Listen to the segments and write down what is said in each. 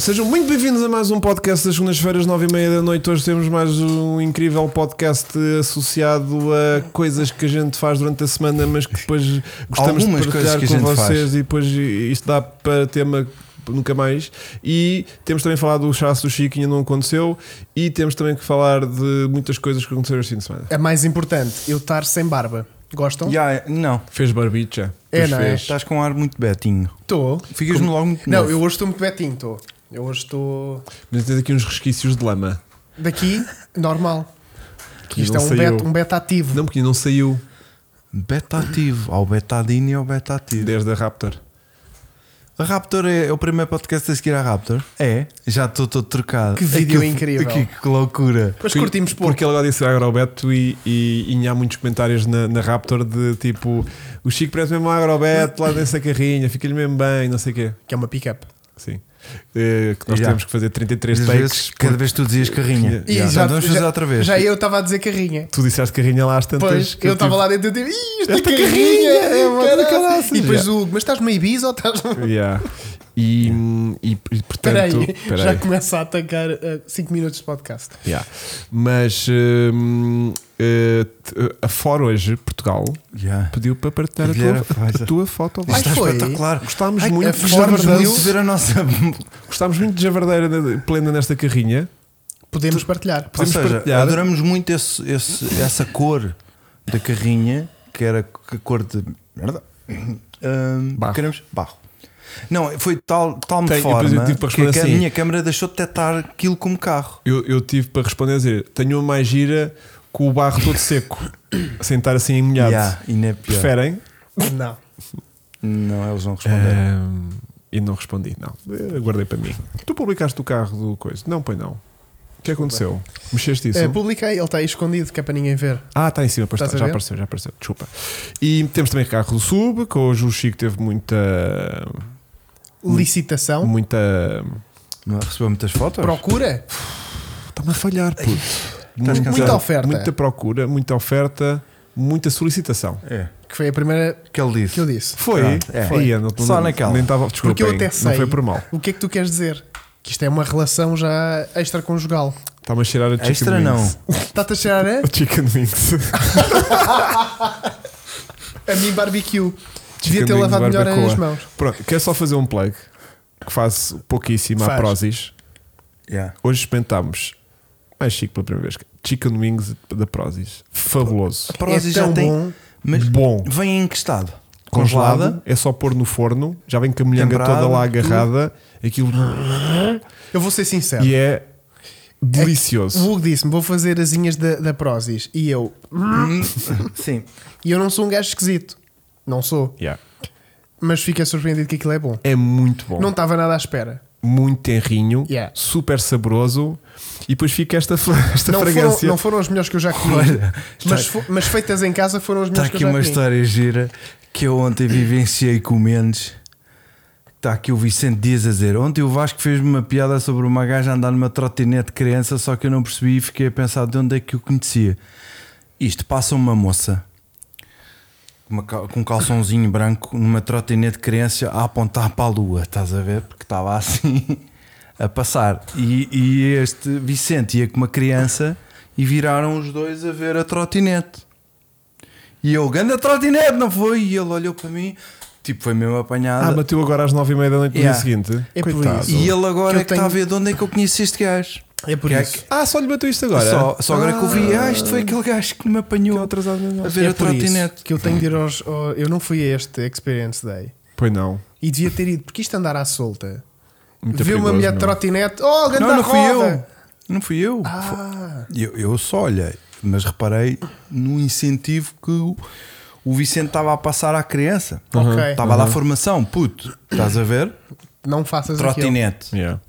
Sejam muito bem-vindos a mais um podcast das segundas-feiras, nove e meia da noite. Hoje temos mais um incrível podcast associado a coisas que a gente faz durante a semana, mas que depois gostamos Algumas de coisas partilhar que a com gente vocês faz. e depois isto dá para tema nunca mais. E temos também falado do chasse do Chico, ainda não aconteceu. E temos também que falar de muitas coisas que aconteceram este fim de semana. A é mais importante, eu estar sem barba. Gostam? Já é- não, Fez barbicha. É, Pois não é? fez. estás com um ar muito betinho. Estou. Ficas-me logo muito Não, novo. eu hoje estou muito betinho, estou. Eu hoje estou Mas tens aqui uns resquícios de lama. daqui, normal. Que Isto é não um saiu. beta, um beta ativo. Não, porque não saiu Beta ativo. Há o betadine e há o beta ativo. desde a Raptor. A Raptor é o primeiro podcast a seguir à Raptor? É. Já estou todo trocado. Que vídeo Ai, que- incrível. Que, que loucura. Mas curtimos pouco. Porque ele agora disse agrobeto e, e, e há muitos comentários na, na Raptor de tipo: o Chico parece mesmo um agrobeto lá nessa carrinha, fica-lhe mesmo bem, não sei o quê. Que é uma pick-up. Sim. Eh, que nós Já. temos que fazer 33 Às takes. vezes, cada vez que tu dizias carrinha. E Portanto, vamos fazer outra vez. Já eu estava a dizer carrinha. Tu disseste carrinha lá às tantas. Pois, que eu estava tive- lá dentro e eu digo, "Ih, isto é Esta carrinha! carrinha, é uma caraças." caraças. E depois Já. o Hugo, mas estás no Ibiza ou estás no. Yeah. E, hum, e, e, portanto. Peraí, peraí. já começa a atacar 5 minutos de podcast. Yeah. Mas hum, eh, t- eh, a Fora hoje, Portugal, Já. pediu para partilhar a tua, Vieram fazer. a tua foto lá. Ai, Está foi? espetacular. Gostámos Ai, muito, a gostávamos Gostávamos forma muito- muito de ver a nossa. Gostámos muito de javardeira de- plena nesta carrinha. Podemos partilhar. Ou Podemos seja, partilhar. adoramos muito esse- esse- essa cor da carrinha, que era a cor de merda. Ahm, Barro. Queremos barro. Não, foi de tal, tal Tem- forma depois eu tive para que a responder assim. minha câmera deixou de detectar aquilo como carro. Eu, eu tive para responder a dizer: tenho uma mais gira com o barro todo seco, sem estar assim molhado. Yeah, e não é pior. Preferem? Não. Não, eles não responderam. Ahm, e não respondi, não. Eu Guardei para mim. Tu publicaste o carro do coisa? Não, pois não. O que aconteceu? Mexeste isso? Eh, publiquei, ele está aí escondido, que é para ninguém ver. Ah, está em cima, pois Estás está, Tá já a ver? apareceu, já apareceu, desculpa. E temos também carro do sub, que hoje o Chico teve muita. Hum. Licitação. muita. Mas Recebeu muitas fotos? Procura? Está-me a falhar, puto. cansado. Muita oferta. Muita procura, muita oferta, muita solicitação. É. Que foi a primeira Que ele disse. que eu disse. Foi, Pronto, é. foi. Só não- não- naquela. Nem tava, desculpa, Porque eu até Não sei. foi por mal. O que é que tu queres dizer? Que isto é uma relação já extraconjugal. Está-me a cheirar a chicken É Extra wings. não. Está-te a cheirar a, A chicken wings. a mim barbecue. Devia Chicken ter wings lavado melhor barbacoa. as mãos. Pronto, quero só fazer um plug que faço pouquíssimo à Faz. Prozis. Yeah. Hoje experimentámos, mais chico pela primeira vez, chicken wings da Prozis. Fabuloso. A Prozis é tão já tem. bom. Mas Bom. vem em que estado? Congelada, é só pôr no forno, já vem com a molhanga Temperado, toda lá agarrada, Hum. aquilo Eu vou ser sincero. e é O delicioso. Hugo disse-me: vou fazer asinhas da, da Prozis. E eu. "Hum." Hum. Sim. E eu não sou um gajo esquisito. Não sou. Yeah. Mas fiquei surpreendido que aquilo é bom. É muito bom. Não estava nada à espera. muito tenrinho, Yeah. super saboroso, e depois fica esta, fra- esta Não foram, fragrância. não foram as melhores que eu já comi. Olha, mas, fo- mas feitas em casa foram as Está melhores que Tá aqui eu já uma comi. história gira que eu ontem vivenciei com o Mendes. Está aqui o Vicente Dias a dizer: Ontem o Vasco fez-me uma piada sobre uma gaja andar numa trotinete de criança, só que eu não percebi e fiquei a pensar de onde é que eu conhecia. Isto passa uma moça uma cal- com um calçãozinho branco numa trotinete de criança a apontar para a lua, estás a ver? Porque estava assim a passar. E, e este Vicente ia com uma criança e viraram os dois a ver a trotinete. E eu, ganda trotinete, não foi? E ele olhou para mim, tipo, foi mesmo apanhado. Ah, bateu agora às nove e meia da noite do Yeah. dia seguinte. É por Coitado. isso. E ele que agora eu é que está a tenho- ver de onde é que eu conheci este gajo. É por Que é isso. que- Ah, só lhe bateu isto agora. Só, só agora que eu vi, Ah, ah, isto foi aquele gajo que me apanhou Aquele atrasado menor. a ver é a por isso trotinete. que eu tenho de ir aos. ao- eu não fui a este Experience Day Pois não. e devia ter ido, porque isto andar à solta. Muito Viu uma perigoso, mulher não. é? de trotinete, oh, grande Não, não fui eu. roda! Não fui eu. Ah, Eu, eu só olhei, mas reparei no incentivo que o, o Vicente estava a passar à criança. Ok. Estava a dar formação, puto. Estás a ver? não faças aquilo. Trotinete Yeah.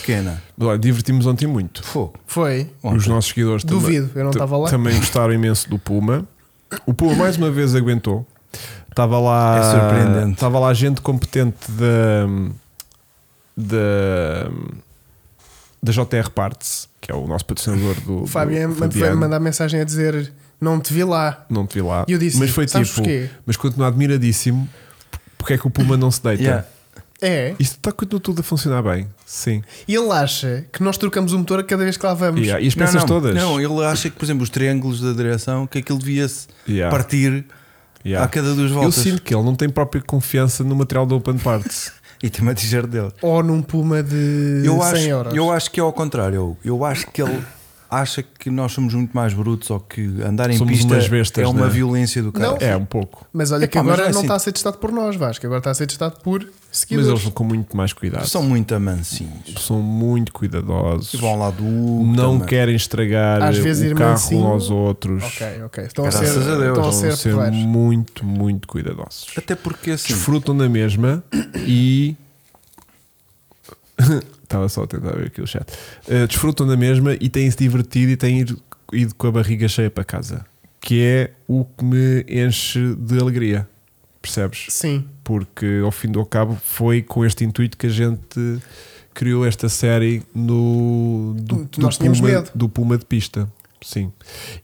pequena. Olha, divertimos ontem muito. Fogo. Foi. Os nossos seguidores também- Duvido, eu não ta- estava lá. Também gostaram imenso do Puma. O Puma mais uma vez aguentou. Estava lá. É surpreendente. Estava lá gente competente da. da. da JR Parts, que é o nosso patrocinador do. O Fábio do me- foi-me Fabiano. mandar mensagem a dizer: não te vi lá. Não te vi lá. E eu disse, mas foi "Sabes tipo. porquê?" Mas continuo admiradíssimo porque é que o Puma não se deita. Yeah. É. Isto está continua tudo a funcionar bem. Sim. E ele acha que nós trocamos o motor a cada vez que lá vamos. Yeah, E as Não, peças não, todas. Não, ele acha que, por exemplo, os triângulos da direção, que aquilo devia-se Yeah, partir yeah. a cada duas Eu voltas. sinto que ele não tem própria confiança no material da Open Parts. E tem uma t-shirt dele. Ou num Puma de Eu 100 acho, euros. eu acho que é ao contrário. Hugo. Eu acho que ele acha que nós somos muito mais brutos ou que andar em Somos pista umas bestas, é uma né? violência do cara. Não. é, um pouco. Mas olha que Epá, mas agora não é não assim. está a ser testado por nós, Vasco. Agora está a ser testado por Mas eles seguidores. vão com muito mais cuidado. São muito amansinhos. São muito cuidadosos. E vão lá do Hugo Não também. querem estragar um Às vezes ir o carro mansinho. uns aos outros. Ok, ok. Estão a ser, Graças a Deus, estão a Vão ser, ser, porreiros. muito, muito cuidadosos. Até porque assim. Desfrutam da mesma e. Estava só a tentar ver aqui o chat. Uh, desfrutam da mesma e têm-se divertido e têm ido, ido com a barriga cheia para casa. Que é o que me enche de alegria. Percebes? Sim. Porque ao fim do cabo foi com este intuito que a gente criou esta série no, do, do Nós tínhamos Puma, medo. do Puma de pista. Sim.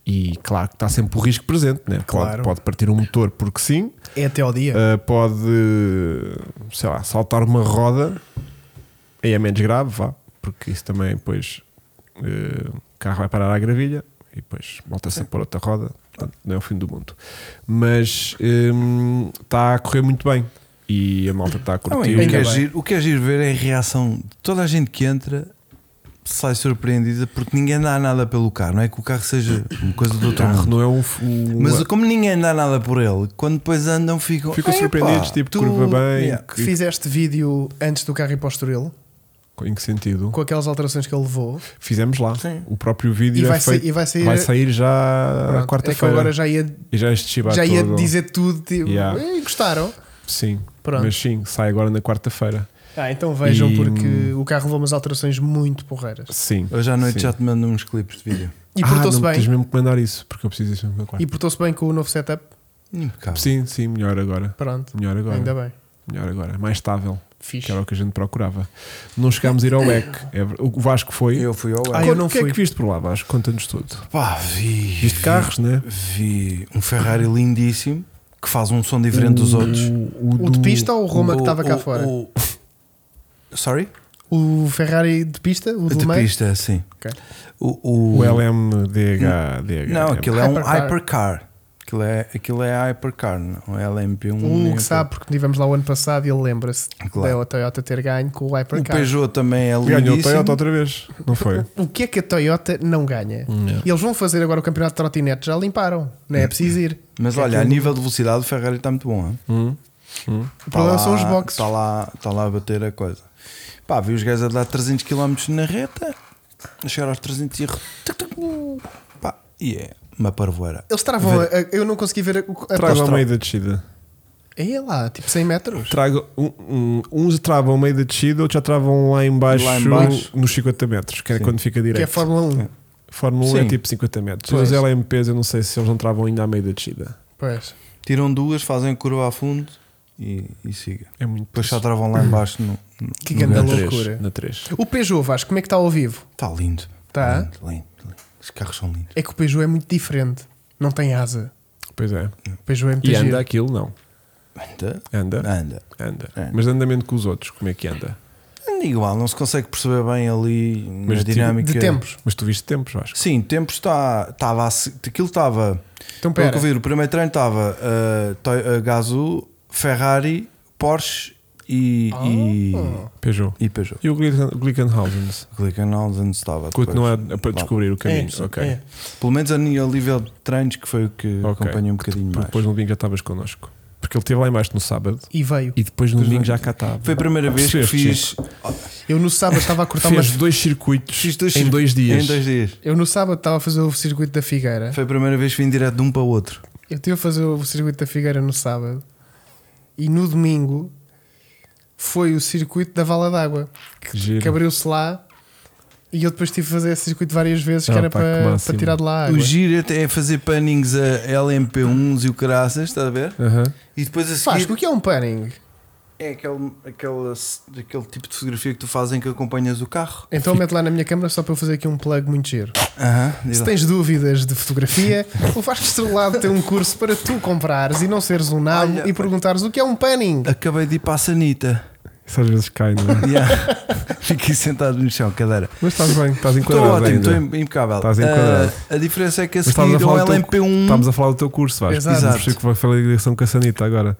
E claro que está sempre o risco presente, né? Pode- Claro. pode partir um motor porque sim, É até ao dia. Uh, pode, sei lá, saltar uma roda aí é menos grave, vá, porque isso também depois uh, o carro vai parar à gravilha e depois volta-se a pôr outra roda, portanto não é o fim do mundo. Mas um, está a correr muito bem e a malta está a Não, curtir. e o, que é bem. giro, o que é giro ver é a reação de toda a gente que entra sai surpreendida porque ninguém dá nada pelo carro, não é que o carro seja uma coisa do o outro carro mundo. não é um. f- um- Mas como ninguém dá nada por ele, quando depois andam ficam, Ficam "Epá, surpreendidos, tipo, tu- curva bem. Yeah. que- Fizeste vídeo antes do carro ir para o Estoril, em que sentido? com aquelas alterações que ele levou. Fizemos lá. Sim. O próprio E vídeo é vai, sa- feito- e vai sair. vai sair já à Pronto, é que eu quarta-feira. agora já ia, E já este chibá já ia todo. dizer tudo. Tipo, Yeah. "Ei, gostaram? Sim, Pronto. mas sim, sai agora na quarta-feira. Ah, então vejam, E- porque o carro levou umas alterações muito porreiras. Sim. Hoje à noite sim. já te mando uns clipes de vídeo. E ah, portou-se não, Tens bem. mesmo que mandar isso, porque eu preciso disso no meu quarto. E portou-se bem com o novo setup. Impecável. Sim, sim, melhor agora. Pronto, Melhor ainda agora. bem. Melhor agora. Mais estável, que Fixe. era o que a gente procurava. Não chegámos a ir ao EC. É ver- O Vasco foi. Eu fui ao Ah, Quanto- eu não o que fui. é que viste por lá, Vasco? Conta-nos tudo. Pá, vi. Viste carros, né? Vi um Ferrari lindíssimo que faz um som diferente dos outros. O de pista ou o Roma que estava cá o- fora? o- Sorry? O Ferrari de pista, o do de meio. pista, sim. Ok. O, O LMDH. Não, aquilo é um Hypercar. hypercar. Aquilo é, aquilo é hypercar, não é LMP1. O nem Hugo Um sabe, porque estivemos lá o ano passado e ele lembra-se Claro. da Toyota ter ganho com o O Hypercar. Peugeot também é Ganhou o Toyota lindíssimo. outra vez, não foi? O que é que a Toyota não ganha? E eles vão fazer agora o campeonato de trotinete, já limparam, não é preciso ir. Mas Que é olha, a aquilo- nível de velocidade, o Ferrari está muito bom. hein? Hum, hum. O Tá problema lá- são os boxes. Está lá, está lá a bater a coisa. Pá, vi os gajos a dar 300 km na reta, a chegar aos 300 e. a- tuc, tuc, uh, Pá, e é uma parvoeira. Eles travam, a, a- eu não consegui ver a, a, Traga ao tra- meio da descida. É lá, tipo 100 metros. Trago, um- um- uns travam meio da descida, outros já travam lá embaixo, Lá embaixo. nos 50 metros, que é Sim. quando fica direito. Que é a Fórmula 1. Fórmula 1 é Sim. tipo 50 metros. Pois. Os LMPs eu não sei se eles não travam ainda à meio da descida. Pois. Tiram duas, fazem a curva a fundo e, e siga. É muito Depois já travam lá embaixo no. no- Que no grande lugar. na é três, loucura. Na 3. O Peugeot, Vasco, como é que está ao vivo? Está lindo. Tá. Lindo, lindo, lindo. Os carros são lindos. É que o Peugeot é muito diferente. Não tem asa. Pois é. O Peugeot é muito E anda giro. aquilo? Não. Anda. É. Anda? É. Anda. Anda. Anda. Mas de andamento com os outros, como é que anda? Anda igual, não se consegue perceber bem ali Mas na tipo, dinâmica. De tempos. Mas tu viste tempos, acho. Sim, tempos está. Estava a se- Aquilo estava. Então Pelo pera, que eu vi, o primeiro treino estava ah, Toy- ah, Gazoo, Ferrari, Porsche e, e, Peugeot. e Peugeot. E o Glicken- Glickenhausens? Glickenhausen estava. Continua depois. a, para descobrir o É, caminho. ok. é. Pelo menos a ni- a nível de treinos que foi o que Ok. acompanhou um bocadinho Porque mais. depois no domingo já estavas connosco. Porque ele esteve lá embaixo no sábado E veio. e depois no Pois domingo é. já cá estava. Foi a primeira vez que Percebeste, fiz, Eu no sábado estava a cortar Fez umas. dois circuitos fiz dois em cir- dois dias. em dois dias. Eu no sábado estava a fazer o circuito da Figueira. Foi a primeira vez que vim direto de um para o outro. Eu estive a fazer o circuito da Figueira no sábado e no domingo foi o circuito da Vala d'Água Que giro. que abriu-se lá e eu depois tive a fazer esse circuito várias vezes que Ah, era pá, que para, máximo. para tirar de lá a O água. giro é fazer pannings a LMP1s e o caraças, estás a ver? Aham. E depois a Vasco, o seguir que é um panning? é aquele, aquele, aquele tipo de fotografia que tu fazes em que acompanhas o carro. Então mete lá na minha câmara só para eu fazer aqui um plug muito giro. Aham, diz Se lá. tens dúvidas de fotografia, o Vasco Estrelado tem um curso para tu comprares e não seres um nabo Olha, e perguntares o que é um panning. Acabei de ir para a Sanita. Isso às vezes cai, não é? Yeah. Fiquei sentado no chão, cadeira. Mas estás bem, estás Estou enquadrado. ótimo, ainda. estou im- impecável. Estás enquadrado. Ah, a diferença é que a Mas estávamos seguir a ao falar do teu LMP1. Estamos a falar do teu curso, vais. Exato. Não percebo que vai falar de direção com a Sanita agora.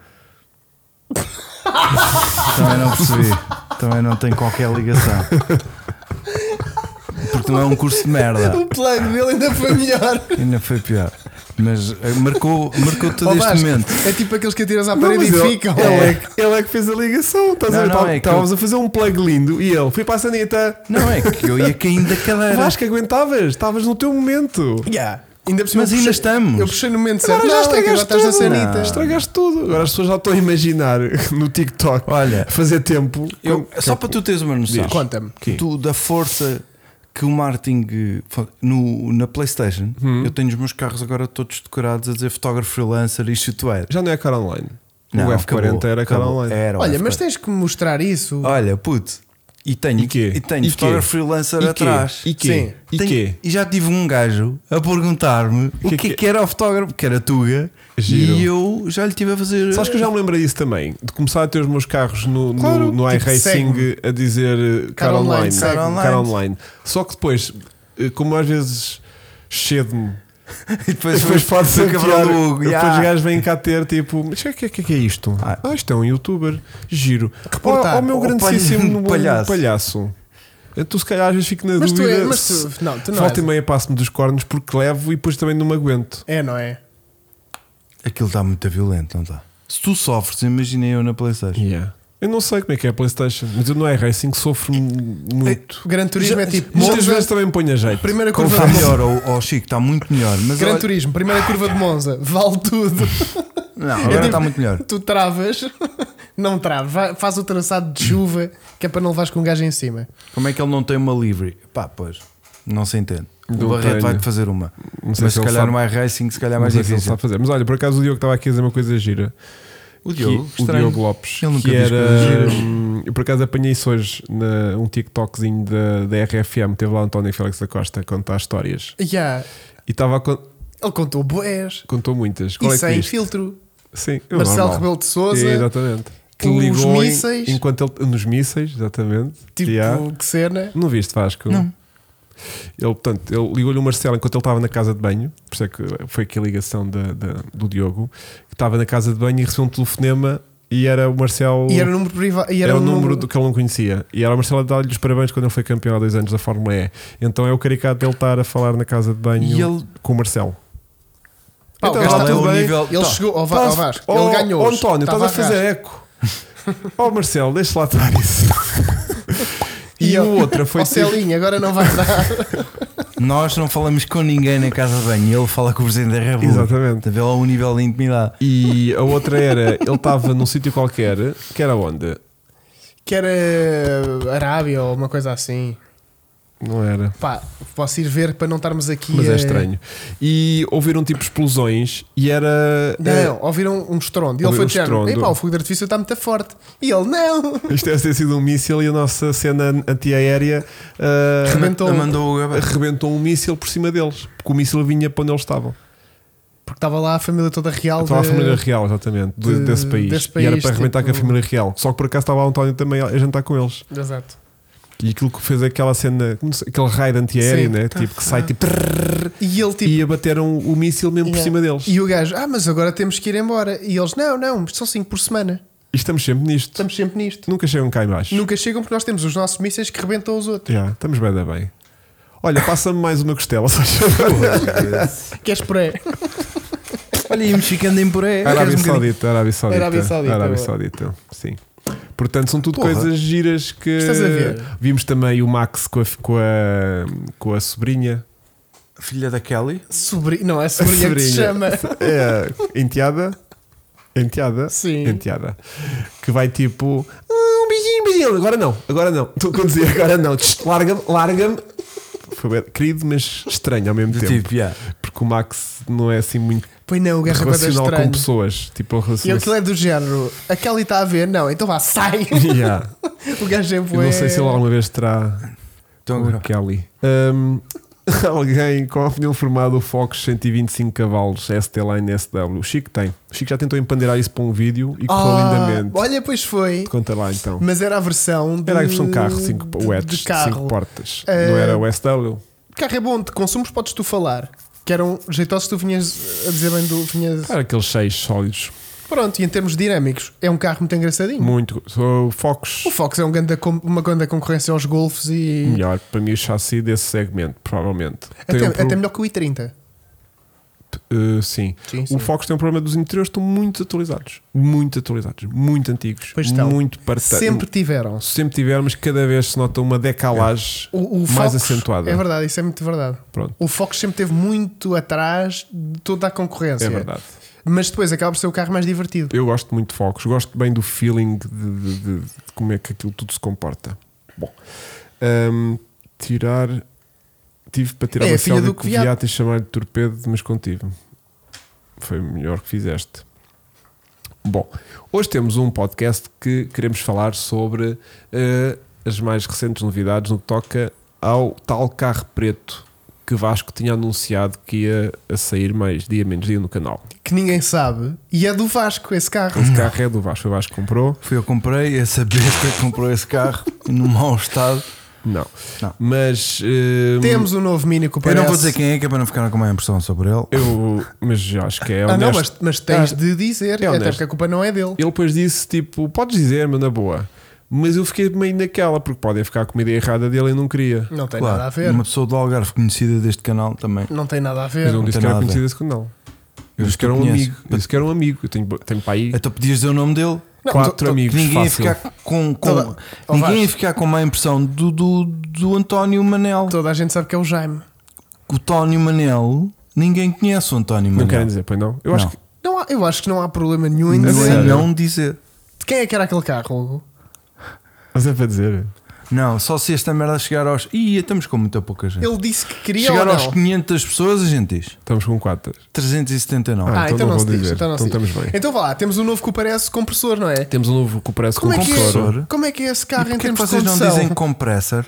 Também não percebi. Também não tem qualquer ligação. Porque não é um curso de merda. O plano dele ainda foi melhor. Ainda foi pior. Mas eh, marcou, marcou todo Ó, este Vasco, momento. É tipo aqueles que atiras à Não, parede mas e ele, ficam. ele é que, ele é que fez a ligação. Estás Não, a ver? não, Estava- é que Estávamos a fazer um plug lindo e ele foi para a Sanita. Não é que eu ia caindo da cadeira. Vasco, aguentavas? Estavas no teu momento. Yeah. Ainda por cima mas eu ainda puxei- estamos. Eu puxei no momento certo. Agora já Não, é que agora estragaste estás na tudo. sanita. Estragaste tudo. Agora as pessoas já estão a imaginar no TikTok Olha, a fazer tempo. eu, com- só para tu teres uma noção. é Diz. Conta-me. Que- Tu, da força que o marketing eh, no, na PlayStation, Uhum. eu tenho os meus carros agora todos decorados a dizer fotógrafo freelancer e shooter. Já não é cara online. Não, o F40 acabou, era cara acabou. É, online. Era o Olha, mas F40. tens que mostrar isso. Ah, Olha, puto. E tenho, E quê? tenho E fotógrafo quê? freelancer E quê? atrás. E quê? Sim. E Tenho- quê? e já tive um gajo a perguntar-me Que o que, que- é que era o fotógrafo, que era Tuga. Giro. E eu já lhe estive a fazer. Sabes que eu já me lembrei disso também? De começar a ter os meus carros no, no- Claro, no, tipo, iRacing a dizer eh, Cara cara online. online, Cara segue-me. online. Cara online. Só que depois, eh, como às vezes cedo-me, E depois, depois foi- pode foi ser que cabrão do Hugo. Depois Ya. os gajos vêm cá ter tipo, mas o que, é- que é que é isto? Ah. Ah, isto é um youtuber, giro. Reportar. Ó, ó, meu Ó, grandíssimo palhaço. palhaço. palhaço. Eu, Tu se calhar às vezes fico na Mas tu, dúvida. é, mas se- tu, não, tu não Volta e és. meia passo-me dos cornos porque levo e depois também não me aguento. É, não é? Aquilo está muito violento, não está? Se tu sofres, imaginei eu na PlayStation. Eu não sei como é que é a Playstation, mas eu no iRacing sofro mu- muito. O Gran Turismo Já- é tipo. Muitas Monza, vezes também me ponho a jeito. primeira curva Está de Monza. melhor, ó ó, Chico, está muito melhor. Mas Gran olha- Turismo, primeira curva de Monza, vale tudo. Não, agora está muito melhor. Tu travas, não traves, vai- faz o traçado de chuva que é para não levares com um gajo em cima. Como é que ele não tem uma livre? Pá, pois, não se entende. O Não Barreto tenho. vai-te fazer uma. Não sei Mas se se ele calhar sabe- no iRacing, se calhar é Não mais sei se ele difícil. sabe fazer. Mas olha, por acaso o Diogo estava aqui a dizer uma coisa gira. O Que- Diogo, o estranho. Diogo Lopes. Ele nunca que diz coisas era, giras. hum, eu por acaso apanhei isso hoje na, um TikTokzinho da, da RFM. Teve lá o António Félix da Costa a contar histórias. Yeah, E estava a con- ele contou boés contou muitas. Qual e é que sem diz? filtro. Sim, é o Marcelo normal. Rebelo de Souza, É, Exatamente. Que os ligou em- mísseis. enquanto ele, nos mísseis, exatamente. tipo, Yeah. que cena. Não viste, Vasco? Não. Ele, portanto, ele ligou-lhe o Marcelo enquanto ele estava na casa de banho, por isso é que foi aqui a ligação da- da- do Diogo, que estava na casa de banho e recebeu um telefonema e era o Marcelo. E era o número privado. E era era, um número do que ele não conhecia. E era o Marcelo a dar-lhe os parabéns quando ele foi campeão há dois anos da Fórmula E. Então é o caricato dele estar a falar na casa de banho E ele- com o Marcelo. Pá, o Então, gajo lá tá- está o tudo bem. nível- Ele Tá. chegou ao, Va- ao Vasco, ele ganhou. Oh, António, estás a fazer eco. oh, Marcelo, deixa lá estar isso. e a outra foi tipo- Ó Celinho, agora não vai dar. Nós não falamos com ninguém na casa de banho. Ele fala com o Presidente da República. Exatamente. Está a ver lá um nível de intimidade. E a outra era, ele estava num sítio qualquer, que era onde? que eh, era Arábia ou uma coisa assim. Não era. Pá, posso ir ver para não estarmos aqui. Mas a- é estranho. E ouviram tipo explosões e era. Não, ouviram um estrondo. E ele Ouvi foi É. um de género. estrondo. Epá, o fogo de artifício está muito forte. E ele, não! Isto deve ter sido um míssil e a nossa cena antiaérea ah, Arrebentou. Mandou o gabarito. arrebentou um míssil por cima deles, porque o míssil vinha para onde eles estavam. Porque estava lá a família toda real. Estava a de- família real, exatamente, de- de- desse, país. desse E era país, para arrebentar tipo- com a família real. Só que por acaso estava lá o António também a jantar com eles. Exato. E aquilo que fez é aquela cena, como se- aquele raio de antiaéreo, Sim. Ah. Tá. né? tipo, que sai tipo, trrr, E ele tipo. e abateram o míssil mesmo por Yeah. cima deles. E E o gajo, ah, mas agora temos que ir embora. E eles, não, não, são 5 por semana. estamos sempre nisto. Estamos sempre nisto. Nunca chegam cá em baixo. Nunca chegam porque nós temos os nossos mísseis que rebentam os outros. Já, estamos bem da bem. Olha, passa-me mais uma costela, só Que é espera. Olha, íamos ficando em poré. Arábia Queres um bocadinho? Saudita, Arábia Saudita. Arábia Saudita, Arábia boa. Saudita, sim. Portanto, são tudo Porra. coisas giras que. Estás a ver? Vimos também o Max com a, com a, com a sobrinha. Filha da Kelly. Sobrinho, não, é sobrinha, que se Sobrinha. chama. É, enteada. Enteada. Sim. Enteada. Que vai tipo. "Ah, um beijinho, beijinho. Agora não, agora não. Estou a conduzir, agora não. Tch, Larga-me, larga-me. Foi bem querido, mas estranho ao mesmo Do tempo. tipo, yeah. Porque o Max não é assim muito Pois não, o gajo é bué da relacional com estranho. pessoas. Tipo, E aquilo relaciona é do género. A Kelly está a ver, não, então vá, sai. Yeah. o gajo é Eu bué. não sei se ele alguma vez terá Então, com a Kelly. Ahm, Alguém com a opinião formada o Fox 125 cavalos ST Line SW. O Chico tem. O Chico já tentou empandeirar isso para um vídeo e correu Ah, lindamente. olha, pois foi. Conta lá então. Mas era a versão de, Era a versão de carro, 5 de- watts, de carro. 5 portas. Eh, Não era o SW. Carro é bom, de consumos podes tu falar. Que eram jeitosos que tu vinhas a dizer bem do. Vinhas... Era aqueles 6 sólidos. Pronto, e em termos dinâmicos, é um carro muito engraçadinho. Muito. O Fox. O Fox é um grande, com- uma grande concorrência aos Golfs e. Melhor para mim o chassi desse segmento, provavelmente. Até, Tem um até pro- melhor que o i30. eh, sim. Sim, O Fox tem um problema dos interiores, estão muito atualizados. Muito atualizados. Muito antigos. Pois estão. Muito parta- Sempre tiveram. Sempre tivermos, cada vez se nota uma decalagem O, o mais Fox, acentuada. É verdade, isso é muito verdade. Pronto. O Fox sempre esteve muito atrás de toda a concorrência. É verdade. Mas depois acaba por ser o carro mais divertido. Eu gosto muito de Focus, gosto bem do feeling de, de- de- de como é que aquilo tudo se comporta. Bom, hum, tirar. Tive para tirar É a uma filha selfie do com o Coviato. Coviato e chamar-lhe torpedo, mas contive. Foi o melhor que fizeste. Bom, hoje temos um podcast que queremos falar sobre eh, as mais recentes novidades no que toca ao tal carro preto que Vasco tinha anunciado que ia a sair mais dia menos dia no canal. Que ninguém sabe. E é do Vasco esse carro. Esse carro é do Vasco, o Vasco comprou. Fui eu que comprei, essa besta que comprou esse carro num mau estado. Não. Não. Mas. hum, Temos um novo Mini que Eu parece- não vou dizer quem é, que é para não ficar com má impressão sobre ele. Eu, mas já acho que é Ah, honesto. não, mas, mas tens Ah, de dizer. é até honesto. porque a culpa não é dele. Ele depois disse: tipo, podes dizer, mas na boa. Mas eu fiquei meio naquela, porque podem ficar com uma ideia errada dele e não queria. Não tem Claro, nada a ver. uma pessoa do Algarve conhecida deste canal também. Não tem nada a ver. Mas um não Não disse tem que era nada. conhecido esse canal. Eu Eu disse que era um conheço. amigo. Eu disse que era um amigo. Eu tenho, tenho para aí Então podias dizer o nome dele? Não, quatro to- to- amigos. então, Ninguém ia fácil. ficar com, com- Toda- Oh, ninguém Vasco. ia ficar com má impressão do, do, do António Manel. Toda a gente sabe que é o Jaime. O António Manel, ninguém conhece o António Não Manel. querem dizer, pois não? Eu acho Não. que. Não há- eu acho que não há problema nenhum em Não é dizer. sério? não dizer. De Quem é que era aquele carro? Hugo? Mas é para dizer. Não, só se esta merda chegar aos. Ih, estamos com muita pouca gente. Ele disse que queria chegar ou aos não? 500 pessoas, a gente diz. Estamos com quatro. 379. Ah, então não vou se diz, dizer. não Então se diz. estamos bem. Então vá lá, temos um novo que parece compressor, não é? Temos um novo que parece Como com é que compressor. compressor. é? Como é que é esse carro em Porquê que termos de vocês não condução? dizem compressor?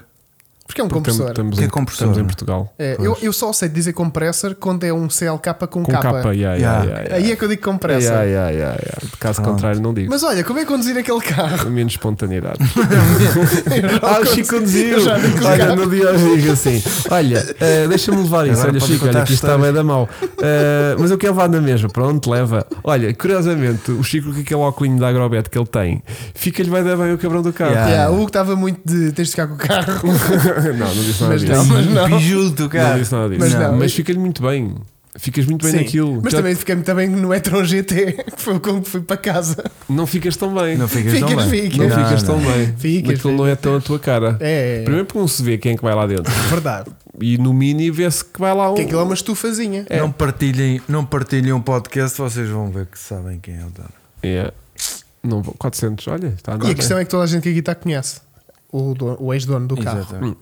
Porque é um Porque compressor. Estamos, Que é em, compressor, estamos em não é? Portugal. É, Pois. eu, eu só sei dizer compressor quando é um CLK com, com capa. capa, yeah, yeah, Yeah. yeah, yeah. Aí é que eu digo compressor. Yeah, yeah, yeah, yeah. De caso Pronto. contrário, não digo. Mas olha, como é conduzir aquele carro? Menos espontaneidade. Eu não Ah, o consigo- Chico conduziu. Eu já não consigo. Olha, no dia eu digo assim: Olha, eh, deixa-me levar isso. Agora olha, pode Chico, olha, contar que isto está bem histórias. da mal. mas eu quero levar na mesma. Pronto, leva. Olha, curiosamente, é o Chico, com aquele óculinho da Agrobet que ele tem, fica-lhe bem da bem o cabrão do carro. Yeah. Yeah, o Hugo estava muito de tens de ficar com o carro. não, não disse nada Mas disso. não, mas não. Bijuto, Não um cara. disse nada disso. Mas Mas, não. fica-lhe muito bem. Ficas muito bem Sim, naquilo. Mas Já também fiquei também no Etron GT, que foi quando fui para casa. Não ficas tão é. bem. Não Não, ficas tão Ficas, bem. ficas. Não, ficas tão não. bem. Ficas, Aquilo não é tão a tua cara. É, é, é Primeiro porque não se vê quem é que vai lá dentro. verdade. E no mini vê-se que vai lá um. Porque aquilo é uma estufazinha. Não partilhem, não partilhem um podcast, vocês vão ver que sabem quem é o dono. É. Não vou- 400, olha, está a andar E a bem. questão é que toda a gente que aqui está conhece o, dono- o ex-dono do carro. Hum, Exatamente.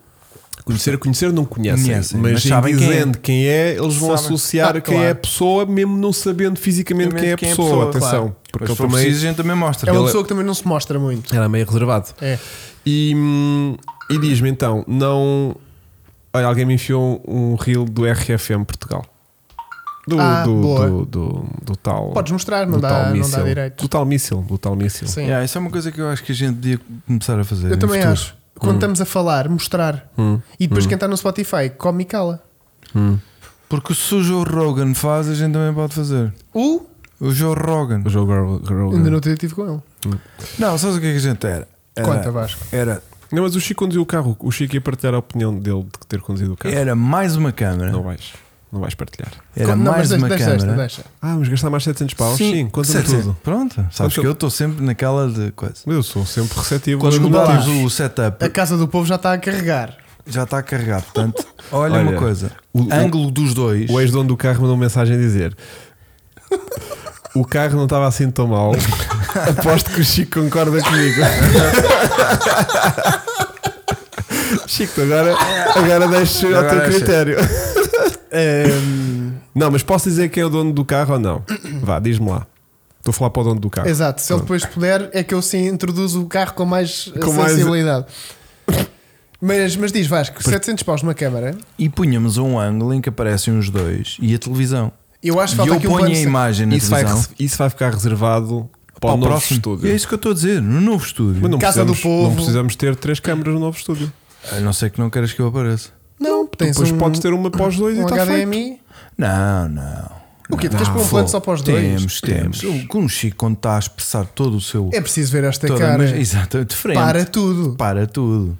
Conhecer, conhecer não conhecem, Conhecem, mas, mas em sabem quem é. dizendo quem é, eles vão Sabem. associar Ah, quem é a claro. pessoa, mesmo não sabendo fisicamente quem é a Quem é a pessoa. pessoa, Atenção, claro. porque Mas ele se for também preciso, a gente também mostra. É uma Ele- pessoa que também não se mostra muito. era meio reservado. É. E, hum, e diz-me então, não. Olha, alguém me enfiou um reel do RFM Portugal. Do, Ah, do, boa. do, do- do tal. Podes mostrar, do não, dá, tal não dá míssil. direito. Do tal míssil, do tal míssil. Sim. Yeah, isso é uma coisa que eu acho que a gente devia começar a fazer. Eu em também futuro. Hum. acho. Quando estamos a falar, mostrar. Hum, E depois quem está no Spotify, come e cala. hum. Porque se o Joe Rogan faz, a gente também pode fazer. O O Joe Rogan. O jogo Rogan. ainda não tive com ele. Não, sabes o que é que a gente era? era Conta, Vasco. Era, Não, mas o Chico conduziu o carro. O Chico ia partilhar a opinião dele de ter conduzido o carro. era mais uma câmera. Não vais. Não vais partilhar. Era não, mais mas uma deixa, câmera. deixa, deixa, deixa. Ah, vamos gastar mais 700 paus? Sim, conta-me certo, tudo. certo. Pronto, sabes Conta- que eu estou sempre naquela de coisa. Eu sou sempre receptivo. Quando Desculpa lá. mudamos o setup, A casa do povo já está a carregar. já está carregado. Portanto, olha, Olha, uma coisa: o- o- ângulo dos dois. O ex-dono do carro mandou uma mensagem a dizer: O carro não estava assim tão mal. Aposto que o Chico concorda comigo. Chico, agora, agora deixo ao teu Agora deixa. Ehm. critério. Não, mas posso dizer quem é o dono do carro ou não? Vá, diz-me lá. Estou a falar para o dono do Ah. carro. Exato, se ele depois puder, é que eu sim introduzo o carro com mais Com mais- sensibilidade. Mas, mas diz Vasco, 700 paus numa câmara, E punhamos um ângulo em que aparecem os dois e a televisão. eu acho que e falta eu aqui um ponho plano a de- imagem na Isso vai, televisão rece- isso vai ficar reservado para, o novo próximo. estúdio. É isso que eu estou a dizer, no novo estúdio. Mas não Casa do precisamos, Povo. não precisamos ter três câmaras no novo estúdio. A não ser que não queiras que eu apareça. Não, tens Depois um, podes ter uma para os dois e um está feito. HDMI. Não, não. O quê? Tu queres Não, pôr um Fô, plano só para os dois? Temos, temos. Eu- Como o Chico, quando está a expressar todo o seu. É preciso ver esta toda- cara. mas- exatamente, de frente. Para tudo. Para tudo.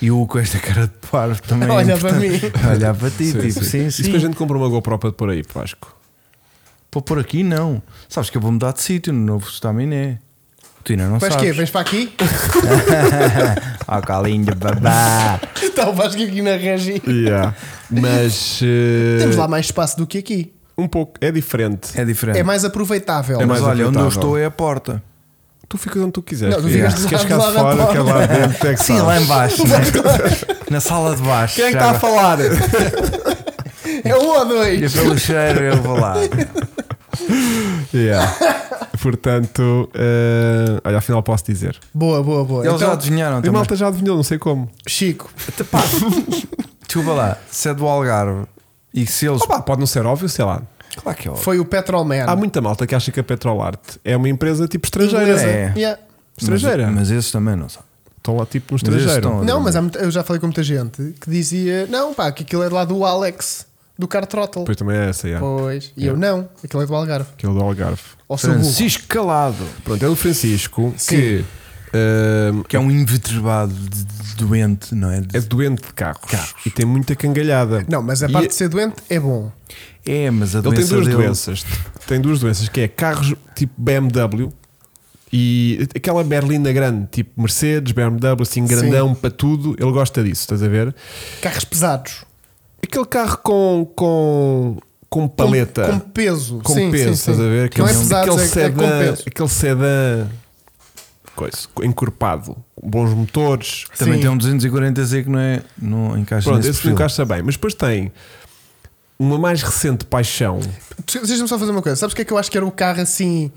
E o com esta cara de parvo também. é Olha para importante. Olha para ti, Sim, sim. tipo, sim, Isso sim. que a gente compra uma GoPro para pôr aí, Vasco. Pô, por aqui não. Sabes que eu vou mudar de sítio no novo Staminé. Tu ainda não Vais é, quê? sabes. Vens para aqui? Ó, calinho, babá. Está o Vasco aqui na regi. Eh, Yeah. Mas eh, Temos lá mais espaço do que aqui. um pouco é diferente. É diferente. É mais aproveitável. É Mas mais olha, onde eu aproveitável. estou é a porta. Tu ficas onde tu quiseres. Não, tu filho. ficas Se do queres lado- cá do de lado fora, da porta. que é lá dentro é que Sim, sabes. lá em baixo. né? Na sala de baixo. Quem é que já está a agora. falar? É um ou dois. E pelo cheiro eu vou lá. Yeah. Portanto, eh, olha, afinal posso dizer. Boa, boa, boa. Eles já Então, adivinharam e a também. malta já adivinhou, não sei como. Chico, Pá, Desculpa lá, se é do Algarve e se eles. Opa, pode não ser óbvio, sei lá. Claro que é óbvio. foi o Petrolman. Há muita malta que acha que a Petrolarte é uma empresa tipo estrangeira. É. Yeah. Estrangeira. Mas, mas esses também não sabem. Estão lá tipo no Mas eles estrangeiro. estão- Não, mas há muita- eu já falei com muita gente que dizia: não, pá, que aquilo é lá do Alex, do Cartrottle. Pois também é essa, yeah. Pois. E Yeah. eu não, aquilo é do Algarve. que é o do Algarve. Ou seu burro. Francisco Calado, Pronto, é o Francisco Sim. que ehm, que é um inveterbado de- de- doente, não é? é doente de carros, e tem muita cangalhada. Não, mas a E parte de ser doente é bom. É, mas a Ele tem doença duas dele. doenças. Tem duas doenças, que é carros tipo BMW e aquela berlina grande, tipo Mercedes, BMW, assim grandão para tudo. Ele gosta disso, estás a ver? Carros pesados. Aquele carro com, com, com Com- paleta. Com, peso. com Sim, peso, sim, estás sim. a ver? um Não Aquele, é pesado, aquele é, é com sedã, peso. aquele sedã coisa, encorpado, com bons motores. Também Sim. tem um 240Z que não, é, não encaixa Pronto, nesse esse perfil. não encaixa bem, mas depois tem uma mais recente paixão. Deixa-me só fazer uma coisa. Sabes o que é que eu acho que era o carro assim,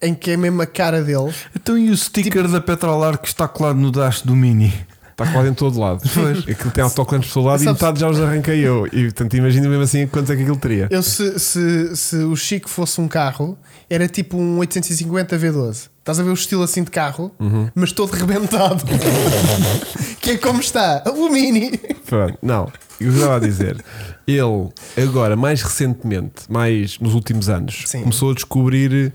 em que é mesmo a cara dele? Então e o sticker da Petrolar que está colado no dash do Mini? Está quase em todo lado. Pois. Aquilo tem autocolantes pelo lado e Sabes- metade já os arranquei eu. E portanto, imagina mesmo assim quantos é que aquilo teria. Eu, se, se, se o Chico fosse um carro, era tipo um 850 V12. Estás a ver o estilo assim de carro, mas todo rebentado. que é como está. O Mini. Pronto, não, eu estava a dizer. Ele, agora, mais recentemente, mais nos últimos anos, Sim. começou a descobrir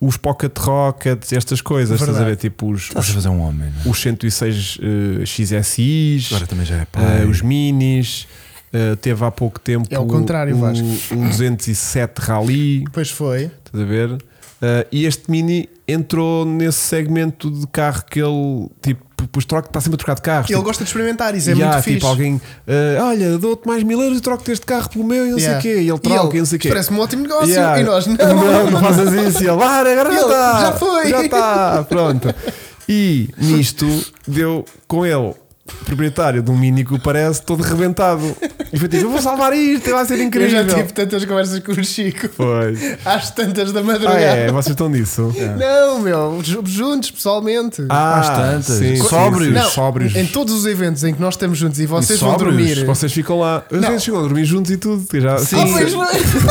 os pocket rockets, estas coisas, estás a Verdade. Tá ver? Tipo os, Estás a fazer um homem, não é? os 106 eh, XSIs, Agora também já é pai. eh, os minis. eh, teve há pouco tempo É ao contrário, um, Vasco. um 207 Rally, Pois foi. estás a ver? Eh, e este Mini entrou nesse segmento de carro que ele, tipo, pois troca, está sempre a trocar de carros. Ele Tipo, gosta de experimentar isso, é e há, muito fixe. tipo alguém, "Ah, olha, dou-te mais mil euros e troco-te este carro pelo meu e não Yeah. sei o quê. E ele troca e, não sei o quê. Parece-me um ótimo negócio. Yeah. E nós, não. não, não fazes isso. E ele, "Ah, "Para, agora já Ele, está. já foi." Já está, pronto. E nisto deu com ele, proprietário de um mini que o parece, todo rebentado. E foi tipo, eu vou salvar isto, vai ser Eu incrível. já tive tantas conversas com o Chico. Pois. Às tantas da madrugada. Ah, é, vocês estão nisso. Não, meu, ju- juntos, pessoalmente. Ah, É. Às tantas. sim, sim, Sóbrios. sim. não, sóbrios. Em todos os eventos em que nós estamos juntos e vocês vão sóbrios, dormir. Vocês ficam lá, às Não. vezes ficam a dormir juntos e tudo. que Já, Sim. Ah, pois não.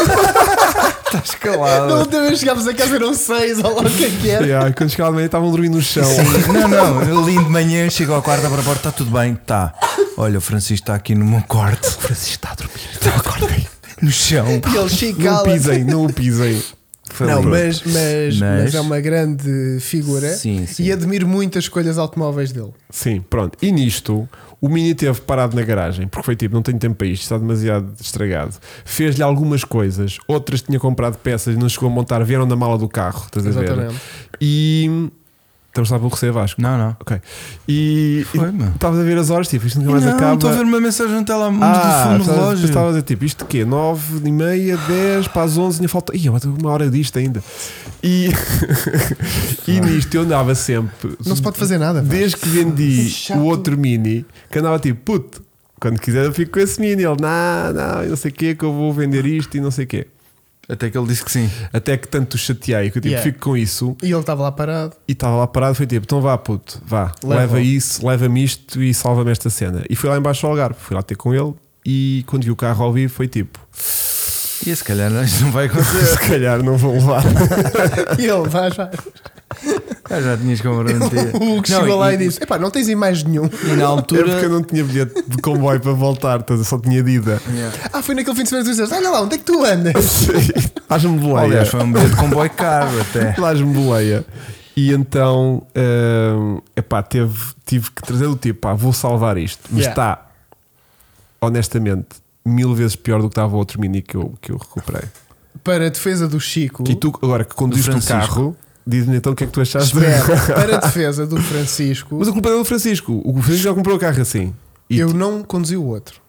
Estás Na calado. última vez chegámos a casa eram um seis, olha lá o que é que era. Yeah, quando chegava de manhã estavam a dormir no chão. Sim, não, não, eu lindo de manhã, chego ao quarto, abro a porta, está tudo bem, está. Olha, o Francisco está aqui no meu quarto. O Francisco está a dormir, Tá, está a acordar no chão. E assim. ele chico Não cala. pisem, não pisem. Foi Não, lindo. mas, mas, Mas- mas é uma grande figura Sim, sim. e admiro muito as escolhas automóveis dele. Sim, pronto. E nisto, o Mini teve parado na garagem, porque foi tipo, não tenho tempo para isto, está demasiado estragado. Fez-lhe algumas coisas, outras tinha comprado peças e não chegou a montar, vieram na mala do carro, estás a ver? Exatamente. E. Estamos lá pelo receio Vasco. Não, não. Ok. E. Foi, e meu. Estavas a ver as horas, tipo, isto nunca mais Não, acaba. estou a ver uma mensagem no telefone Ah, do fundo do estavas- relógio. estavas a dizer tipo, isto quê? 9 e meia, 10 para as 11, ainda falta. Ih, agora tenho uma hora disto ainda. E, e nisto eu andava sempre. Não se pode fazer nada. pá. Desde que vendi Chato. o outro mini, que andava tipo, puto, quando quiser eu fico com esse mini. Ele, não, não, e não sei o quê, que eu vou vender isto e não sei o quê. Até que ele disse que sim. Até que tanto o chateei que eu tipo, Yeah. fico com isso E ele estava lá parado. e estava lá parado. Foi tipo, então vá, puto, vá, Leva. leva, isso, leva-me isto e salva-me esta cena. E fui lá embaixo ao Algarve, fui lá ter com ele. E quando vi o carro ao vivo, foi tipo: E se calhar isto não vai acontecer. se calhar não vou levar. É E ele, vai, vai. Ah, já tinhas como garantia. O que Não, chegou lá e, e- disse: Epá, não tens aí mais nenhum. E na É porque eu altura. não tinha bilhete de comboio para voltar, estás a ver? só tinha de ida. Yeah. Ah, foi naquele fim de semana que tu disseste: Olha lá, onde é que tu andas? Faz-me boleia. Aliás, foi um bilhete de comboio caro até. Faz-me boleia. E então, hum, epá, teve, tive que trazer o tipo, pá, vou salvar isto. Mas Yeah. está, honestamente, mil vezes pior do que estava o outro mini que eu, que eu recuperei. Para a defesa do Chico, E tu, agora que conduziste o Francisco. carro, diz-me então o que é que tu achaste. espera, para a defesa do Francisco, Mas a culpa era do Francisco. O Francisco já comprou o carro assim. E eu tu- não conduzi o outro.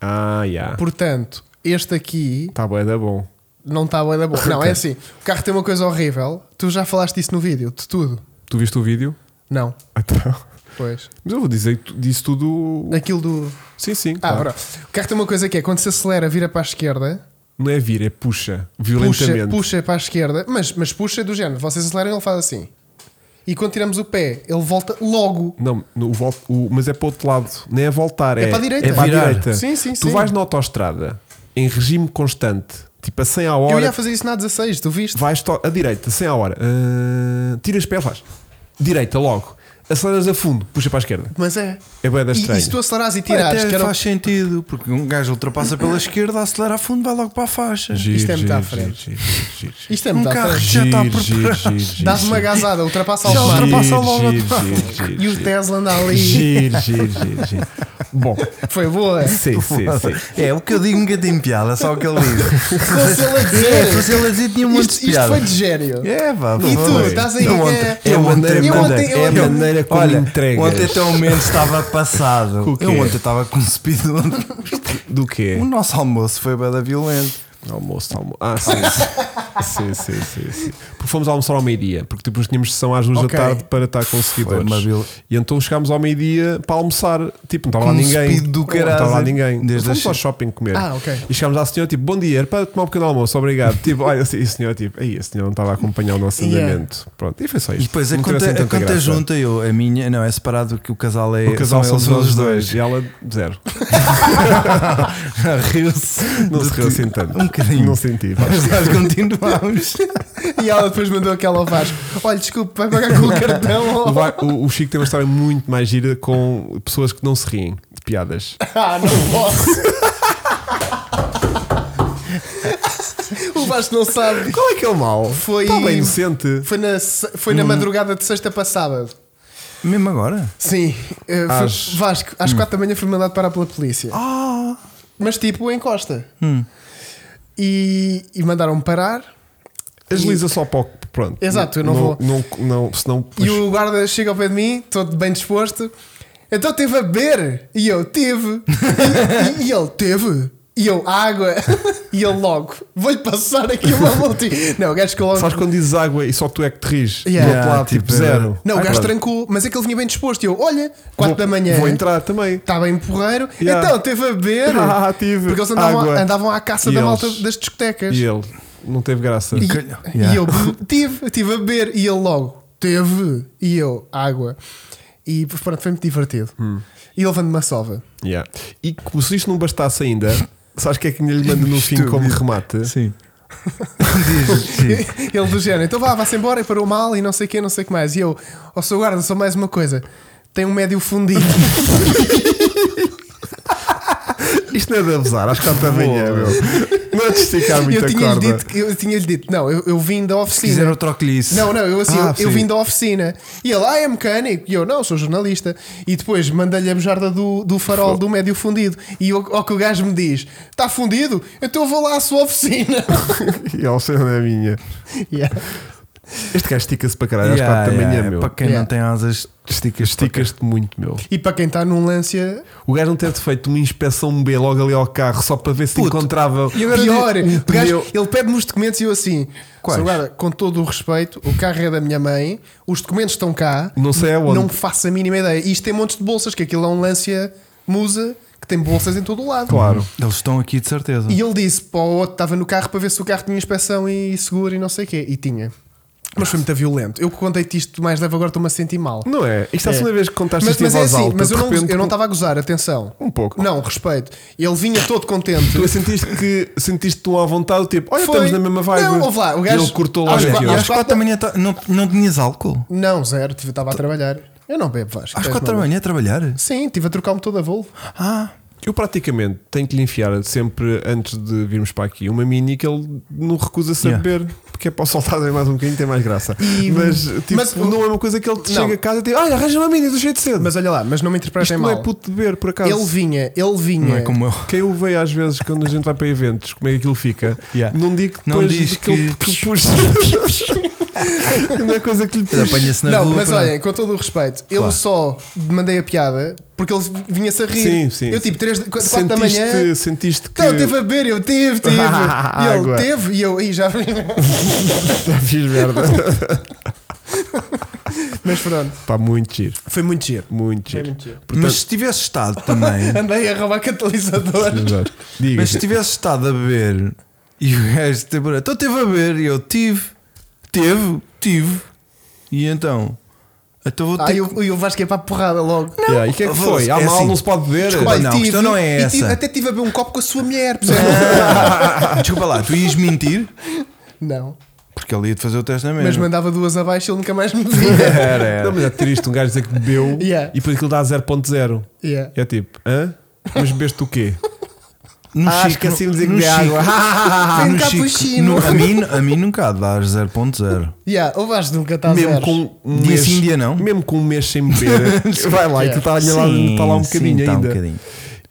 Ah, já. Portanto, este aqui Está bom, é bom. não está bem da boa. Não, é assim: o carro tem uma coisa horrível. Tu já falaste disso no vídeo, de tudo. Tu viste o vídeo? Não, Então. pois. Mas eu vou dizer que tu- disse tudo. Aquilo do. Sim, sim. Ah, claro. bro. O carro tem uma coisa que é quando se acelera, vira para a esquerda, Não é vir, é puxa. puxa, Violentamente. puxa para a esquerda, mas, mas puxa do género. Vocês aceleram, ele faz assim. E quando tiramos o pé, ele volta logo. Não, no vol- o- mas é para o outro lado. Nem é voltar, é, É para a direita. É para a Virar. direita. Sim, sim, tu sim. vais na autoestrada em regime constante, tipo a 100 à Eu ia hora, fazer isso na 16, tu viste? vais to- a direita, 100 à hora, ah, tiras pé, faz direita logo, aceleras a fundo, puxa para a esquerda. Mas é. É bué da E, estranha. e se tu acelerares e tirares, que Até era faz sentido, porque um gajo ultrapassa pela esquerda, acelera a fundo, vai logo para a faixa. isto é muito à frente. Giro, giro, giro, Isto é Um muito à carro frente. já está Giro, giro, giro, preparado. giro, Dás uma giro. gazada, ultrapassa Já ao Giro, mar. ultrapassa logo giro, atrás. giro, giro, E o giro. Tesla anda ali. Giro, giro, giro, giro. Bom, Foi boa. sim, sim, sim. É, o que eu digo nunca tem piada, só o que ele diz. Fosse ele a dizer. É, fosse ele a dizer, tinha um monte de Isto, isto piada. foi de gênio. É, vá, um por E favor. tu, estás aí, Eu é- ontem- É a eu maneira ontem- eu como- ontem- eu é a ontem- maneira como um Olha, entregas. ontem até o momento estava passado. Com o quê? Eu ontem estava com um speed. ontem. Do quê? O nosso almoço foi bada violento. Almoço, almoço. Ah, sim. sim, sim, sim, sim. Porque fomos almoçar ao meio-dia, porque tipo, nós tínhamos sessão às duas Ok. da tarde para estar com os seguidores. uma vil- E então chegámos ao meio-dia para almoçar. Tipo, não estava lá Com um ninguém. speed do não caralho. estava lá ninguém. Então Desde fomos as- ao shopping comer. Ah, ok. E chegámos à senhora, tipo, bom dia, era para tomar um pequeno almoço, obrigado. tipo, olha, e a senhora, tipo, aí a senhora não estava a acompanhar o nosso Yeah. andamento. Pronto, e foi só isto. E depois a Não teve conta, assim a tanta conta graça. junta eu, a minha, não, é separado que o casal é. O casal são eles só os os dois. E ela, zero. Ah, Riu-se. Não se riu assim tanto. Um bocadinho. Não senti. vá. Mas nós continuámos. E ela depois mandou aquela ao Vasco: Olha, desculpe, vai pagar com o cartão. O, Va- o- o Chico tem uma história muito mais gira com pessoas que não se riem de piadas. Ah, não posso. o Vasco não sabe. Qual é que é o mal? Foi- Está bem inocente. Foi na, se- foi na madrugada de sexta para sábado. Mesmo agora? Sim. eh, foi- Às- Vasco, às quatro da manhã fui mandado parar pela polícia. Ah! Mas tipo, encosta. E, e mandaram-me parar. Agiliza só para o. Pronto. Exato, eu não vou- Não, não, senão. E o guarda chega ao pé de mim, todo bem disposto. Então teve a beber? E eu, teve. E, e- e ele, teve. E eu, água. E ele, logo, vou-lhe passar aqui uma multi. Não, o gajo ficou logo. Sabes quando dizes água e só tu é que te ris? Yeah. Do outro lado, Yeah, tipo, tipo, zero. Não, o Ah, gajo pronto. trancou, mas é que ele vinha bem disposto. E eu, olha, Vou- 4 da manhã. Vou entrar também. Estava em porreiro. Yeah. Então teve a beber. Ah, tive. Porque eles andavam, Água. andavam à caça E da eles? malta das discotecas. E ele não teve graça. E, Calhar. e Yeah. eu tive, tive a beber. E ele logo teve. E eu, água. E pronto, foi muito divertido. Hum. E ele vando-me a sova. Yeah. E como se isto não bastasse ainda, sabes o que é que ainda lhe manda no fim Estúpido. como remate? Sim. Diz, sim. Ele do género, então vá, vá-se embora e parou mal e não sei o quê, não sei o que mais. E eu, ó seu guarda, só mais uma coisa. Tem um médio fundido. Isto não é de abusar, às quatro da manhã, Boa. meu. Não é de esticar E eu muita tinha-lhe corda. dito, que- eu tinha-lhe dito, não, eu, eu vim da oficina. Quiseram trocar-lhe Não, não, eu assim, Ah, eu, eu sim. vim da oficina. E ele, ah, é mecânico. E eu, não, sou jornalista. E depois mandei-lhe a bujarda do, do farol do médio fundido. E o ao que o gajo me diz, está fundido? Então eu vou lá à sua oficina. E ela saiu da é minha. Yeah. Este gajo estica-se para caralho às quatro da manhã, meu. Para quem um Yeah. não tem asas, esticas. Esticas-te muito, meu. E para quem está num lance, O gajo não ter feito uma inspeção B logo ali ao carro só para ver se Puto. encontrava. E agora pior. diz- O gajo, um pneu- ele pede-me os documentos e eu assim, Quais? "Seu guarda, com todo o respeito, o carro é da minha mãe, os documentos estão cá. Não sei aonde. Não faço a mínima ideia. E isto tem montes de bolsas, que aquilo é um Lancia Musa que tem bolsas em todo o lado. Claro. Eles estão aqui de certeza. E ele disse para o outro, estava no carro para ver se o carro tinha inspeção e seguro e não sei o quê. E tinha. Mas foi muito violento. Eu que contei-te isto mais leve, agora estou-me a sentir mal. Não é? Isto é a É. segunda vez que contaste Mas, isto em mas é voz assim, alta. mas eu de não, repente, eu não estava a gozar, atenção. Um pouco. Não, respeito. Ele vinha todo contente. Tu sentiste que sentiste-te um à vontade, tipo, olha, Foi. estamos na mesma vibe. Não, ouve lá, o E gajo- ele cortou Às logo qua- aqui. E às às quatro da manhã tá- não, não tinhas álcool? Não, zero, tive- estava a trabalhar. Eu não bebo, Vasco. Às tu és quatro da maluco. manhã a trabalhar? Sim, estive a trocar-me todo a voo. Ah, Eu praticamente tenho que lhe enfiar sempre antes de virmos para aqui uma mini que ele não recusa Yeah. saber, porque é para o soltar mais um bocadinho, tem mais graça. Mas, tipo, mas o- não é uma coisa que ele te Não. chega a casa e diz: Olha, arranja uma mini, do jeito cedo. Mas olha lá, mas não me interpretem Isto não mal. é puto de beber, por acaso. ele vinha, ele vinha. não é como eu. Quem o vê às vezes quando a gente vai para eventos, como é que aquilo fica, Yeah. não digo que Não depois diz que, ele que- que puxa. não é coisa que lhe Ele puxa. Apanha-se na não, rua. mas para- olha, com todo o respeito, é? eu Claro. só mandei a piada porque ele vinha-se a rir. Sim, sim, sim. eu tipo 3, 4 da Sentiste, manhã. sentiste que. Não, eu teve a beber, eu teve, teve. e ele Água. teve, e eu, e já. Já fiz merda. mas pronto, Pá, muito giro. foi muito giro. Muito Foi giro. É muito giro. Portanto- Mas se tivesse estado também. Andei a roubar catalisadores. Exato. Diga. mas tipo, se tivesse estado a beber e o gajo teve. Então teve a beber e eu tive. Teve, tive. E então. Então vou ter. Ah, e que- o, e o Vasco é para a porrada logo. Yeah, e o que é que foi? Há É mal, assim. não se pode beber. Desculpa, Olha, não, a questão não é e tive- essa. até tive a beber um copo com a sua mulher, percebes? Ah, Desculpa lá, tu ias mentir? Não. Porque ele ia te fazer o teste na Mas mesma. mandava duas abaixo e ele nunca mais me via. é, Era, Não, mas é triste um gajo dizer que bebeu Yeah. e depois aquilo dá 0.0. Yeah. É tipo, hã? Mas bebeste o quê? No Ah, esqueci-me de dizer que bebi água. Foi um no Chico, cappuccino. no- a, mim, a mim nunca dá 0.0. Yeah, o Vasco nunca está a mesmo zeros. com um Dia mês, sim, dia não. Mesmo com um mês sem beber, vai lá e tu está lá, Sim, tá lá um sim, bocadinho tá um ainda. bocadinho.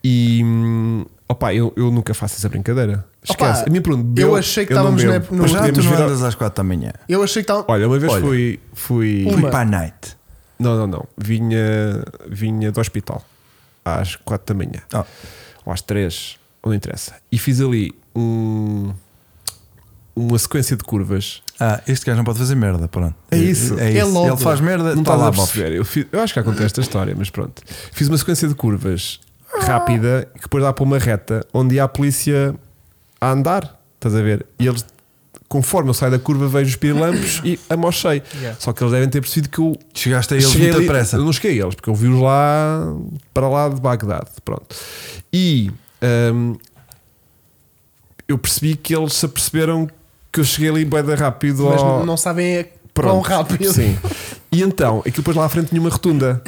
E hum, opá, eu, eu nunca faço essa brincadeira. Esquece. Opa, a mim pergunta, bebeu, eu achei que eu não estávamos bebo. na- Depois no- é? já Já tu podemos não virar- andas às 4 da manhã. Eu achei que estava. Olha, uma vez Olha. fui. fui Fui Uma. para a night. Não, não, não. Vinha, vinha do hospital às 4 da manhã. Ah, ou às três, não interessa. E fiz ali um, uma sequência de curvas. ah, este gajo não pode fazer merda, pronto. É isso. É, É logo. Ele faz merda, Não está estás tá lá, a Bob. perceber. Eu, fiz- eu acho que já contei esta história, mas pronto. Fiz uma sequência de curvas rápida que depois dá para uma reta onde há a polícia a andar. Estás a ver? E eles, conforme eu saio da curva, vejo os pirilampos e amochei. Yeah. Só que eles devem ter percebido que eu Chegaste a eles Cheguei muita ali- pressa. Eu não cheguei a eles, porque eu vi-os lá para lá de Bagdade. Pronto. E hum, eu percebi que eles se aperceberam que eu cheguei ali bem rápido Mas ao- não sabem é Pronto. quão rápido. Sim. E então, aquilo depois lá à frente tinha uma rotunda.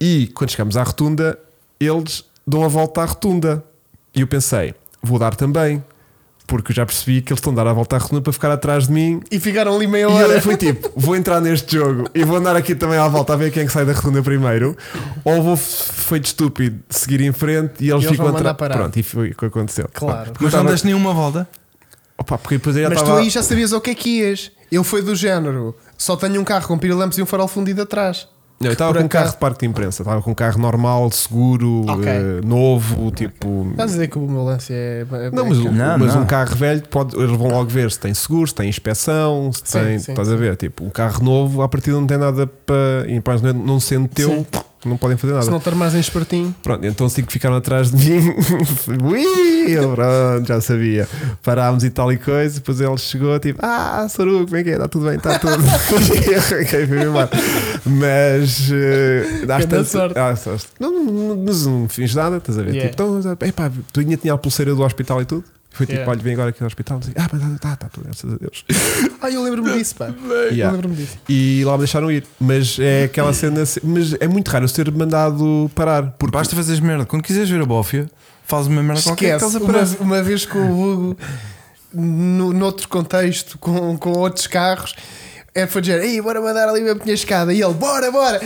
E quando chegamos à rotunda, eles dão a volta à rotunda. E eu pensei, vou dar também. Porque eu já percebi que eles estão a dar a volta à rotunda para ficar atrás de mim E ficaram ali meia e hora. eu fui tipo, vou entrar neste jogo e vou andar aqui também à volta a ver quem é que sai da redonda primeiro, ou vou f- feito estúpido seguir em frente e eles, E eles ficam vão mandar atrás. parar. Pronto, e foi o que aconteceu. Claro. Pronto. Mas não Tava- deste nenhuma volta. Opa, porque depois eu já Mas estava. tu aí já sabias o que é que ias. Eu fui do género. Só tenho um carro com pirilampos e um farol fundido atrás. Não, eu estava por com um acaso- carro de parque de imprensa, estava com um carro normal, seguro, Ok. eh, novo, tipo. Estás a dizer que o meu lance é. é- Não, mas, é- um- Não, mas não. um carro velho, pode, eles vão logo ver se tem seguro, se tem inspeção, se Sim, tem. sim, estás a ver? Tipo, um carro novo, à partida não tem nada para. E pá, não- não sendo teu, Sim. não podem fazer nada. Se não estar mais em espertinho. Pronto, então assim que ficaram atrás de mim, ui, eu, pronto, já sabia. Parámos e tal e coisa, depois ele chegou, tipo, ah, Saru, como é que é? Está tudo bem, está tudo. e arranquei para embora. Mas eh, às Grande tantas- sorte. às- às- não, não, não, não fiz nada, estás a ver? Yeah. Tipo, então, epá, tu ainda tinha a pulseira do hospital e tudo. Foi tipo, Yeah. olha, vem agora aqui ao hospital. Assim, ah, mas está, está tudo, graças a Deus. Ah, eu lembro-me disso, pá. Eu Yeah. lembro-me disso. E lá me deixaram ir. Mas é aquela cena, mas é muito raro eu ser mandado parar. Porque Basta fazeres merda. Quando quiseres ver a bófia, fazes uma merda qualquer que eles Esquece. Uma, aparecem. uma vez com o Hugo, no, noutro contexto, com, com outros carros, é para dizer: Ei, bora mandar ali mesmo a minha escada. E ele: Bora, bora.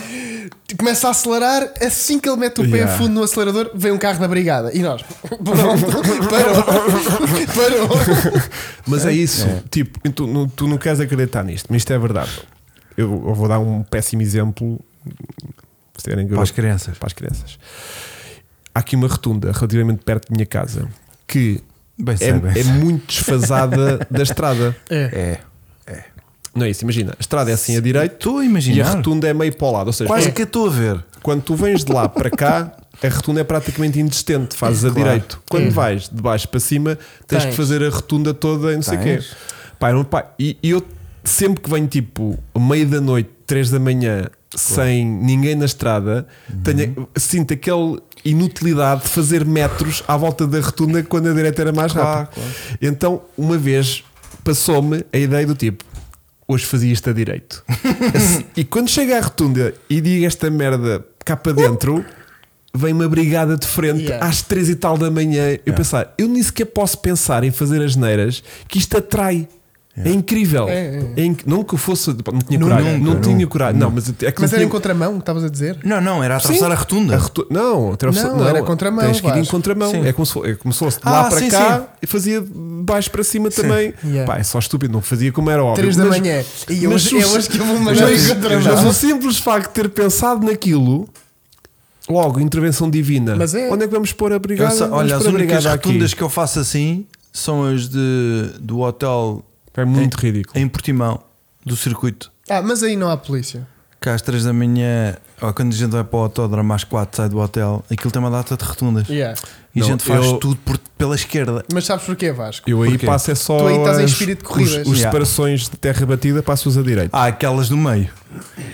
Começa a acelerar. Assim que ele mete o pé Yeah. a fundo no acelerador, vem um carro da brigada. E nós: Pronto, parou, parou. Mas é isso, tipo, tu, não- tu não queres acreditar nisto, mas isto é verdade. Eu, eu vou dar um péssimo exemplo se tiverem que- Para as crianças. para as crianças. Há aqui uma rotunda relativamente perto da minha casa que Bem é, sabem. é muito desfasada da estrada. É. É. Não é isso, imagina, a estrada é assim a direito Estou a e a imaginar. rotunda é meio para o lado. Ou seja, Quase é- que eu estou a ver. quando tu vens de lá para cá, a retunda é praticamente inexistente, fazes a Claro. direito. Quando vais de baixo para cima, tens, Tens. que fazer a retunda toda e não sei o quê. Tens. Pá, não, pá, e, e eu sempre que venho tipo meio da noite, três da manhã, sem ninguém na estrada, Uhum. tenho, sinto aquela inutilidade de fazer metros à volta da retunda quando a direita era mais Claro, rápida. Então, uma vez passou-me a ideia do tipo. Hoje fazia isto a direito. Assim, e quando chega à rotunda e digo esta merda cá para dentro, vem uma brigada de frente Yeah. às três e tal da manhã. Eu pensar, eu nem sequer posso pensar em fazer as neiras, que isto atrai. É incrível. É, é, É inc- não que eu fosse. pá, Não tinha Nunca, coragem. não nunca, tinha nunca. coragem. Não, mas, é que Mas não era em tinha- contramão que estavas a dizer? Não, não, era atravessar Sim. a rotunda. a rotu- Não, atravessa- Não, era contramão, Tens que ir em Vasco. contramão. Sim. É como, se, fo- é como se fosse de Ah, lá para sim, cá sim. e fazia de baixo para cima também. Yeah. Pá, é só estúpido, não fazia como era óbvio. 3 da Mas- manhã. E mas hoje, é os- hoje que eu vou mas, mandar em mas o contramão. simples facto de ter pensado naquilo, logo, intervenção divina. Mas é. Onde é que vamos pôr a Eu brigada? só- Vamos olha, pôr as a únicas brigada aqui. rotundas que eu faço assim são as de, do hotel É muito ridículo. em Portimão, do circuito. Ah, mas aí não há polícia. Cá às 3 da manhã, ou quando a gente vai para o autódromo às 4, sai do hotel, aquilo tem uma data de rotundas. Yeah. E Não, a gente faz eu- tudo por- pela esquerda. Mas sabes porquê, Vasco? Eu aí Porquê? passo é só. Tu aí estás em as- espírito de os, corridas. os Yeah. separações de terra batida passo-os a direita. Há aquelas do meio,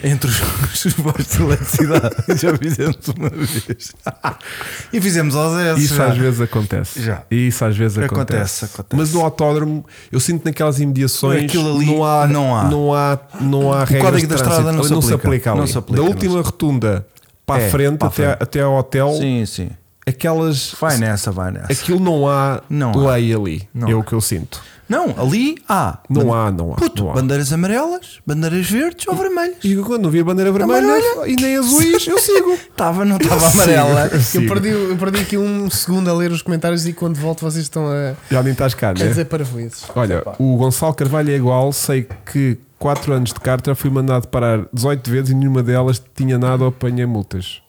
entre os, os postos de eletricidade. Já fizemos uma vez. e fizemos aos S. Isso já. às vezes acontece. Já. Isso às vezes acontece. Acontece, acontece. Mas no autódromo, eu sinto naquelas Não, é imediações. Então aquilo ali não há. não há. Não há, não há regras. código de da trânsito. estrada não Ali se se aplica. aplica. ali. Não se aplica, da não última se- rotunda para a É, frente, para a até, frente. até ao hotel, Sim, sim. aquelas. Vai nessa, vai nessa. Aquilo não há Não há. lei ali. Não é há. o que eu sinto. Não, ali há. Não há, não há. Puto, não há. bandeiras amarelas, bandeiras verdes ou vermelhas. E quando não vi a bandeira vermelha Amarela. e nem azuis, eu sigo. Estava, não estava sigo, amarela. sigo. Eu perdi, eu perdi aqui um segundo a ler os comentários e quando volto vocês estão a, Já nem estás cá, a né? dizer parafusos. Olha, o Gonçalo Carvalho é igual. Sei que 4 anos de carta fui mandado parar 18 vezes e nenhuma delas tinha nada ou apanhei multas.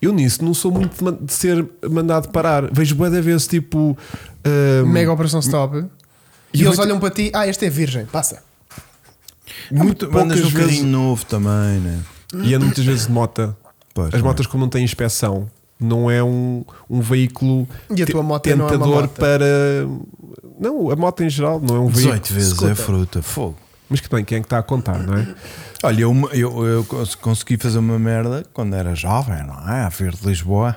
Eu nisso não sou muito de man- de ser mandado parar. Vejo boa da vez tipo. ah, Mega Operação Stop. E, eu eles vou- olham para ti, ah, este é virgem, passa. muito poucas Bandas um no vezes. carrinho novo também, né? E ando muitas vezes de mota. As Pois, é? também. motas, como não têm inspeção, não é um, um veículo E a te- tua moto não é uma tentador mota. para. Não, a moto em geral não é um veículo. 18 vezes Escuta. é fruta, fogo. Mas que bem, quem é que está a contar, não é? Olha, eu, eu, eu cons- consegui fazer uma merda quando era jovem, não é? A vir de Lisboa.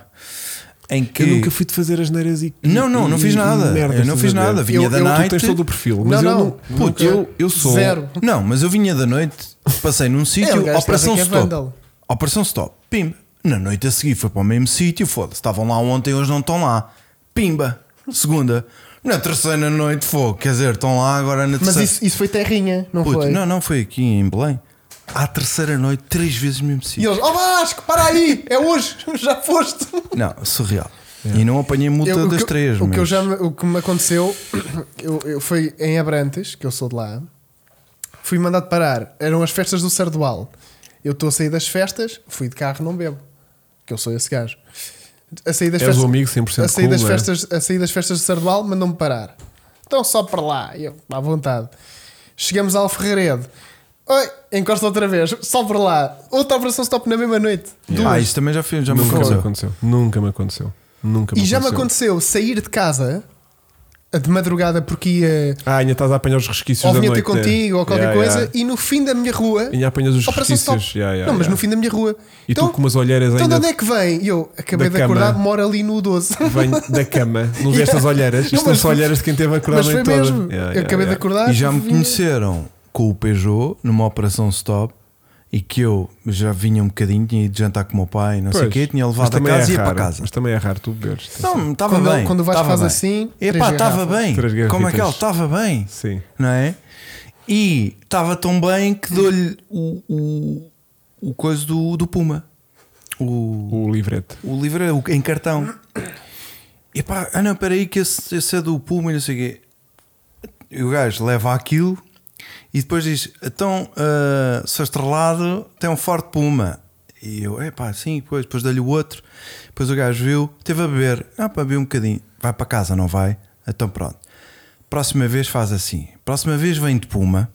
Em que. Eu nunca fui de fazer as neiras e. Não, não, não e- assim fiz e nada. merdas, eu não estás fiz a ver? nada. Vinha Eu- da eu- tu Tu night. tens todo o perfil, mas Não, eu não. não. Puto, eu, eu sou. Zero. um Não, mas eu vinha da noite, passei num sítio, gajo operação está a dizer que é stop. vândalo. operação stop, pimba. Na noite a seguir foi para o mesmo sítio, foda-se, estavam lá ontem, hoje não estão lá. Pimba. Segunda. Na terceira noite, fogo. Quer dizer, estão lá agora na Mas terceira. isso, isso foi terrinha, não Puto, foi? não, não foi aqui em Belém. À terceira noite, três vezes no mesmo E sítio. eles, oh Vasco, para aí, é hoje, já foste. Não, surreal. E não apanhei multa Eu- o das que- três, o que, eu mas- já me- o que me aconteceu eu, eu foi em Abrantes, que eu sou de lá, fui mandado parar. Eram as festas do Sardual. Eu estou a sair das festas, fui de carro, não bebo. Que eu sou esse gajo. A sair das És festas, um amigo 100% a sair das cool, não é? festas A sair das festas do Sardual, mandou-me parar. Então só para lá, eu, à vontade. Chegamos ao Ferreredo. Oi, encosta outra vez, só para lá. Outra operação stop na mesma noite. Ah, Duas. isso também já fiz, já me Nunca me aconteceu. aconteceu. Nunca me aconteceu. Nunca me E já me aconteceu. aconteceu sair de casa de madrugada porque ia Ah, ainda estás a apanhar os resquícios ou da vinha noite. ter contigo né? ou qualquer Yeah, coisa yeah. e no fim da minha rua. Ainda apanhas os Operação Stop. resquícios. Yeah, yeah, não, mas yeah. no fim da minha rua. E tu com umas olheiras então ainda. de onde é que vem? E eu acabei Da de acordar, cama. moro ali no 12. Venho da cama, não vês Yeah. as olheiras. Isto Não, não mas- são olheiras de quem teve a acordar Mas foi a noite mesmo. toda. Yeah, eu yeah, acabei de yeah. acordar. E já me vim- conheceram com o Peugeot numa operação stop e que eu já vinha um bocadinho, tinha ido jantar com o meu pai, não sei o Pois, quê, tinha mas levado a também é casa e ia raro, para casa. Mas também é raro tu beberes. Não, estava Quando- bem. quando vais, estava faz bem. assim, três Epá, estava garrafas. bem. Três Como garrafitas. aquele, estava bem. Sim. Não é? E estava tão bem que dou-lhe o, o, o coisa do, do Puma. O, O livrete. o livro é o- em cartão. E pá, ah não, peraí, que esse, esse é do Puma e não sei o quê. E o gajo leva aquilo e depois diz: Então, ah, seu estrelado tem um forte Puma. E eu, é pá, sim, depois, depois dei-lhe o outro. Depois o gajo viu, teve a beber. Ah, pá, bebeu um bocadinho. Vai para casa, não vai? Então pronto. Próxima vez faz assim. Próxima vez vem de Puma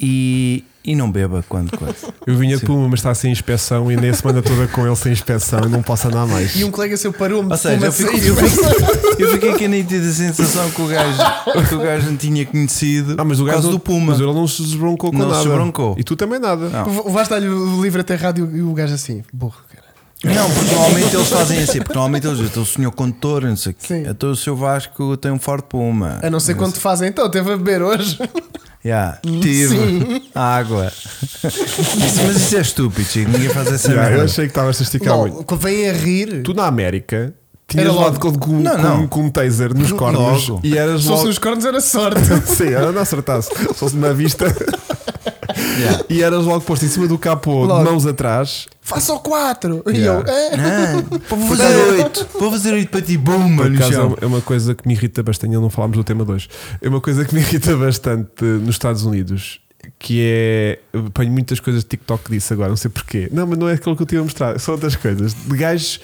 e, E não beba quando coisa. Eu vinha de Sim. Puma, mas está sem inspeção e nem a semana toda com ele sem inspeção e não posso andar mais. E um colega seu parou-me Ou de seja, eu fumaça. fiquei, eu fiquei, eu fiquei com a nítida sensação que o gajo, que o gajo não tinha conhecido Ah, mas o por gajo causa não- do Puma. Mas ele não se desbroncou com Não se nada. desbroncou. E tu também nada. Não. Vais dar-lhe o livro até rádio e o gajo assim, burro, cara. Não, porque normalmente eles fazem assim, porque normalmente eles dizem, "Então o senhor condutor, não sei o quê. Sim. Então o seu Vasco tem um forte Puma. A não ser quando te fazem, então, teve a beber hoje. Yeah, tive água. Isso- mas isso é estúpido, Chico. Ninguém faz essa Já, eu merda. achei que estavas a esticar muito. Não, quando vêm a rir, Tu na América tinhas logo. lado com, com, Não, com- não. com um taser nos cornos Logo. e eras só se logo. os cornos era sorte. Sim, era não acertasse. Se fosse na vista. Yeah. E eras logo posto em cima do capô, de Logo. mãos atrás. Faça o 4. Yeah. E eu, é. Não, vou fazer um- oito. Vou fazer oito para ti, bomba Por no acaso é chão. uma- é uma coisa que me irrita bastante, ainda não falámos do tema 2. É uma coisa que me irrita bastante nos Estados Unidos, que é. eu Ponho muitas coisas de TikTok disso agora, não sei porquê. Não, mas não é aquilo que eu tive a mostrar, são outras coisas. De gajos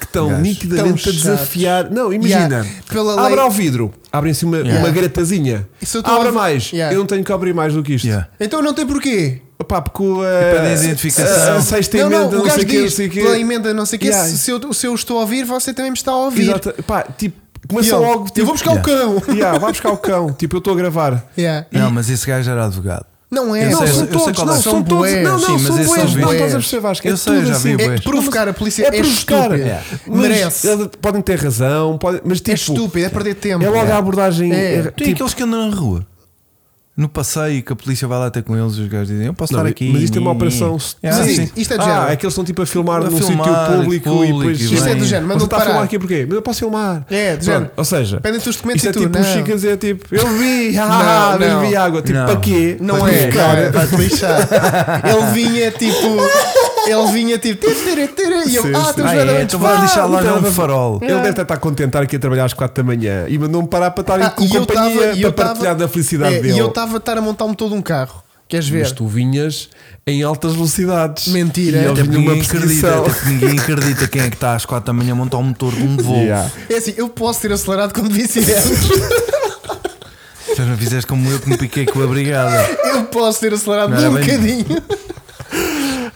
que estão Gajos. nitidamente Tão a desafiar. Não, imagina. Yeah, pela Abra lei- o vidro, abrem-se uma, Yeah. uma gratazinha. Isso eu tô Abra a- mais. Yeah. Eu não tenho que abrir mais do que isto. Yeah. Então não tem porquê. Pá, porque pedem a, identificação. a, a sexta não, emenda, não, não, o gajo sei o quê, não diz, sei o quê. pela emenda não sei o quê, Yeah. se, se eu, se eu estou a ouvir, você também me está a ouvir. Exato. Pá, tipo, E começa eu, logo. eu tipo, vou buscar o cão. Yeah, vai buscar o cão. Tipo, eu estou a gravar. Yeah. Não, mas esse gajo era advogado. Não é, Eu não, sei, são eu sei todos, qual é. não, São são todos. bué. Não, não, Sim, mas são esses bués. são Não bués. estás a perceber, Vasco. É Eu sei, tudo já vi assim. bués. É provocar a polícia É é, provocar. estúpido. É. Mas, Merece. eles Podem ter razão, podem, mas tipo. é estúpido, é perder tempo. é logo a Yeah. abordagem. É. é, Tem aqueles que andam na rua. No passeio que a polícia vai lá ter com eles e os gajos dizem, eu posso Não, estar aqui. mas isto é uma nhi, nhi". operação. Yeah, Mas sim. isto- isto é de ah, género. é que eles estão tipo a filmar A num sítio filmar, público, e público, depois. e Isto é do género, Você mandam está a filmar parar. aqui porquê? Mas eu posso filmar. É, do Pronto, género. Ou seja, Pedem-te os documentos isto é e tu, tipo não. um chico a dizer tipo, eu vi, ah, Não, mas não. vi água. Tipo, Não. para quê? Não Para é, quê, cara, para te lixar. Ele vinha tipo. Ele vinha tipo. "Tere, tere, tere", E eu, Sim, ah, sim. temos Ah, é, tu vais deixar lá então, no farol. É. Ele deve estar contente de estar aqui a trabalhar às 4 da manhã e mandou-me parar para estar Ah, é com e eu tava- companhia para e eu tava- partilhar da felicidade é, dele. E eu estava a estar a montar-me todo um carro. Queres Mas ver? tu vinhas em altas velocidades. Mentira. E Até ele porque vinha uma ninguém acredita, É, perseguição. até porque ninguém acredita quem é que está às 4 da manhã a montar o motor de um voo. Yeah. É assim, eu posso ter acelerado quando vi anos. Se não fizeste como eu que me piquei com a brigada. Eu posso ter acelerado Não era um bem- bocadinho.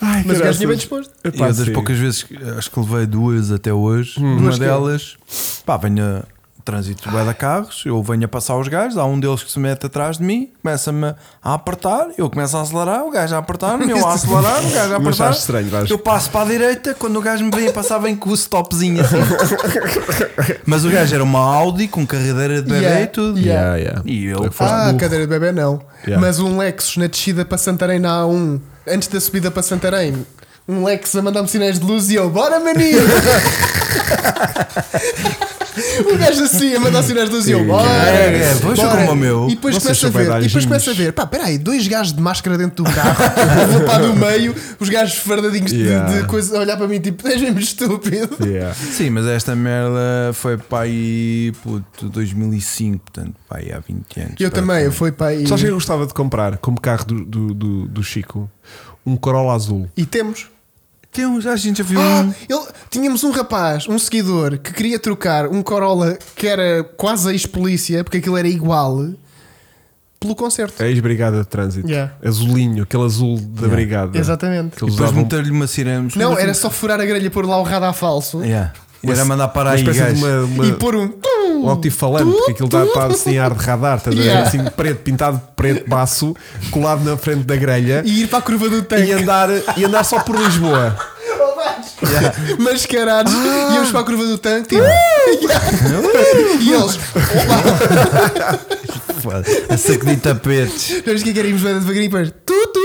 Ai, Mas o gajo caraças. tinha bem disposto. E Epá, eu das sim. poucas vezes, que- acho que levei duas até hoje, uma Duas que é? delas, pá, venho a trânsito vai da carros, eu venho a passar os gajos, há um deles que se mete atrás de mim, começa-me a apertar, eu começo a acelerar, o gajo a apertar-me, eu a acelerar, o gajo a Mas apertar. estás estranho, Vasco. eu passo para a direita, quando o gajo me vem a passar, vem com o stopzinho assim. Mas o gajo era uma Audi com carreira de bebê Yeah, e tudo. Yeah, yeah. E eu, Foste Ah, burro. cadeira de bebê não. Yeah. Mas um Lexus na descida para Santarém na A1, antes da subida para Santarém, um Lexus a mandar-me sinais de luz e eu, bora mania! O gajo assim a mandar sinais de luz e eu, bora! É, é, vou bora." jogar com o meu. E depois Vocês começa são a ver, e depois badajinhos. começa a ver, pá, peraí, dois gajos de máscara dentro do carro, eu vou para no meio, os gajos fardadinhos de- de, Yeah. coisa a olhar para mim, tipo, és mesmo estúpido. Yeah. Sim, mas esta merda foi para aí, puto, 2005, portanto, para aí há 20 anos. Eu Para- também, eu fui para aí. assim- Só que eu gostava de comprar como carro do, do, do- do Chico um Corolla azul. E temos. Tem uns, a gente já viu Ah, um. ele- tínhamos um rapaz, um seguidor, que queria trocar um Corolla que era quase ex-polícia, porque aquilo era igual, pelo concerto. A É ex-brigada de trânsito. Yeah. Azulinho, aquele azul da brigada. Exatamente. Que eles Depois usavam meter-lhe uma sirene. mas- Não, é- era só furar a grelha, pôr lá o radar falso Yeah. uma- Era mandar parar uma aí, espécie gajo. de uma, uma- e pôr um. um altifalante, que aquilo está tá, assim ar de radar, estás a ver? Yeah. assim preto, pintado de preto, baço, colado na frente da grelha e, E ir para a curva do tanque. andar, e andar só por Lisboa. Oh, mas- Mascarados, íamos para a curva do tanque tipo, e eles, Foda. A saco de tapetes. nós que queríamos ver devagarinho, depois tu, tu.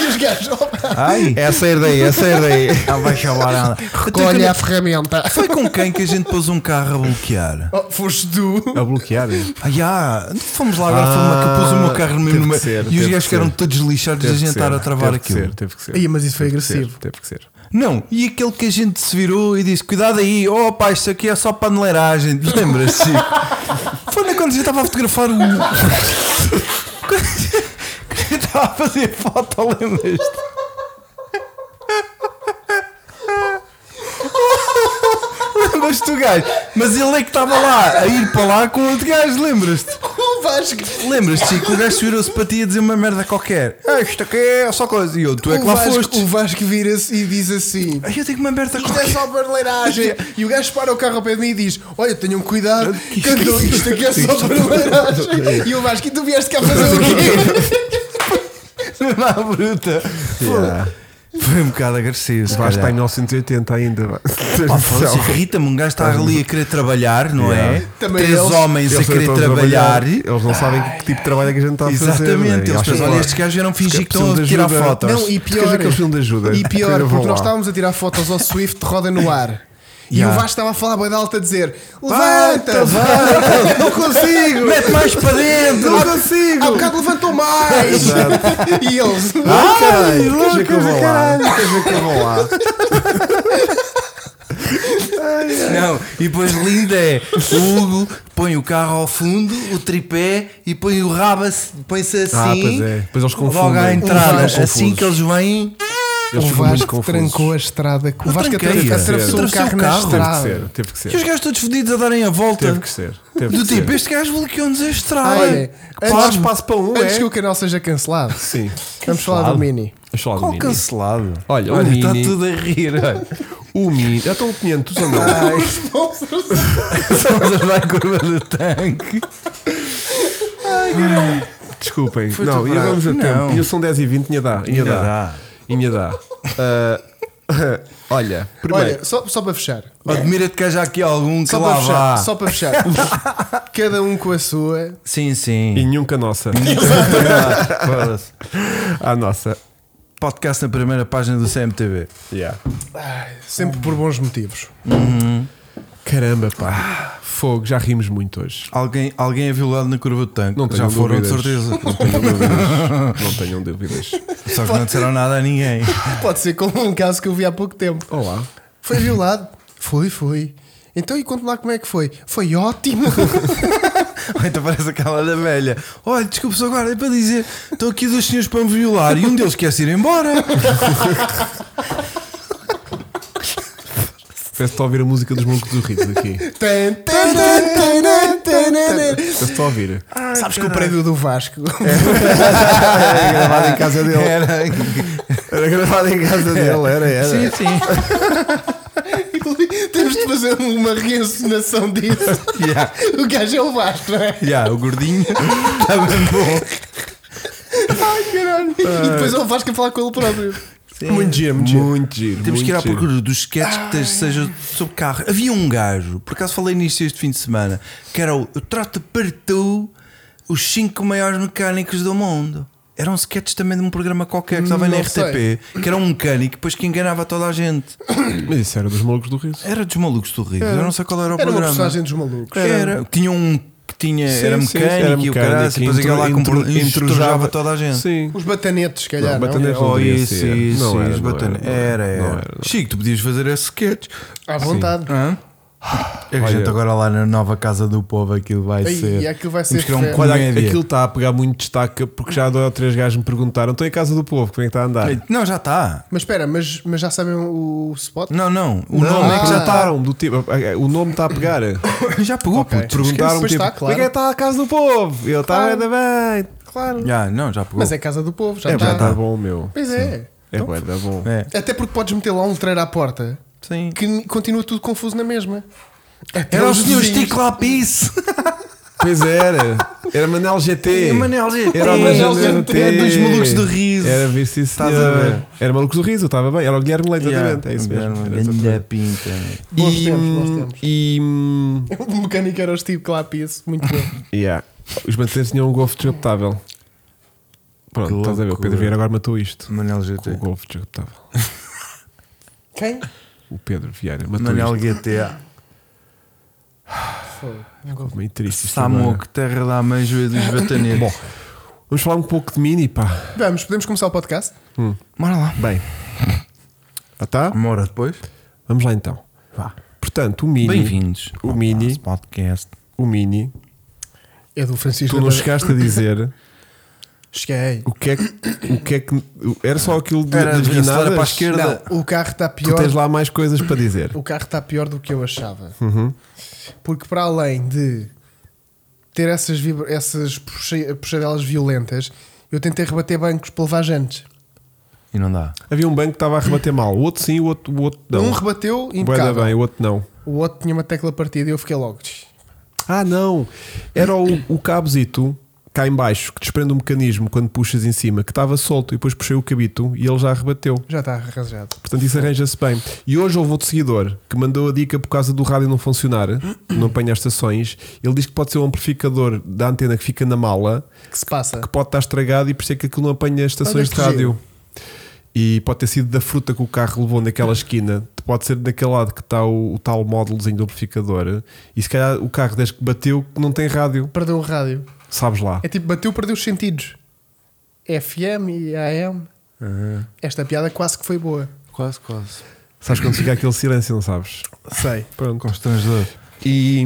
e os gajos, opa, Ai, É sair daí, é sair daí. ah, vai acabar a recolhe a ferramenta. Então, Foi com quem que a gente pôs um carro a bloquear? Oh, foste tu. A bloquear. Ah, yeah. fomos lá agora Ah, filmar que eu pus o meu carro no meu teve que número. ser, E teve os que gajos ficaram ser. todos lixados a Teve que gente estar ser, a travar teve que aquilo. ser, Teve que ser. Ih, mas isso foi Teve que ser, agressivo. Teve que ser. Não, e aquele que a gente se virou e disse: Cuidado aí, oh pá, isto aqui é só paneleiragem. Lembras-te? Foi na quando a gente estava a fotografar o. Quando a gente estava a fazer foto, lembras-te? Lembras-te do gajo? Mas ele é que estava lá, a ir para lá com outro gajo, lembras-te? Opa, Vasco. Lembras-te Chico, que o gajo virou-se para ti a dizer uma merda qualquer? Ah, isto aqui é só coisa. E eu, tu é que o, lá Vasco, foste. o Vasco vira-se e diz assim: Ai, eu tenho uma merda Isto é qualquer. só barleiragem. E o gajo para o carro ao pé de mim e diz: Olha, tenham cuidado, que eu dou- isto aqui é só barleiragem. E o Vasco, e tu vieste cá fazer o quê? Na bruta. Yeah. Foi um bocado agressivo. se Vasco está em calhar. 1980 ainda. vá. Pá, foda-se, irrita-me. Um gajo está ali a querer trabalhar, não é? Também Três eles- homens a Eles querer estão a trabalhar. Eles não sabem que tipo de trabalho é que a gente está a fazer. não é? Exatamente. E Eles acho pensam, que- olha, estes gajos já não fingem Se que estão a precisam de tirar ajuda. fotos. Não, Não, e Quer pior. dizer que eles precisam de ajuda. E pior, Quer dizer, porque vão nós lá. estávamos a tirar fotos ao Swift de roda no ar. E Yeah. o Vasco estava a falar boi de alta a dizer: Levanta, Levanta! vai. Não consigo! Mete mais para dentro! Não consigo! Há bocado levantou mais! e eles. Ah, Ai, caralho, queres ver que eu vou loucas do lá? caralho. Queres ver que eu vou lá? Não, e depois linda é o Hugo põe o carro ao fundo, o tripé e põe o rabo, assim- põe-se assim. Ah, pois é. Depois eles Logo à confundem. entrada, Eles ficam assim que eles vêm. Eles o ficam muito Vasco confusos. trancou a estrada. O Eu Vasco tranquei, atra- é. atravessou o Atravessou carro o na carro. Teve que estrada. ser, teve que E os ser. gajos todos fedidos a darem a volta. Teve que ser. Teve Do que tipo, ser. este gajo bloqueou-nos a estrada. Olha, Que Não há pasmo. espaço para um, Antes que é? o canal seja cancelado, Sim. vamos falar do Mini. Vamos falar do Qual Mini. cancelado? Olha, o está Mini- tudo a rir. olha. O Mini. Já estão 500 ou não? Só a dar a curva do tanque. Desculpem. Foi não, tudo ia bravo. vamos a Não. tempo. Ia são 10 e 20, ia dar. Ia Ia dar. dar. Ia dar. Ah, Olha, primeiro. Olha, só, só para fechar. Admira-te que haja aqui algum que Só lá para fechar. vá. Só para fechar. Cada um com a sua. Sim, E sim. nunca nossa. Foda-se. A nossa. Podcast na primeira página do CMTV. Yeah. Ai, sempre por bons motivos. Caramba, pá. Fogo, já rimos muito hoje. Alguém, alguém é violado na curva do tanque. Não Já tenham foram, de dúvidas. certeza. Não tenham dúvidas. Não tenham dúvidas. Só que não disseram nada a ninguém. Pode ser como um caso que eu vi há pouco tempo. Olá. Foi violado? Foi, foi. Então, e conta lá como é que foi? Foi ótimo. Ou então parece aquela da velha. Olha, desculpe só agora, é para dizer. Estão aqui dois senhores para me violar e um deles quer se ir embora. Parece que estou a ouvir a música dos Moncos do Ritos aqui. Tan, tan, tan, tan, tan, tan, tan. Parece que estou a ouvir. Sabes que o prédio do Vasco Era gravado em casa é dele. Era. Era gravado em casa dele, era, era. Sim, sim. Temos de fazer uma reencenação disso. Yeah. O gajo é o Vasco, não é? Yeah, o gordinho está bem bom. Ai, caralho. E depois é o Vasco a falar com ele próprio. Muito giro, muito giro. Muito giro. Temos que ir à muito giro. procura dos sketches que te- sejam sobre carro. Havia um gajo, por acaso falei nisto este fim de semana, que era o Eu trato para tu os 5 maiores mecânicos do mundo. Era um sketch também de um programa qualquer que estava na Não RTP, que era um mecânico depois que enganava toda a gente. Mas isso era dos Moncos do Ritos. Era dos malucos do Rio, eu não sei qual era o Era uma programa. personagem dos malucos. Era. Tinha um que tinha, Sim, era sim, mecânico e o caralho, É, mecânico, depois ia lá intro- com intro- entrujava toda a gente. Sim. Os batanetes, se calhar. Não, não? é? batanetes. Oh, deveria isso, ser. isso, Não era, isso, não era, bacana. não era, Era, não era. era. Chico, tu podias fazer esse sketch. À vontade. Hã? É que a Olha. gente agora lá na nova casa do povo aquilo vai Ai, ser. e aquilo vai Vamos ser criar um fera. Olha, Comédia. aquilo está a pegar muito destaque porque já dois ou três gajos me perguntaram: estou em casa do povo, como é que está a andar? Não, já está. Mas espera, mas, mas já sabem o spot? Não, não. O Não, nome é que já está. perguntaram do tipo, o nome está a pegar. Já pegou, Ok. puto. Perguntaram Pois tipo, está, como é claro. que é que está a casa do povo? Eu está Claro. ainda bem. Claro. Já, não, já pegou. Mas é casa do povo, já É, está. já está bom, meu. Pois é. É, bué da bom. É, Até porque podes meter lá um letreiro à porta sim. que continua tudo confuso na mesma. Até Era o os senhor vizinhos. Stick Lapis. Pois era. Era Manel GT. Manel é. GT. É. Era o Manel Manel GT. GT. Era dos é malucos do riso. Era ver se isso Estás a ver? Era malucos do riso, estava bem. Era o Guilherme Leite, exatamente. É isso Era mesmo. uma Era exatamente. grande pinta. Bons E- tempos, bons tempos. E. hum, O mecânico era o Steve Clapice, muito bom. Yeah. Os mantenentes tinham um golfe descapotável. Pronto, Que estás a ver? O loucura. Pedro Vieira agora matou isto. Manel Com o GT. golfe descapotável. Quem? O Pedro Vieira matou Manel isto. GTA. Foi. Ficou Meio triste. isto agora. Samuco, terra da manjoa dos batanetes. Bom, vamos falar um pouco de mini, pá. Vamos, podemos começar o podcast? bora lá. Bem. Ah, tá? Uma hora depois. Vamos lá então. Vá. Portanto, o mini. Bem-vindos. O Mini. ao Podcast. O mini. É do Francisco. Tu não Abad- chegaste a dizer Cheguei. o que é que. O que, é que era só aquilo de, Era das de acelera guinadas? para a esquerda. O carro está é? Tu pior. tá tens lá Uhum. mais coisas para dizer. O carro está pior do que eu achava. Porque para além de ter essas, vibra- essas puxa- puxadelas violentas, eu tentei rebater bancos para levar jantes. E não dá. Havia um banco que estava a rebater mal. O outro sim, o outro, o outro não. Um rebateu Bué da impecável. bem, o outro não. O outro tinha uma tecla partida e eu fiquei logo. "Tch, Ah, não. Era o, o cabozito cá em baixo que desprende o mecanismo quando puxas em cima, que estava solto e depois puxei o cabito e ele já rebateu. Já está arranjado. Portanto, isso arranja-se bem. E hoje houve outro seguidor que mandou a dica por causa do rádio não funcionar, não apanhar estações. Ele diz que pode ser um amplificador da antena que fica na mala, Que se passa? que pode estar estragado e por isso é que aquilo não apanha Olha estações que de rádio. E pode ter sido da fruta que o carro levou naquela esquina, pode ser daquele lado que está o, o tal módulozinho do amplificador. E se calhar o carro desde que bateu que não tem rádio, Perdeu o rádio. sabes lá. É tipo, bateu, perdeu os sentidos. FM e AM. Uhum. Esta piada quase que foi boa. Quase, quase. Sabes quando fica aquele silêncio, não sabes? Sei. Pronto. Constrangedor. E,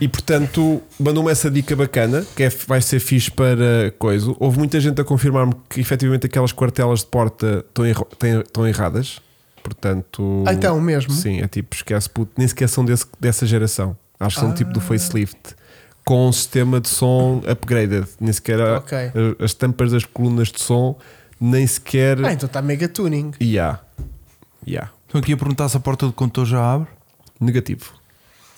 e portanto, mandou-me essa dica bacana que é, vai ser fixe para coisa. Houve muita gente a confirmar-me que efetivamente aquelas quartelas de porta estão, erro- têm- estão erradas. Portanto, Ah, então, mesmo? sim, é tipo, esquece, puto, nem sequer são desse- dessa geração. Acho que são Ah. tipo do facelift com um sistema de som upgraded. Nem sequer a- Ok. a- as tampas das colunas de som, nem sequer. Ah, então está mega tuning. E há. E há. Estão aqui a perguntar se a porta do condutor já abre. Negativo.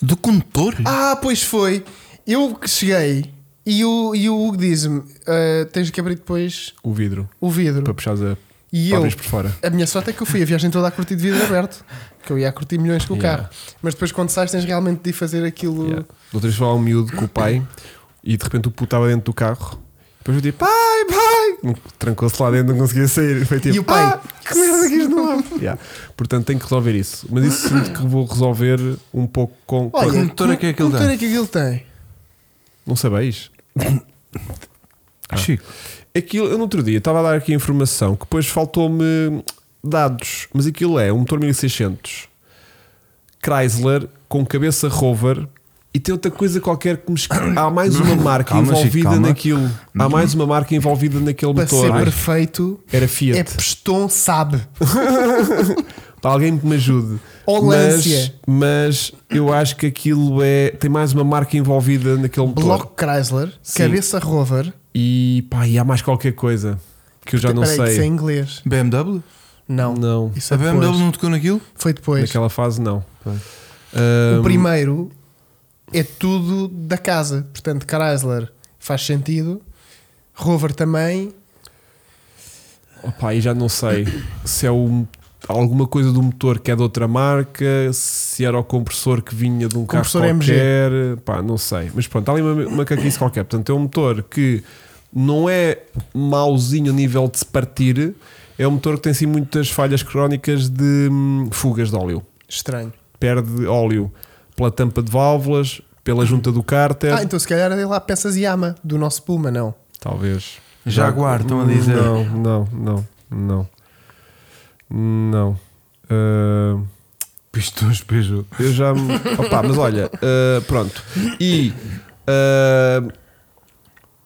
Do condutor? Ah, pois foi. Eu que cheguei e o, e o Hugo diz-me: "Ah, tens que abrir depois O vidro o vidro. para puxares a E eu, abres por fora. a minha sorte é que eu fui a viagem toda a curtir de vidro aberto, que eu ia a curtir milhões com o Yeah. carro. Mas depois quando sais tens realmente de ir fazer aquilo. Yeah. Da Outra vez falava um miúdo com o pai e de repente o puto estava dentro do carro. Depois eu disse: pai, pai! Trancou-se lá dentro, não conseguia sair. Foi tipo, E o pai? "Ah, que merda que isto não abre." Yeah. Portanto, tenho que resolver isso. Mas isso sinto que vou resolver um pouco com. Olha, Que motor é que é aquilo motor tem? é que aquilo tem? Não sabeis? Chico. Aquilo, eu no outro dia estava a dar aqui informação que depois faltou-me dados, mas aquilo é um motor 1600 Chrysler com cabeça Rover e tem outra coisa qualquer que me esque- Há mais uma marca Calma, Chico, envolvida calma. Uhum. naquilo. Há mais uma marca envolvida naquele Para ser motor. perfeito, Era é Fiat. Peston sabe. Pá, Alguém que me ajude. É Ou Mas, Lancia. mas eu acho que aquilo é. Tem mais uma marca envolvida naquele motor. Bloco Chrysler, Sim. cabeça Rover. E pá, e há mais qualquer coisa que eu já não Peraí, que isso é sei. inglês. BMW? Não. Não. é Isso A é BMW depois. não tocou naquilo? Foi depois. Naquela fase não. O Ahm, primeiro é tudo da casa. Portanto, Chrysler faz sentido. Rover também. Opa, e já não sei se é o- alguma coisa do motor que é de outra marca, se era o compressor que vinha de um carro Compressor qualquer, MG. pá, não sei. Mas pronto, há ali uma, uma caquice qualquer. Portanto, é um motor que não é mauzinho a nível de se partir, é um motor que tem sim muitas falhas crónicas de hum, fugas de óleo. Estranho. Perde óleo pela tampa de válvulas, pela junta do cárter, Ah, então se calhar é lá peças Yama do nosso Puma, não. talvez. Jaguar, estão a dizer. Não, não, não, não. Não. Ah, Pistões Peugeot. eu já me. Opa, mas olha, ah, pronto. E. ah,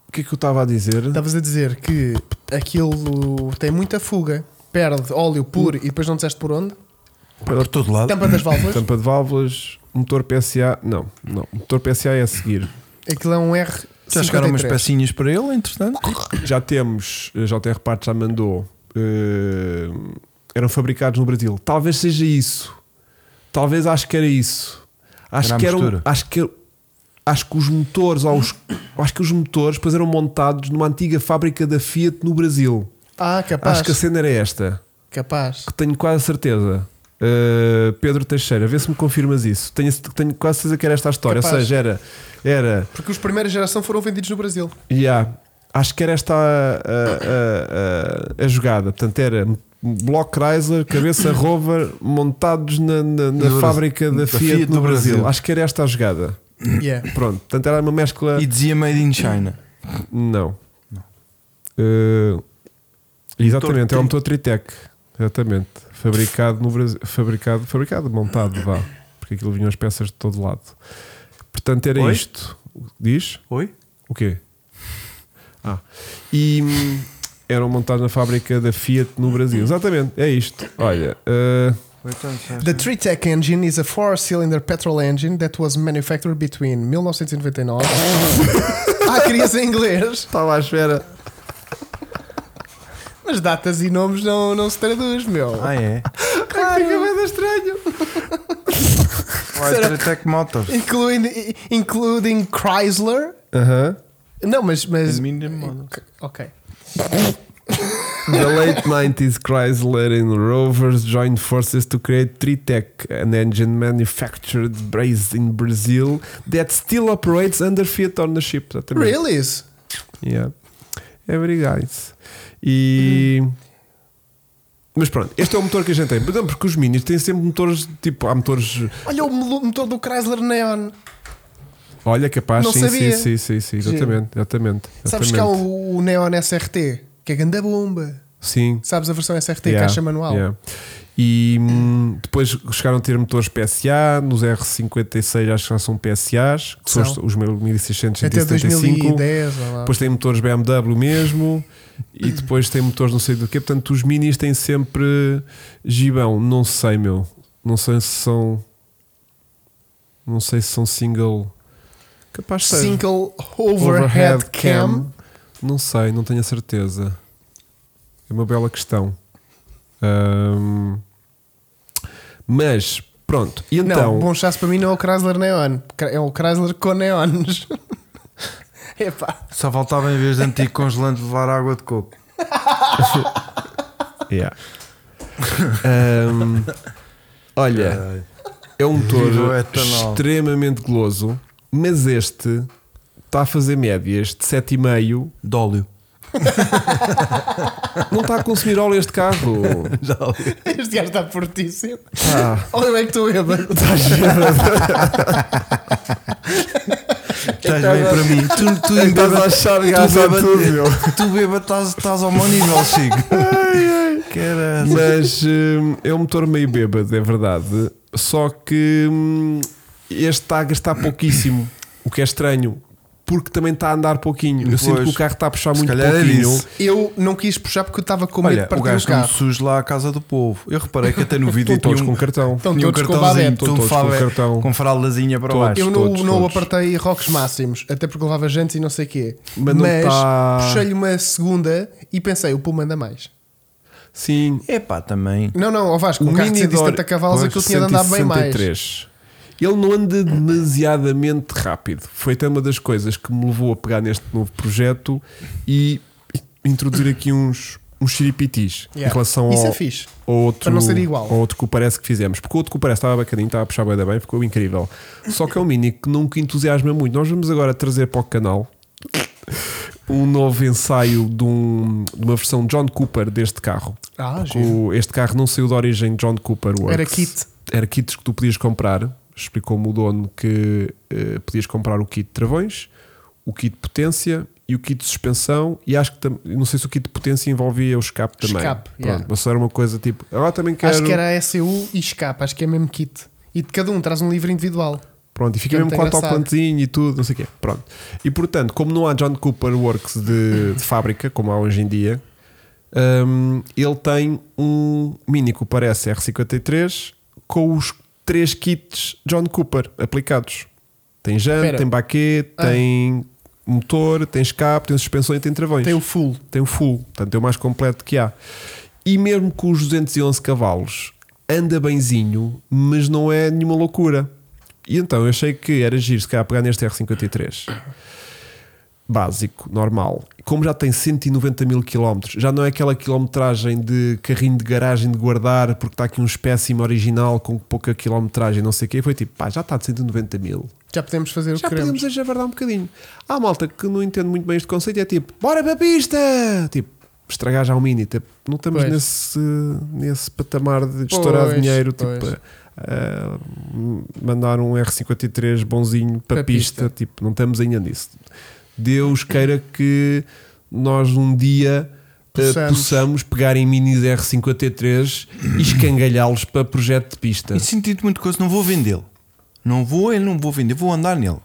o que é que eu estava a dizer? Estavas a dizer que aquilo tem muita fuga. Perde óleo puro e depois não disseste por onde? Por todo lado. Tampa das válvulas. Tampa de válvulas, motor PSA. Não, não. Motor PSA é a seguir. Aquilo é um R. Já chegaram umas pecinhas para ele, é entretanto. Já temos, eh, a JR Partes já mandou. ah, eram fabricados no Brasil. Talvez seja isso. Talvez acho que era isso. Acho Era a que eram. mistura. Acho que, acho que os motores, ou os- acho que os motores depois eram montados numa antiga fábrica da Fiat no Brasil. Ah, capaz. Acho que a cena era esta, Capaz. que tenho quase certeza. Uh, Pedro Teixeira, vê se me confirmas isso. Tenho, tenho quase certeza que era esta a história. Ou Capaz. seja, era. era Porque os primeiros geração foram vendidos no Brasil. yeah, acho que era esta a, a- a- a jogada. Portanto, era Block Chrysler, cabeça Rover, montados na, na- na No- fábrica da, da Fiat, Fiat no do Brasil. Brasil. Acho que era esta a jogada. Yeah. Pronto, portanto era uma mescla. E dizia Made in China. Não. Eh, exatamente, é um motor Tritec. Exatamente. Fabricado no Brasil. Fabricado, fabricado, montado, vá. Porque aquilo vinham as peças de todo lado. Portanto, era Oi? isto. Diz? Oi? O quê? Ah. E Uhum. hum, eram montados na fábrica da Fiat no Brasil. Exatamente, é isto. Olha, eh, então, The TreeTech engine is a four-cylinder petrol engine that was manufactured between 1999. ah, querias em inglês? Estava à espera. Mas datas e nomes não, não se traduz, meu. Ah, é? claro. Fica bem estranho. Vai Tech Motors. Incluindo, i- including Chrysler. Aham. Não, mas. mas Minion Models. ok. The late 90s Chrysler and Rovers joined forces to create Tritec, an engine manufactured based in Brazil that still operates under Fiat ownership. exatamente. Really? Yeah. Every guys. E. Mas pronto, este é o motor que a gente tem. Não, porque os Minis têm sempre motores. Tipo, há motores. Olha o melo- motor do Chrysler Neon. Olha, capaz. Não sim, sabia. sim, sim, sim, sim, Giro. exatamente. exatamente, Sabes exatamente. que há um o, o Neon SRT? Que é ganda bomba. Sim. Sabes a versão SRT, Yeah, caixa manual. yeah. E hum, depois chegaram a ter motores PSA, nos R56 acho que já são PSAs, que são, São. os 1600 Até 175. 2010, ou lá. Depois tem motores BMW mesmo e depois tem motores não sei do quê. Portanto, os minis têm sempre gibão. Não sei, meu. Não sei se são. Não sei se são single. Capaz de ser. Single Overhead, cam. Não sei, não tenho a certeza. É uma bela questão. Ahm, mas, pronto. E então. não, bom chasse para mim não é o Chrysler Neon. É o Chrysler com neons. Epá. Só faltava em vez de anticongelante levar água de coco. Yeah. Ahm, olha, Caralho. é um Viva o motor etanol. extremamente goloso, mas este está a fazer médias de 7,5. De óleo. Não está a consumir óleo este carro. De óleo. Este gajo está fortíssimo. Ah. Olha bem que estou bêbado. Então Estás bem para mim. Tu, tu, Estás a achar graça Então a beba- tudo, meu. tu beba, estás, estás ao mau nível, Chico. Caralho. Mas hum, é um motor meio bêbado, é verdade. Só que hum, este está a gastar pouquíssimo, o que é estranho, porque também está a andar pouquinho. Eu sinto Pois. que o carro está a puxar Se muito calhar é pouquinho. disso. Eu não quis puxar porque eu estava com medo Olha, de o partir o gajo carro. não surge lá à casa do povo. Eu reparei que até no vídeo Estão todos tinha com um, cartão. Estão tinha um todos com cartãozinho, babete. Estão com, todos com fave- cartão. com fraldazinha para Todos. baixo. Eu não, todos, não todos. apartei rocos máximos, até porque levava gente e não sei o quê. Mas Mas, não tá- puxei-lhe uma segunda e pensei, o Puma anda mais. Sim, Epá, também. Não, não, ó Vasco, o um carro de Mini Dor- 170 cavalos Pois, aquilo tinha de andar bem mais. 163. Ele não anda demasiadamente rápido. Foi até uma das coisas que me levou a pegar neste novo projeto e introduzir aqui uns, uns chiripitis em Yeah. relação Isso ao, é fixe. ao outro, Para não ser igual. ao outro que o parece que fizemos. Porque o outro que o parece estava bacaninho, estava a puxar bem, bem, ficou incrível. Só que é um mini que nunca entusiasma muito. Nós vamos agora trazer para o canal um novo ensaio de, um- de uma versão John Cooper deste carro. Ah, Porque giro. o- este carro não saiu da origem John Cooper Works. Era kit. Era kits que tu podias comprar. Explicou-me o dono que eh, podias comprar o kit de travões, o kit de potência e o kit de suspensão. E acho que tam- não sei se o kit de potência envolvia o escape também. Escape, Pronto, yeah. mas só era uma coisa tipo. Agora também quero. Acho que era SU e escape, acho que é mesmo kit. E de cada um traz um livro individual. Pronto, e fica Portanto, mesmo com é engraçado. autocolantezinho e tudo, não sei o quê. Pronto. E portanto, como não há John Cooper Works de, de fábrica, como há hoje em dia, hum, ele tem um Mini Cooper S R53 com os três kits John Cooper aplicados. Tem jante, Espera. tem baquet, Ah. tem motor, tem escape, tem suspensão e tem travões Tem o full. tem o full, portanto é o mais completo que há. E mesmo com os 211 cavalos, anda benzinho, mas não é nenhuma loucura. E então eu achei que era giro se calhar pegar neste R53. Básico, normal. Como já tem 190 mil quilómetros, já não é aquela quilometragem de carrinho de garagem de guardar porque está aqui um espécime original com pouca quilometragem, não sei o quê. Foi tipo, pá, já está de 190 mil Já podemos fazer o já que queremos. podemos ajavardar um bocadinho. Há malta que não entende muito bem este conceito e é tipo, bora para a pista! Tipo, estragar já o mini. tipo, não estamos Pois. nesse, nesse patamar de estourar Pois, dinheiro, tipo, pois. ah, mandar um R53 bonzinho para a Para pista. pista. Tipo, não estamos ainda nisso. Deus queira que nós um dia. ah, Possamos. possamos pegar em minis R53 e escangalhá-los para projeto de pista. E senti-te muito coisa, não vou vendê-lo. Não vou, eu não vou vender, vou andar nele.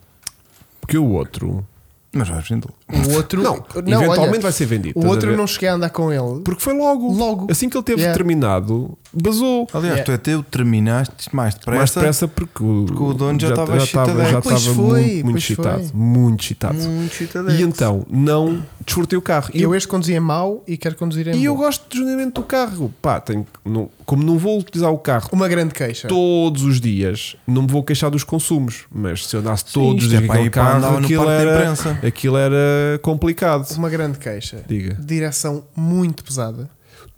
Porque o outro Mas vais vendê-lo. O outro. Não, eventualmente vai ser vendido, O estás a outro eu ver? não cheguei a andar com ele. Porque foi logo. Logo. Assim que ele teve Yeah. terminado, basou. Aliás, Yeah. tu até o terminaste mais depressa. Mais depressa porque o, porque o dono já estava excitado. já Pois estava foi, muito, muito pois excitado. foi. Muito excitado. Hum. E então, não desfrutei o carro. E Eu eu, este conduzia mal e quero conduzir é em e eu bom. gosto genuinamente do carro. Pá, tenho, que- não- como não vou utilizar o carro Uma grande queixa. todos os dias, não me vou queixar dos consumos. Mas se eu andasse todos os isto dias é com para aquele ir para andar carro, no aquilo Parque da era, Imprensa. aquilo era complicado. Uma grande queixa. Diga. Direção muito pesada.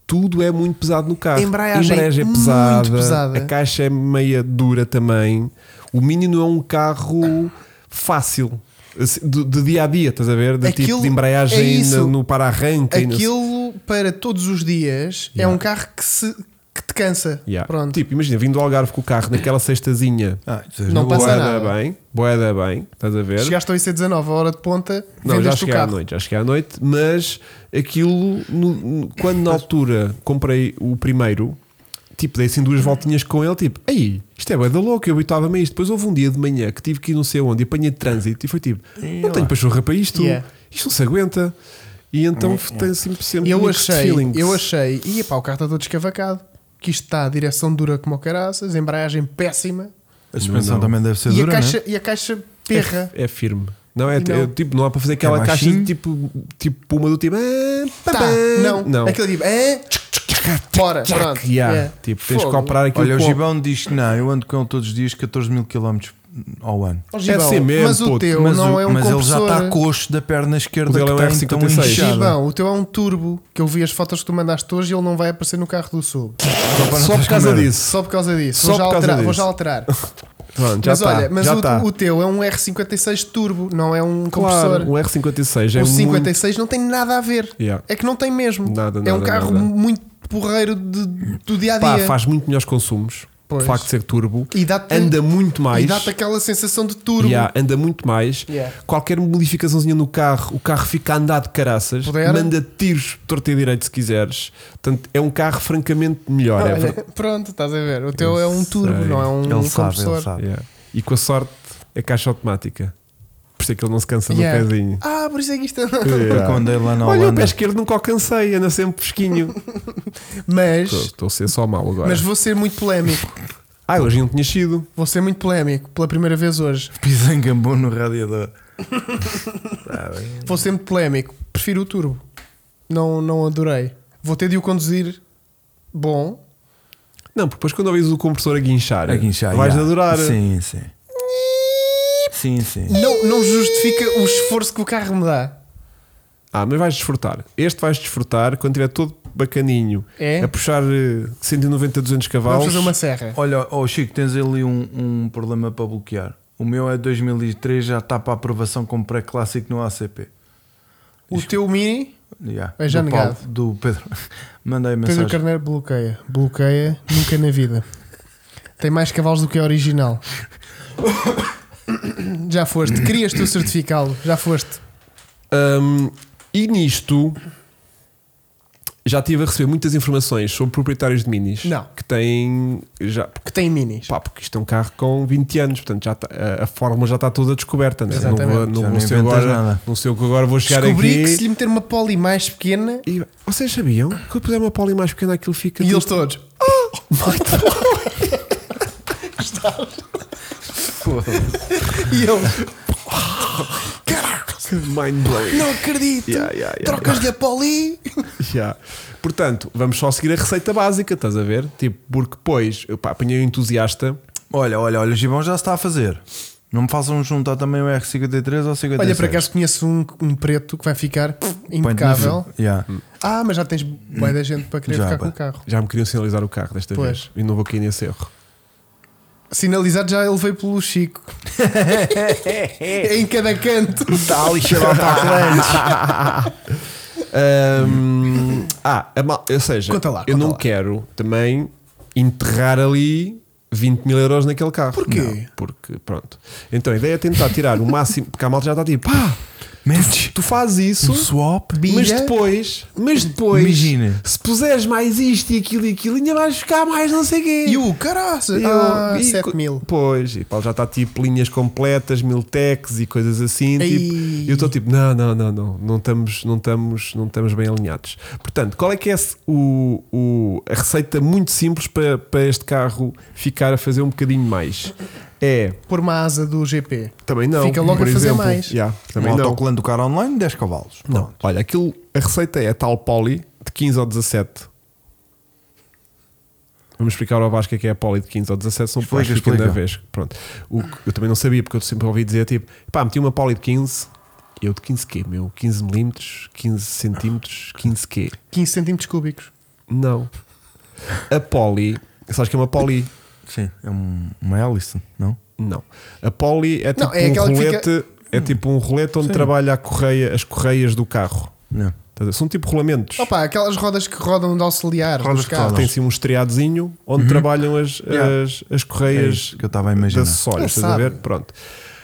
tudo é muito pesado no carro. Embreagem a embreagem é muito pesada, pesada. a caixa é meia dura também. O Mini não é um carro fácil assim, de, de dia a dia, estás a ver? De Aquilo- tipo de embreagem é isso. no, no para-arranque. e não sei- Aquilo para todos os dias é um carro que, se, que te cansa. Yeah. Pronto. Tipo, imagina, vim do Algarve com o carro naquela cestazinha. Ah, isso é Não no- passa Boeda nada. bem, boeda bem, estás a ver? Chegaste ao IC19, a hora de ponta, Não, já vendeste o cheguei à carro. noite, já cheguei à noite, mas aquilo, no- no- quando na altura comprei o primeiro, tipo, dei assim duas voltinhas com ele, tipo, aí, isto é bué da louca, eu habituava-me a isto. Depois houve um dia de manhã que tive que ir não sei onde, e apanhei trânsito e foi tipo, não tenho pachorra para isto, Yeah. isto não se aguenta. E então tem sempre, sempre Eu mixed achei, feelings. eu achei, e epá, o carro está todo escavacado. Que isto está a direção dura como o caraças, embreagem péssima A suspensão também deve ser e, dura, a caixa, né? e a caixa perra. É firme. Não é, E não. é tipo, não há para fazer aquela caixa baixinho? de tipo, tipo puma do tipo, ah, pá, Tá, pá. não. não. Aquele tipo, é. Bora, pronto. Yeah. yeah. Tipo, tens Fogo. que operar aquilo Olha, o com- Gibão diz que não, eu ando com ele todos os dias 14 mil km ao ano. Ó, Gibão, assim mesmo, mas o puto. teu mas não o- é um mas ele já compressor. está coxo da perna esquerda O dele que é um tem R56. tão inchada. Gibão, o teu é um turbo. Que eu vi as fotos que tu mandaste hoje e ele não vai aparecer no carro do sul. para não Só por teres causa comer. disso. Só por causa disso. Vou Só já por causa alterar. Vou disso. já alterar. Pronto, já Mas está. olha, mas já o, está. o teu é um R56 turbo, não é um claro, compressor. um R56 é o um 56 não tem nada a ver. Yeah. É que não tem mesmo. Nada, é um nada, carro nada. muito porreiro de- do dia a Pá, é dia. faz muito melhores consumos. Pois. O facto de ser turbo. E dá-te anda muito mais. e dá-te aquela sensação de turbo. Yeah, anda muito mais. Yeah. Qualquer modificaçãozinha no carro, o carro fica a andar de caraças. Pudera. Manda tiros torto e direito se quiseres. Portanto, é um carro francamente melhor. é Olha, verdade. pronto, estás a ver. O teu é um turbo, sei. não é um Ele sabe, compressor. ele sabe. Yeah. E com a sorte, é caixa automática. Por isso é que ele não se cansa Yeah. no pezinho. Ah, por isso é que isto. Yeah. Porque eu andei lá na Olha, o pé Holanda. esquerdo nunca o cansei, anda sempre fresquinho. Estou- Mas, Estou a ser só mal agora. mas vou ser muito polémico. Ah, hoje um não tinha sido. Vou ser muito polémico pela primeira vez hoje. Pisei em gambão no radiador. Vou ser muito polémico. Prefiro o turbo. Não, não adorei. Vou ter de o conduzir bom. Não, porque depois quando ouvis o compressor a guinchar, A guinchar, vais já. adorar. Sim, sim. Sim, sim. Não, não justifica o esforço que o carro me dá. Ah, mas vais desfrutar. Este vais desfrutar quando tiver todo bacaninho. É? A puxar eh, 190, 200 Vamos cavalos. fazer uma serra. Olha, oh Chico, tens ali um, um problema para bloquear. O meu é 2003, já está para aprovação como pré-clássico no ACP. O teu mini, Yeah, É já do Paulo, negado. do Pedro. Mandei Pedro mensagem. Carneiro bloqueia. Bloqueia nunca na vida. Tem mais cavalos do que a original. Já foste. Querias tu certificá-lo. Já foste. Ahm, e nisto já estive a receber muitas informações sobre proprietários de minis Não. que têm. Já, porque, Que tem minis. pá, porque isto é um carro com 20 anos, portanto já tá- a, a fórmula já está toda descoberta. Né? Não, vou, Exatamente. não, Já vou não ser inventas agora, nada. não sei o que agora vou chegar Descobri aqui. que se lhe meter uma poli mais pequena E vocês sabiam que quando puser uma poli mais pequena aquilo fica e tipo- eles todos. E eu Que mind blowing. não acredito. Yeah, yeah, yeah, Trocas de a poli. Yeah. Portanto, vamos só seguir a receita básica, estás a ver? Tipo, porque depois eu pá, apanhei um entusiasta. Olha, olha, olha, o Gibão já está a fazer. Não me façam juntar também o R53 ou 56. Olha, por acaso conheço um, um preto que vai ficar Põe-te na impecável. fila. Yeah. Ah, mas já tens bem da gente para querer Já, ficar com pá. o carro. Já me queriam sinalizar o carro desta Pois. vez. E não vou cair nesse erro. Sinalizado já ele veio pelo Chico. em cada canto. Está ali cheirado um, Ah, a mal, ou seja, Conta lá, eu conta não lá. quero também enterrar ali 20 mil euros naquele carro. Porquê? Não, porque, pronto. Então a ideia é tentar tirar o máximo, porque a malta já está tipo, pá, Metes Tu fazes isso, Hum? um swap. mas bilha. depois, mas depois, Imagina. se puseres mais isto e aquilo e aquilo, ainda vais ficar mais não sei quê. E o caraça, E eu- ah, e 7 co- mil. Pois, e pá, já está tipo linhas completas, mil techs e coisas assim. Ei. Tipo, e eu estou tipo, não, não, não, não, não estamos, não, estamos, não estamos bem alinhados. Portanto, qual é que é esse- o, o- a receita muito simples para, para este carro ficar a fazer um bocadinho mais? É, Por uma asa do GP. também não. Fica logo por a fazer exemplo. mais. Yeah, também um não. autocolante do cara online, 10 cavalos. Não, olha, aquilo, a receita é tal poli de 15 ou 17. Vamos explicar ao Vasco o que é a poli de 15 ou 17, são Explica, depois fica explica. da vez. Pronto. O que eu também não sabia, porque eu sempre ouvi dizer tipo, pá, meti uma poli de 15, eu de 15 quê, meu? 15 milímetros, 15 centímetros, 15 quê? 15 centímetros cúbicos. Não. A poli, sabes que é uma poli? Sim, é um, uma hélice, não? Não. A poli é tipo Não, é um aquela que Hum. rolete, é tipo um rolete onde trabalha a correia, as correias do carro. Não. Estás a ver? São tipo rolamentos. Opa, aquelas rodas que rodam de auxiliar. Rodas dos que Ah, carros. tem assim um estreadozinho onde trabalham as, Uhum. Yeah. as, as É correias isso que eu estava a de imaginar. É, acessórios, Ele estás a sabe. ver? Pronto.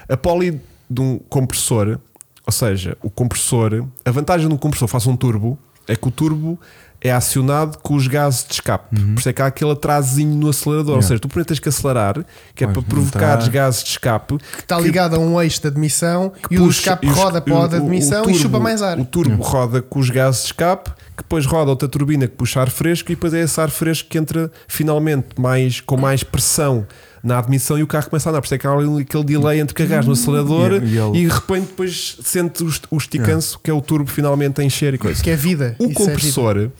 A poli de um compressor, ou seja, o compressor, a vantagem de um compressor, faça um turbo, é que o turbo é acionado com os gases de escape. Por isso é que há aquele atrasinho no acelerador. Ou Uhum. Yeah. seja, tu primeiro tens que acelerar, que é Pois, para não provocar tá. os gases de escape. Está ligado a um eixo de admissão e o puxa- escape e os- roda para o lado de o- o admissão e turbo- chupa mais ar. O turbo Hum. roda com os gases de escape, que depois roda outra turbina que puxa ar fresco e depois é esse ar fresco que entra finalmente mais, com mais pressão na admissão e o carro começa a andar. Por isso é que há ali aquele delay entre carregar no acelerador Hum. E- e ele- e de repente depois sente o, est- o esticanço que é o turbo finalmente a encher e coisa. Que é vida. O Isso é compressor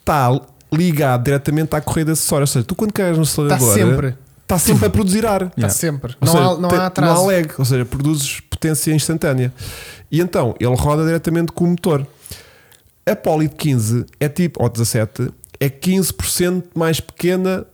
está ligado diretamente à corrida acessória. Ou seja, tu quando carregas no vida. Está acelerador Tá sempre. está sempre a produzir ar. Está Yeah. Tá sempre. Ou Não, seja, há, não tem- é- há atraso. Não há lag, ou seja, produzes potência instantânea. E então, ele roda diretamente com o motor. A Poly de 15 é tipo, ou 17, é 15% mais pequena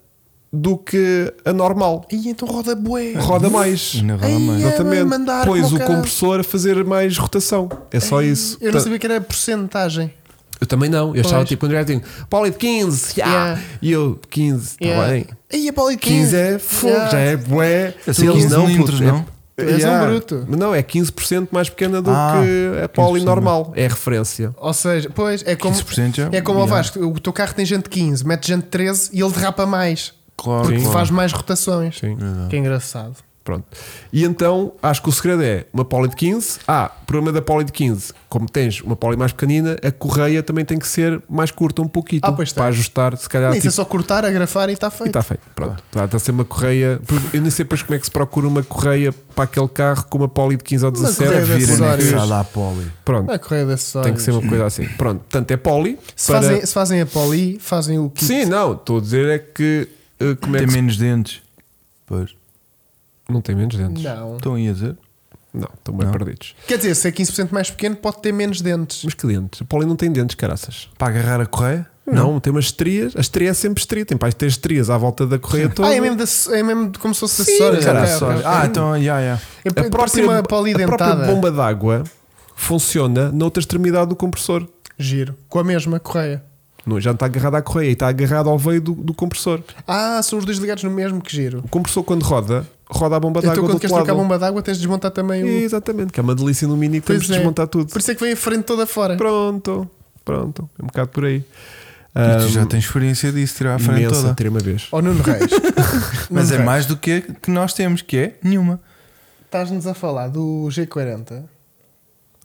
do que a normal. E então roda bué. Roda mais. Ainda roda Ai, mais. é. vai mandar Pois como o caralho. compressor a fazer mais rotação. É só isso. Eu não Ta- sabia que era porcentagem. eu também não. Eu achava Pois. tipo, quando era tipo, Poly de 15, yeah. Yeah. e eu 15, tá É. bem. E a Pauli 15 é fogo, já é bué. Eu sei Eles 15 não, milímetros, puto, é- não? Tu és um bruto. Mas Não, é 15% mais pequena do Ah, que a poli 15%. normal. É a referência. Ou seja, pois, é como, 15% já- é como o já. Vasco. O teu carro tem gente 15, mete gente 13 e ele derrapa mais. Claro, Porque claro. faz mais rotações. Sim. Que engraçado. Pronto. E então, acho que o segredo é uma poli de 15. Ah, o problema da poli de 15. Como tens uma poli mais pequenina, a correia também tem que ser mais curta um pouquinho Ah, para pois tem. ajustar, se calhar. Nem isso é Ah. tipo, só cortar, agrafar e está E tá feito. está feito. Pronto. Está a ser uma correia. Eu nem sei depois como é que se procura uma correia para aquele carro com uma poli de 15 ou Uma 17. correia de Vira é acessórios. anexada à poli. Pronto. Não é correia de Tem acessórios. que ser uma coisa assim. Pronto. Portanto, é poli. se, para- fazem, se fazem a poli, fazem o kit. Sim, não, estou a dizer é que. eh, como é Tem que se- menos dentes. Pois. Não tem menos dentes. Não. Estão aí a dizer? Não, estão bem Não. perdidos. Quer dizer, se é 15% mais pequeno, pode ter menos dentes. Mas que dentes? A Poli não tem dentes, caraças. Para agarrar a correia? Não, tem umas estrias. A estria é sempre estria. Tem para ter estrias à volta da correia toda. Ah, é mesmo, de ace- é mesmo de- como se fosse Sim, acessórios. cara, ok, ok, acessórios. ok. Ah, então, já, já. É A por cima a polidentada. própria bomba d'água funciona na outra extremidade do compressor. Giro. Com a mesma correia. Não, já não está agarrada à correia, está agarrada ao veio do, do compressor. Ah, são os dois ligados no mesmo, que giro. O compressor, quando roda, roda a bomba Então d'água do quando queres outro trocar a lado. bomba d'água tens de desmontar também É, o... Exatamente, que é uma delícia no mini que Pois temos de é. desmontar tudo. Por isso é que vem a frente toda fora. Pronto, pronto, é um bocado por aí. E tu já Ahm, tens experiência disso, tá tirar a frente imensa, toda. ter uma vez. Ou Nuno Reis. Mas Nuno é Reis, mais do que a que nós temos, que é nenhuma. Estás-nos a falar do G40.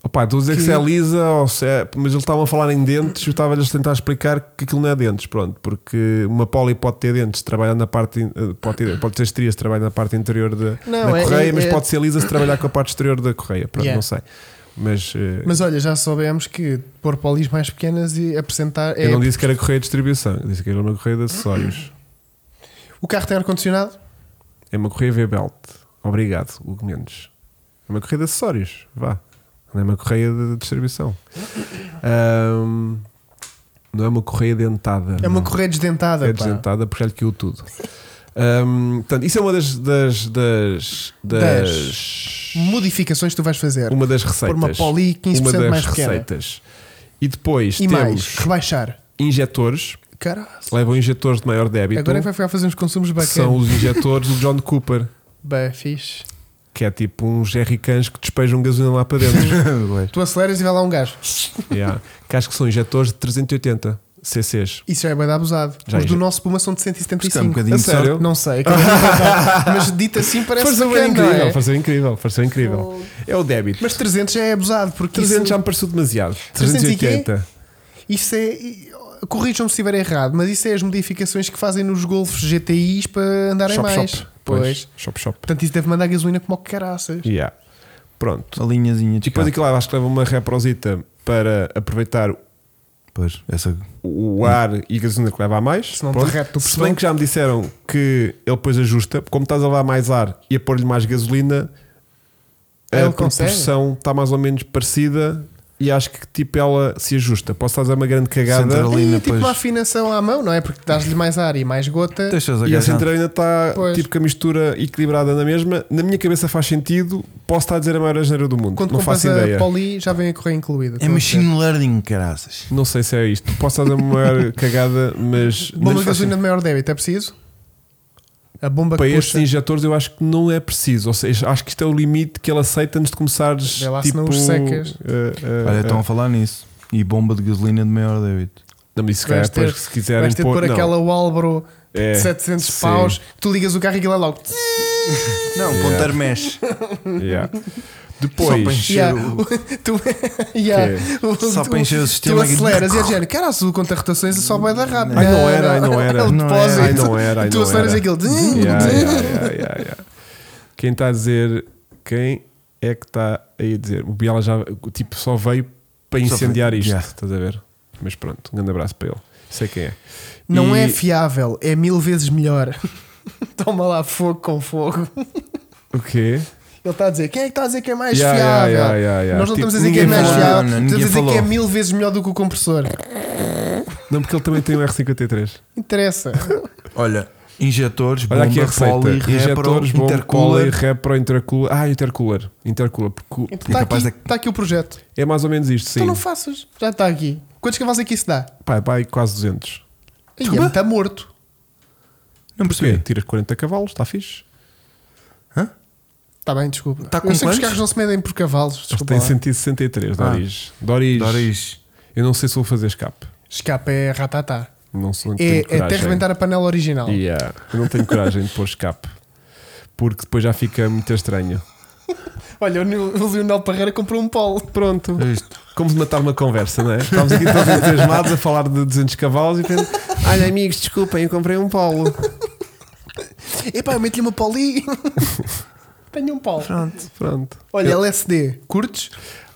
Opa, estou a dizer que, Que- se é lisa, ou se é- mas eles estavam a falar em dentes e eu estava-lhes a tentar explicar que aquilo não é dentes, pronto, porque uma poli pode ter dentes, trabalha na parte, in- eh, pode ter, pode ter estrias, trabalha na parte interior da, Não, da é- correia, é- mas é- pode ser lisa se trabalhar com a parte exterior da correia, pronto, Yeah. não sei. Mas, eh, Mas olha, já soubemos que pôr polis mais pequenas e apresentar... eu É... não disse que era correia de distribuição, eu disse que era uma correia de acessórios. O carro tem ar-condicionado? É uma correia V-Belt, obrigado, Hugo Mendes. É uma correia de acessórios, vá, não é uma correia de distribuição. Ahm, não é uma correia dentada. É uma não. correia desdentada, É pá. desdentada porque já lhe caiu tudo. Hum, portanto, isso é uma das. das, das, das- Modificações que tu vais fazer. Uma das receitas. Por uma poli 15% Uma das mais pequena. receitas. E depois E temos mais, rebaixar. injetores. Caralho. Levam injetores de maior débito. Agora é que é vai ficar a fazer uns consumos que bacanas. são os injetores do John Cooper. Bem, fixe. que é tipo uns jerrycans que despejam gasolina lá para dentro. Ué. Tu aceleras e vai lá um gajo. Yeah. Que acho que são injetores de 380 cc's. Isso já é bem abusado. Já Os do inje- nosso Puma são de Isto é um 175. bocadinho A só- sério? Não sei, é que é um bocadinho abusado. mas dito assim parece Pareceu bacana, bem não incrível, é? pareceu incrível, pareceu incrível. É o débito. Mas 300 já é abusado, porque 300 isso, já me pareceu demasiado. 300 e quê? 380. isso é. e- Corrijam-me se estiver errado, mas isso é as modificações que fazem nos Golfos GTIs para andarem Shop, mais. shop. Pois. Shop, shop. Portanto, isso deve mandar gasolina como o que caraças. Yeah. Pronto. A linhazinha de Depois escape. aquilo lá acho que leva uma reprosita para aproveitar Pois, essa. o ar e a gasolina que leva a mais. Se não Pronto. derrete o Se pressão. bem que já me disseram que ele depois ajusta, como estás a levar mais ar e a pôr-lhe mais gasolina, a É Ele consegue? proporção está mais ou menos parecida e acho que tipo ela se ajusta. Posso fazer uma grande cagada Central- Gasolina, e tipo pois. uma afinação à mão, não é? Porque dás-lhe mais ar e mais gota. Deixas a e a gaja- centralina está Pois. tipo com a mistura equilibrada na mesma. Na minha cabeça faz sentido, posso estar a dizer a maior asneira do mundo. Quando não compras faço a ideia. Poli, já vem a correia incluída. É machine learning, caraças. Não sei se é isto. Posso fazer uma maior cagada, mas. Bomba mas de faz gasolina de maior débito, é preciso? A bomba Para que estes puxa. injetores eu acho que não é preciso. Ou seja, acho que isto é o limite que ele aceita antes de começares. Vê lá se tipo, não os secas. eh, eh, Olha, então, eh, estão a falar nisso. E bomba de gasolina de maior débito. Não, mas eh, se calhar Vais ter- depois, se quiserem Vais ter de pôr não. aquela Walbro É, de 700 sim. paus, que tu ligas o carro e aquilo é logo. Não, Yeah. pontar mesh. Yeah. Só É. para Depois, encher Yeah. o- tu, é. yeah. O- Só tu- para encher o Tu sistema. aqui. aceleras e a género, cara, azul conta rotações e só vai dar rápido. Ai, não era, ai, não era. É o Não era, depósito. ai, não era, ai, tu não aceleras era. aquilo. Yeah, yeah, yeah, yeah, yeah. quem está a dizer, quem é que está aí a dizer? O Biela já tipo, só veio para Só incendiar foi- isto. Yeah. Estás a ver? Mas pronto, um grande abraço para ele. Sei quem é. Não E- é fiável, é mil vezes melhor. Toma lá fogo com fogo. O quê? Ele está a dizer, quem é que está a dizer que é mais Yeah, yeah, fiável? yeah, yeah, yeah. Nós não Tipo, estamos a dizer que é ninguém mais falou. fiável, Não, não, estamos a ninguém dizer que é falou. mil vezes melhor do que o compressor. Não, porque ele também tem um R53. Interessa. é- Olha, injetores, bomba, Olha aqui a poli, receita. Injetores, repro, bom, poly, intercooler. repro, intercooler. Ah, intercooler. Intercooler. Porque Então está capaz aqui, de- tá aqui o projeto. é mais ou menos isto, sim. Então não faças. Já está aqui. Quantos cavalos é que isso dá? Pai, vai quase 200. Ih, é está morto. Não Porquê? percebi. Tiras 40 cavalos, está fixe. Está bem, desculpa. Tá com Eu sei que os quantos? carros não se medem por cavalos. Eles Desculpa. têm lá. 163, Doris. Doris. Doris. Eu não sei se vou fazer escape. Escape é ratatá. Não sou não É, tenho é até Um coragem. reventar a panela original. Yeah. Eu não tenho coragem de pôr escape. Porque depois já fica muito estranho. Olha, o Nil- o Leonel Parreira comprou um polo. Pronto. É isto. Como de matar uma conversa, não é? Estávamos aqui todos entusiasmados a falar de 200 cavalos e pensando, olha amigos, desculpem, eu comprei um polo. Epá, eu meto-lhe uma poli. Tenho um polo. Pronto. Olha, LSD, curtes?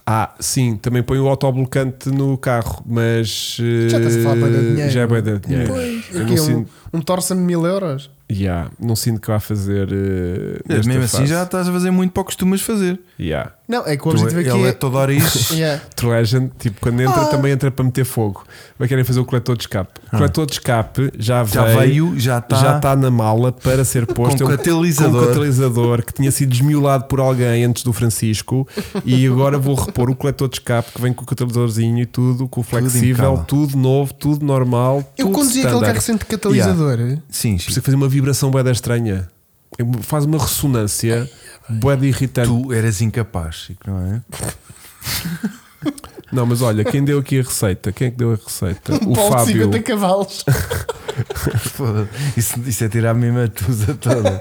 Ah, sim, também põe o autoblocante no carro, mas. Já estás a falar bué de eh, dinheiro. Já é bué de dinheiro. Pois, Eu aqui não é um, sinto, um torça de mil euros. yeah, não sinto que vá fazer. eh, É, nesta Mesmo assim fase. já estás a fazer muito para o que costumas fazer. Yeah. Não, é que o Tu- objetivo Ele é aqui toda hora é. isso. Yeah. Toda a gente, tipo, quando entra, Ah. também entra para meter fogo. Vai querem fazer o coletor de escape. O Ah. coletor de escape já, Já veio, já tá. está. já tá tá. está na mala para ser posto. Com É um- catalisador. com um catalisador que tinha sido desmiolado por alguém antes do Francisco. e agora vou repor o coletor de escape que vem com o catalisadorzinho e tudo, com o flexível, impecável. tudo, novo, tudo normal. Eu tudo conduzi aquele standard. carro sem catalisador. Sim, sim. Precisa fazer uma vibração boeda estranha. Faz uma ressonância boeda irritante. Tu eras incapaz, Chico, não é? Não, mas olha, quem deu aqui a receita? Quem é que deu a receita? Um o polo de Fábio. 50 cavalos. Foda-se. Isso, isso é tirar mesmo a tusa toda.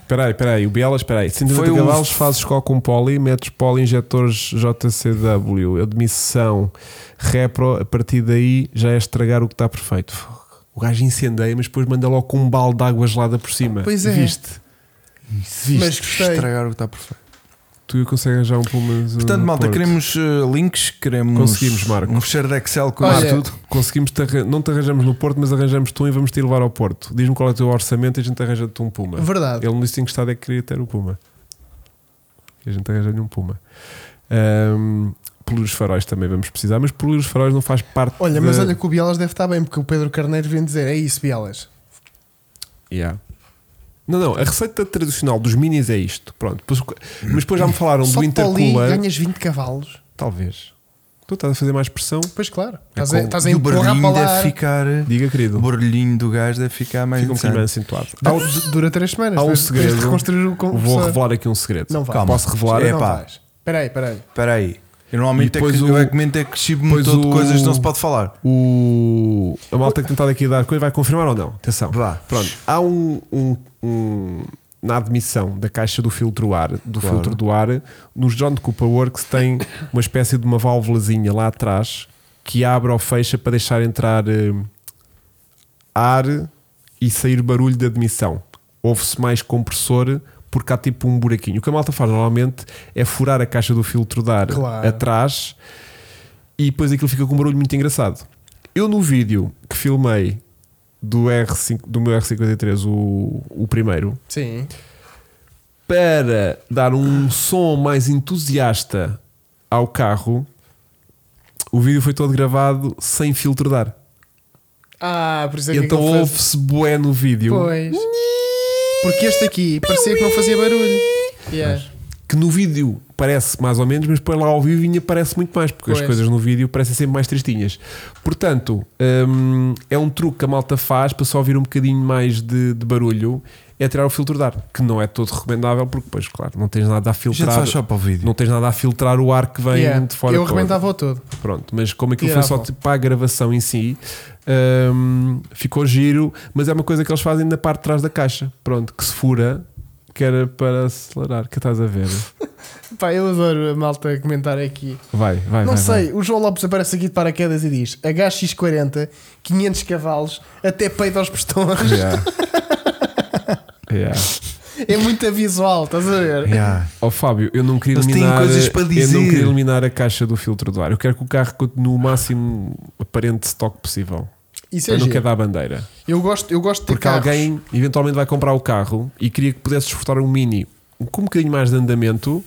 Espera aí, espera aí. O Bielas, espera aí. 190 Foi um- cavalos, fazes CO com poli, metes poli, injetores JCW, admissão, repro. A partir daí já é estragar o que está perfeito. Fogo. O gajo incendeia, mas depois manda logo com um balde de água gelada por cima. Pois é. Viste? Mas gostei. Estragar o que está perfeito. Tu consegues já um pelo menos. Portanto, um malta, Porto. queremos eh, links, queremos Conseguimos, Marco. um fecheiro de Excel com Olha, isso tudo. Conseguimos, te arran- não te arranjamos no Porto, mas arranjamos tu e vamos te levar ao Porto. Diz-me qual é o teu orçamento e a gente arranja-te um Puma. Verdade. Ele não disse em que estado é que queria ter o Puma. E a gente arranja-lhe um Puma. Ahm, pelos faróis também vamos precisar, mas pelos faróis não faz parte. Olha, mas da- olha que o Bielas deve estar bem, porque o Pedro Carneiro vem dizer: é isso, Bielas. Yeah. Não, não, a receita tradicional dos minis é isto. Pronto. Depois- Mas depois já me falaram Só do de poli intercooler. ganhas 20 cavalos. Talvez. Tu estás a fazer mais pressão? Pois claro. É Estás a, com- estás a E o empurrar para barulhinho lá. deve ficar. Diga, querido. O barulhinho do gás deve ficar mais. Fica um bocadinho interessante. mais acentuado. Há um- Dura três semanas. há um Tens de segredo. reconstruir o Vou compressor. revelar aqui um segredo. Não vai. Calma. Posso revelar? É Não pá. vais. Espera aí, espera aí. Espera aí. Eu normalmente E depois é que, o- eu é que comento é que chibo-me depois todo o- de coisas que não se pode falar. O... A malta que tentar aqui dar coisa vai confirmar ou não? Atenção. Vá. Pronto. Há um, um- um- Na admissão da caixa do filtro ar, do Claro. filtro do ar, nos John Cooper Works tem uma espécie de uma válvulazinha lá atrás que abre ou fecha para deixar entrar eh, ar e sair barulho de admissão. Ouve-se mais compressor porque há tipo um buraquinho. O que a malta faz normalmente é furar a caixa do filtro de ar Claro. atrás e depois aquilo fica com um barulho muito engraçado. Eu no vídeo que filmei do, R5, do meu R53, o, o primeiro, Sim. para dar um som mais entusiasta ao carro, o vídeo foi todo gravado sem filtro de ar. Ah, por isso é que Então aquilo faz- ouve-se bué no vídeo. Pois. Porque este aqui parecia que não fazia barulho. Yeah. Que no vídeo parece mais ou menos, mas depois lá ao vivo parece muito mais, porque as Pois. coisas no vídeo parecem sempre mais tristinhas. Portanto, hum, é um truque que a malta faz para só ouvir um bocadinho mais de, de barulho, é tirar o filtro de ar, que não é todo recomendável, porque pois claro, não tens nada a A gente filtrar. faz só para o vídeo. Não tens nada a filtrar o ar que vem Yeah. de fora. Eu todo. arrebentava-o todo. Pronto, mas como aquilo Tirava. foi só tipo para a gravação em si, hum, ficou giro, mas é uma coisa que eles fazem na parte de trás da caixa, pronto, que se fura, que era para acelerar. que estás a ver? Pá, eu adoro a malta comentar aqui. Vai, vai, Não vai, sei, vai. o João Lopes aparece aqui de paraquedas e diz HX40, 500 cavalos, até peito aos pistões. Yeah. Yeah. É muito visual, estás a ver? Yeah. Ó Fábio, eu não queria Eles têm eliminar coisas para dizer. eu não queria eliminar a caixa do filtro do ar. Eu quero que o carro continue o máximo aparente estoque possível. Isso é Eu não quero giro. dar bandeira. Eu gosto, eu gosto de ter Porque carros. alguém eventualmente vai comprar o carro e queria que pudesse suportar um mini com um bocadinho mais de andamento,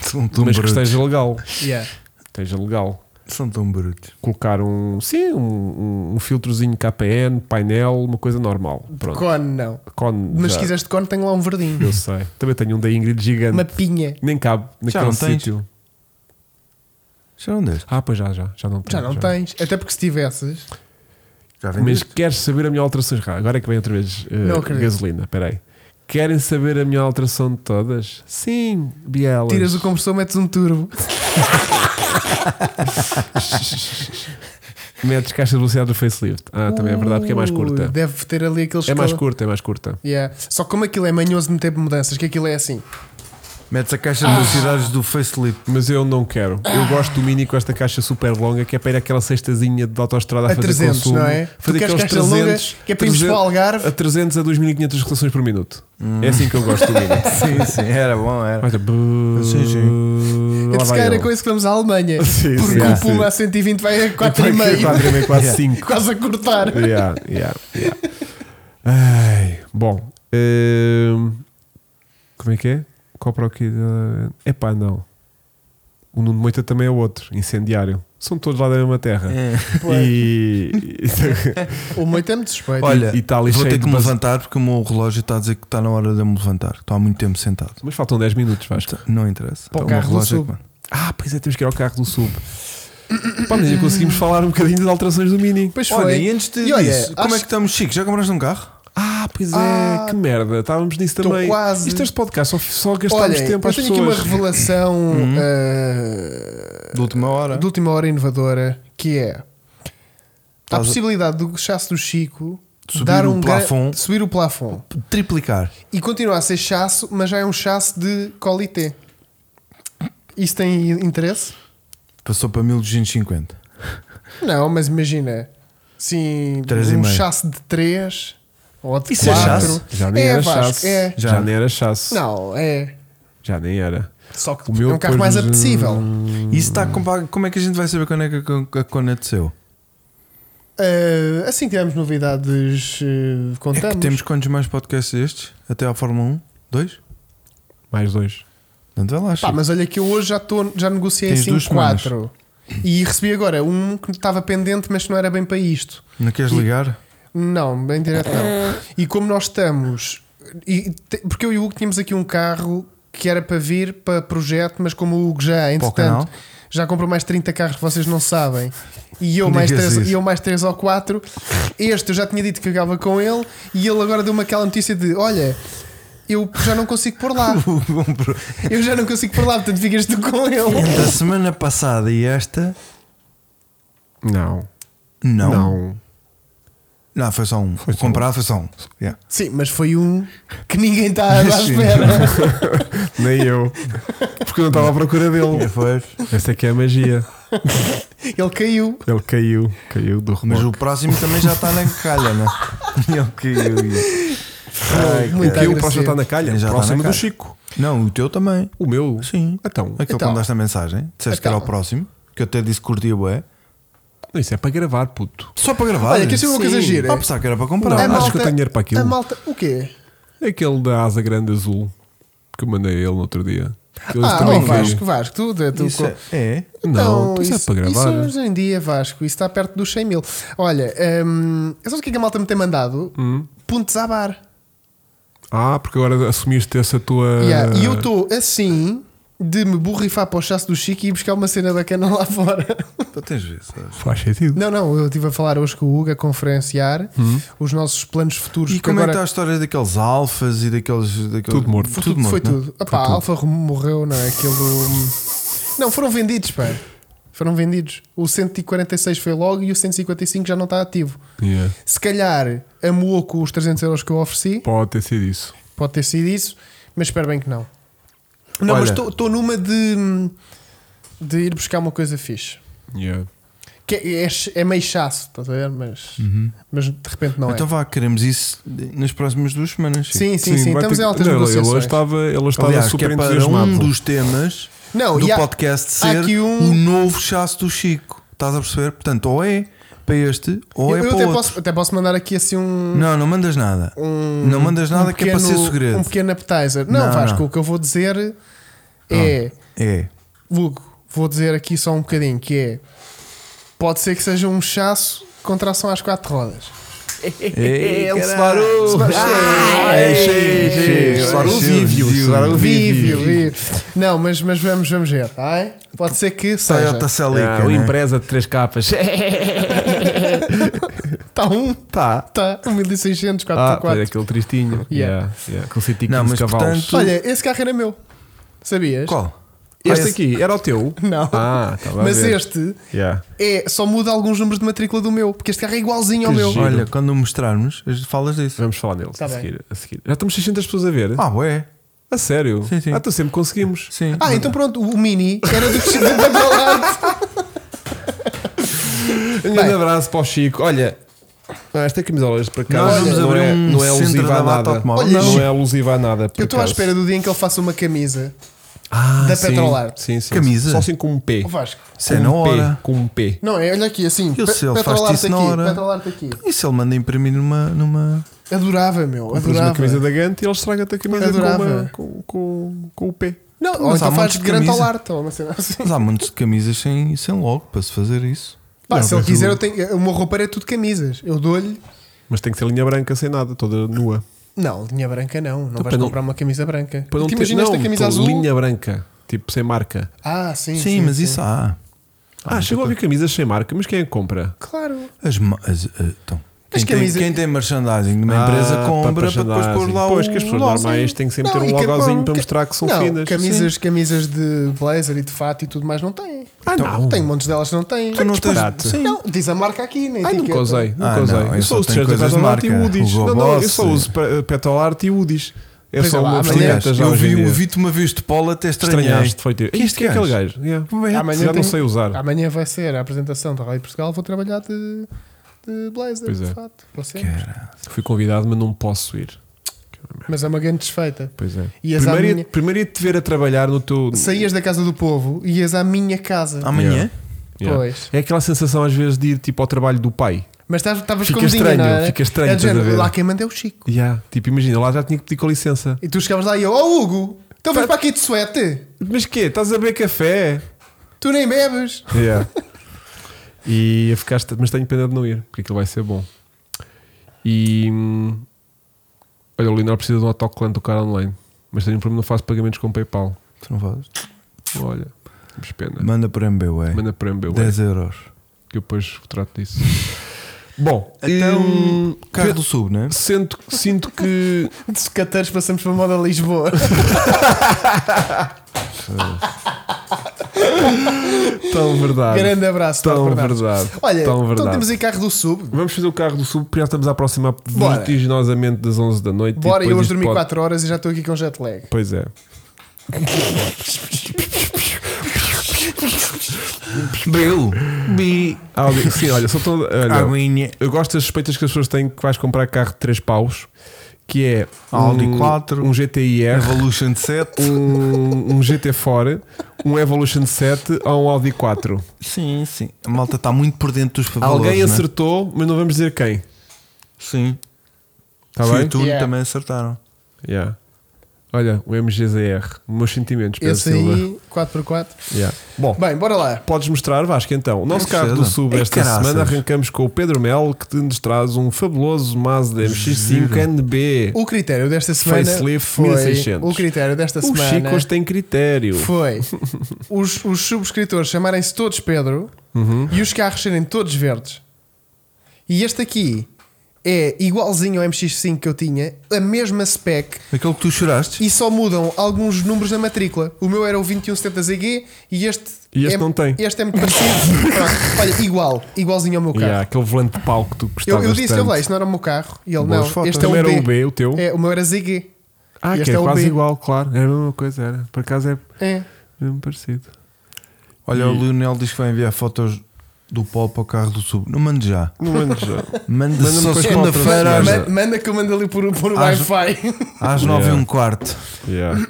São um tão mas que brutos. esteja legal. Yeah. Esteja legal. São tão brutos. Colocar um, sim, um, um- um filtrozinho KPN, painel, uma coisa normal. Pronto. Cone não. Cone, já. Mas se quiseres de cone, tenho lá um verdinho. Eu sei. Também tenho um da Ingrid gigante. Uma pinha. Nem cabe naquele não tens? sítio. Já não deste. Ah, pois já, já. Já não, tenho, Já não tens. Até porque se tivesses. Já Mas vendeste. queres saber a minha alteração? Ah, Agora é que vem outra vez eh, Não acredito. gasolina, peraí. Querem saber a minha alteração de todas? Sim, Bielas. Tiras o compressor, metes um turbo. Metes caixa de velocidade do facelift. Ah, também é verdade, porque é mais curta. Uh, Deve ter ali aqueles É mais que- curta, é mais curta. Yeah. Só que como aquilo é manhoso de meter mudanças, que aquilo é assim. Metes a caixa de velocidades do facelift. Mas eu não quero. Eu gosto do Mini com esta caixa super longa, que é para ir aquela cestazinha de autoestrada a, A fazer 300, consumo. não é? Tu Fazer queres aqueles Ah, caixa longa, 300, que é para irmos para o Algarve? é A 300 a 2500 rotações por minuto. Hum. É assim que eu gosto do Mini. Sim, sim, era bom, era. Mas é- Sim, Lá Eu se vai calhar é ele. com isso que vamos à Alemanha. Sim, porque sim, o sim. Puma a 120 vai a 4,5. 4,5, quase 5. Quase a cortar. yeah, yeah, yeah. Ai, bom, hum, como é que é? Copra aqui. É pá, não. O Nuno Moita também é outro, incendiário. São todos lá da mesma terra. É. E, O moito é muito suspeito. Olha, e tá ali vou cheio ter de que me bas- levantar porque o meu relógio está a dizer que está na hora de eu me levantar. Estou há muito tempo sentado. mas faltam 10 minutos, Vasco. Não interessa. Para o Então, meu carro do relógio é que- Ah, pois é, temos que ir ao carro do Sub. Pá, mas já conseguimos falar um bocadinho das alterações do Mini. Depois foi. Olha, e antes de E olha, disso, como acho- é que estamos, Chico? Já compraste um carro? Ah, pois é, Ah, que merda. Estávamos nisso tô também. quase. Isto é este podcast, só, só gastámos Olha, eu tempo tenho às aqui uma pessoas. Uhum. revelação De última ah, hora. de última hora inovadora que é a Estás a- possibilidade do chasse do Chico Subir dar o um gran- plafond. subir o plafond Triplicar. e continua a ser chasso, mas já é um chasso de colité. Isso tem interesse? Passou para 1250. Não, mas imagina, sim, Três e um meio. chasse de 3 ou de Isso é 4. chasso? Já nem era Vasco, chasse. é. Já. Já. nem era chasse. Não, é. Já nem era. Só que O meu é um carro mais depois- apetecível. Isso está compa- Como é que a gente vai saber quando é que a- a cona desceu? Ah, assim que tivermos novidades, ah, É contamos. que temos quantos mais podcasts estes? Até à Fórmula 1? Dois? Mais dois. Não vai lá, Pá, Chico. mas olha que eu hoje já, tô, já negociei Tens assim duas semanas. 4. E recebi agora um que estava pendente, mas que não era bem para isto. Não queres ligar? Não, bem direto não. E como nós estamos. e te- porque eu e o Hugo tínhamos aqui um carro que era para vir para projeto, mas como o Hugo já, Para o entretanto, canal? já comprou mais 30 carros que vocês não sabem. E eu mais, Digas três, isso. e eu mais três ou quatro. Este eu já tinha dito que cagava com ele e ele agora deu-me aquela notícia de: olha, eu já não consigo pôr lá. Eu já não consigo pôr lá, portanto ficas tu com ele. Entre a semana passada e esta, Não. não. Não, Não. foi só um. o comprado foi só um. Yeah. Sim, mas foi um que ninguém está à espera. Nem eu. Porque eu não estava à procura E dele. foi. Essa é que é a magia. Ele caiu. Ele caiu. Caiu do Mas remoto. o próximo também já está na calha, né? Eu que eu ia. Ai, Muito cara. Caiu, o próximo agressivo. está tá na calha. Já está próximo na do calha. Chico. Não, o teu também. O meu. Sim. Então, Aquele que Então. mandaste a mensagem, disseste que era o Então. próximo, que eu até disse que curtia bué. isso é para gravar, puto. Só para gravar. Olha, quer ser uma coisa Sim. gira. Ah, pensava que era para comprar. Não, A acho que eu tenho dinheiro para aquilo. A malta, o quê? É Aquele da asa grande azul que eu mandei a ele no outro dia. Que eles Ah, também oh, querem. Vasco, Vasco, tu, tu Isso é. é. Não, Então, isso, é para gravar. Isso hoje em dia, Vasco, isso está perto dos 100 mil. Olha, hum, sabes o que é que a malta me tem mandado? Hum. Pontos a bar. Ah, porque agora assumiste essa tua. Yeah, E eu Ah. estou assim de me borrifar para o chasso do Chico e ir buscar uma cena bacana lá fora. Tu Então tens vezes. sabes? Faz sentido. Não, não, eu estive a falar hoje com o Hugo a conferenciar Hum. os nossos planos futuros. E porque como é que está agora- a história daqueles alfas e daqueles. daqueles Tudo morto. Foi tudo, foi né? tudo. Opá, a Alfa morreu, não é? Aquilo. hum, Não, foram vendidos, pá. Foram vendidos. O 146 foi logo e o 155 já não está ativo. Yeah. Se calhar amuou com os 300 euros que eu ofereci, Pode ter sido isso. pode ter sido isso, mas espero bem que não. Não, Olha. mas estou- estou numa de, hum, de ir buscar uma coisa fixe. Yeah. Que é, é, ch- é meio chasso, estás a ver? Mas, mas de repente não Então é. vá, queremos isso nas próximas duas semanas. Sim, sim, sim. vai Estamos ter- em altas Não, negociações. Ele hoje estava, ele hoje estava Aliás, que super é para entusiasmado. um dos temas Não, do e há- podcast há ser aqui um- o novo chasse do Chico. Estás a perceber? Portanto, ou é para este, ou Eu, é eu para até, outro. posso, até posso mandar aqui assim um. Não, não mandas nada. um- não mandas nada um que é para ser pequeno- segredo. Um pequeno appetizer. Não, Não, Vasco, não. o que eu vou dizer é. É. Hugo, vou dizer aqui só um bocadinho: que é. Pode ser que seja um chasso com tração às quatro rodas. É Ei, Ele se caralho. varou. Se varou. Ah, Ai, é. cheio, cheio. Se varou o vívio, se varou o Vívio, vívio. Não, mas, mas vamos, vamos ver. tá bem? Pode ser Tá, que seja. Toyota Celica. É, o né? empresa de três capas. É, Está um, Tá. está 1600, Ah, foi 4x4. aquele tristinho. Yeah. Yeah. Yeah. Com 115 Não, mas cavalos. portanto- Olha, esse carro era meu. Sabias? Qual? este esse- aqui era o teu. Não. Ah, estava mas a ver. este Yeah. é, só muda alguns números de matrícula do meu, porque este carro é igualzinho ao Que meu. giro. Olha, quando mostrarmos, falas disso. Vamos falar neles Tá a, bem. seguir, a seguir. Já estamos 600 pessoas a ver. Ah, ué. A sério? Sim, sim. Ah, então sempre conseguimos. Sim. Ah, então pronto, o Mini era do Chico da Balade. Um grande abraço para o Chico. Olha, ah, esta camisola hoje para cá Nós vamos não, abrir é, um não é centro alusiva da a mata nada. automóvel. Olha, não Chico, é alusiva a nada. por Eu estou à acaso. espera do dia em que ele faça uma camisa. Ah, da sim, Petrolarte. Sim, sim. Camisa? Só assim com um P. O Vasco. Isso é Com na um P, hora. Com um P. Não, é, olha aqui assim. Eu pe- sei, ele Petrolarte faz-te isso na aqui, hora. Petrolarte aqui. E se ele manda imprimir numa. numa... Adorava, meu. Compras uma Adorava. camisa da Gant e ele estraga-te a camisa com, Adorava. uma, com, com, com o P. Não, Mas ou há então faz montes de de grande camisa. ao arte, ou uma cena assim. Mas há muitos de camisas sem, sem logo para se fazer isso. Pá, Não, se ele mas quiser, o- eu tenho, o meu roupeiro é tudo camisas. Eu dou-lhe. Mas tem que ser linha branca sem nada, toda nua. Não, linha branca não. Não Então, vais para não- comprar uma camisa branca. Para não Te ter- imaginas esta não, camisa tô- azul? Linha branca, tipo sem marca. Ah, sim. Sim, mas isso há. Ah, chegou então a ver camisas sem marca, mas quem é que compra? Claro. As, ma- as, ah, então, As quem, tem, camisas- quem tem merchandising de uma empresa Ah, compra para, para depois pôr lá merchandising. o. Pois, que as pessoas logozinho. normais têm que sempre ter Não, um e que- é logozinho bom, para que- mostrar que são não, finas. Camisas, camisas de blazer e de fato e tudo mais não têm. Ah, não. Tem montes delas que não têm. Tu não tens. disparate. Sim. Não, diz a marca aqui, nem Ai, nunca usei, nunca Ah, usei. não, eu eu só só uso t-shirts tenho da coisas de Petrolarte e marca. Udis. Hugo Não, não, eu Boss. só uso pe- Petrolarte e Udis. É Pois é só lá, uma amanhã- Aliás, vestimenta já eu hoje em vi, dia. ouvi-te uma vez de polo até estranhei. Estranhaste, foi tipo, Que isto que é aquele gajo? gajo. Yeah. Ah. Beto. Amanhã Já não tem- sei usar. Amanhã vai ser a apresentação da Rádio Portugal. Vou trabalhar de, de blazer, Pois é. de fato. Você? Cara, Fui convidado, mas não posso ir. Mas é uma grande desfeita. Pois é. Ias à Primeiro ia- minha- primeiro ia-te ver a trabalhar no teu. Saías da casa do povo e ias à minha casa. Hum. Amanhã? Yeah. Pois. É aquela sensação às vezes de ir tipo ao trabalho do pai. Mas estás- estavas Fica com medinha, estranho, não era? fica estranho, É do estás a género, ver? lá quem manda é o Chico. Yeah. Tipo, imagina, lá já tinha que pedir com licença. E tu chegavas lá e eu, oh Hugo, então vens Tá- para aqui de suéte. Mas quê? Estás a beber café? Tu nem bebes. Yeah. e ia ficar, mas tenho pena de não ir, porque aquilo vai ser bom. E hum, olha, o Leonor precisa de um autocolante do cara online, mas tenho um problema, não faço pagamentos com PayPal. Tu não fazes? Olha, Mas pena. Manda por MBWay. Manda para MBWay. 10 euros. que eu depois trato disso. Bom, Então, hum, Carro do Sub, né? sinto, sinto que De Sucateiros passamos para moda Lisboa. tão verdade. Grande abraço. tão Paulo Bernardo. verdade. Olha, tão então verdade. Tipo, temos aí carro do Sub. Vamos fazer o carro do sul, porque já estamos a aproximar Bora. vertiginosamente das 11 da noite. e Bora, depois eu hoje isto dormi pode- 4 horas e já estou aqui com jet lag. Pois é. Belo. Bi. Sim, olha, só estou. olha, Aguinha. Eu gosto das suspeitas que as pessoas têm que vais comprar carro de 3 paus, que é Audi um, 4, um GTIR, Evolution 7. um, um GT Fora, um Evolution 7 ou um Audi 4. Sim, sim. A malta está muito por dentro dos valores. Alguém né? acertou, mas não vamos dizer quem. Sim. Está sim, Tá bem? tu Yeah. também acertaram. Yeah. Olha, o MGZR. Meus sentimentos, Pedro Esse Silva. aí, 4x4. Yeah. Bom, Bem, bora lá. podes mostrar, Vasco, então. O nosso Com carro do certeza. Sub Ei, esta caraças. semana arrancamos com o Pedro Melo, que nos traz um fabuloso Mazda MX-5 NB. O critério desta semana Facelift foi 1600. o critério desta O Chico semana hoje tem critério. foi os, os subscritores chamarem-se todos Pedro Uhum. e os carros serem todos verdes. E este aqui é igualzinho ao MX5 que eu tinha, a mesma spec Aquele que tu choraste? e só mudam alguns números na matrícula. O meu era o 2170ZG e este E este é, não tem. Este é muito parecido. Pronto, Olha, igual, igualzinho ao meu carro. Yeah, aquele volante de pau que tu Eu, gostavas eu disse, tanto. eu lá, isto não era o meu carro. E ele, Boas não, fotos. este é Então um era B. o B, o teu? É, o meu era ZG. Ah, Este que é, é o quase B. igual, claro. Era a mesma coisa, era. Por acaso é É. mesmo parecido. Olha, E- o Lionel diz que vai enviar fotos do Paulo para o carro do Sub. Não mande já. Não mando já. Manda Manda-me só depois para outra segunda-feira semana. às- Ma- Manda que eu mando ali por, por Às- Wi-Fi. às 9 e Yeah. um quarto. Yeah.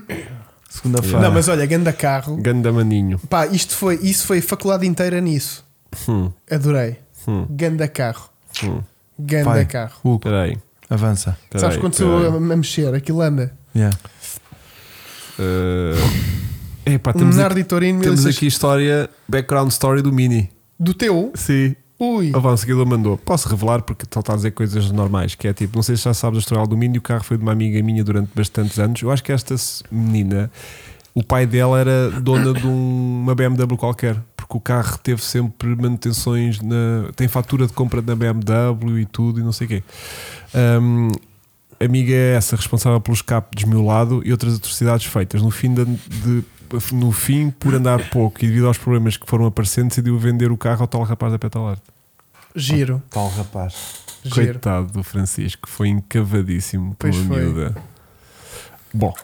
Segunda-feira. Não, mas olha, ganda carro. Ganda maninho. Pá, isto foi, isso foi faculdade inteira nisso. Hum, Adorei. hum, Ganda Ganda carro. hum. Ganda Vai. carro. Hugo, Peraí. avança. peraí, Sabes quando sou peraí. a, a mexer, aquilo anda. Yeah. Eh, epá, Um temos, aqui, Nardi Torino temos 1600. aqui história, background story do Mini. do teu. Sim. Ui. Avança, seguidor mandou. Posso revelar porque só está a dizer coisas normais, que é tipo, não sei se já sabes a história do Mini, o carro foi de uma amiga minha durante bastantes anos. Eu acho que esta se- menina, o pai dela era dona de um- uma BMW qualquer, porque o carro teve sempre manutenções, na, tem fatura de compra na BMW e tudo e não sei o quê. Hum, amiga é essa responsável pelo escape desmiolado e outras atrocidades feitas. No fim, da- de- no fim, por andar pouco e devido aos problemas que foram aparecendo, decidiu vender o carro ao tal rapaz da Petalarte. Giro. Tal rapaz. Giro. Coitado do Francisco, foi encavadíssimo pela Pois foi. miúda. Bom,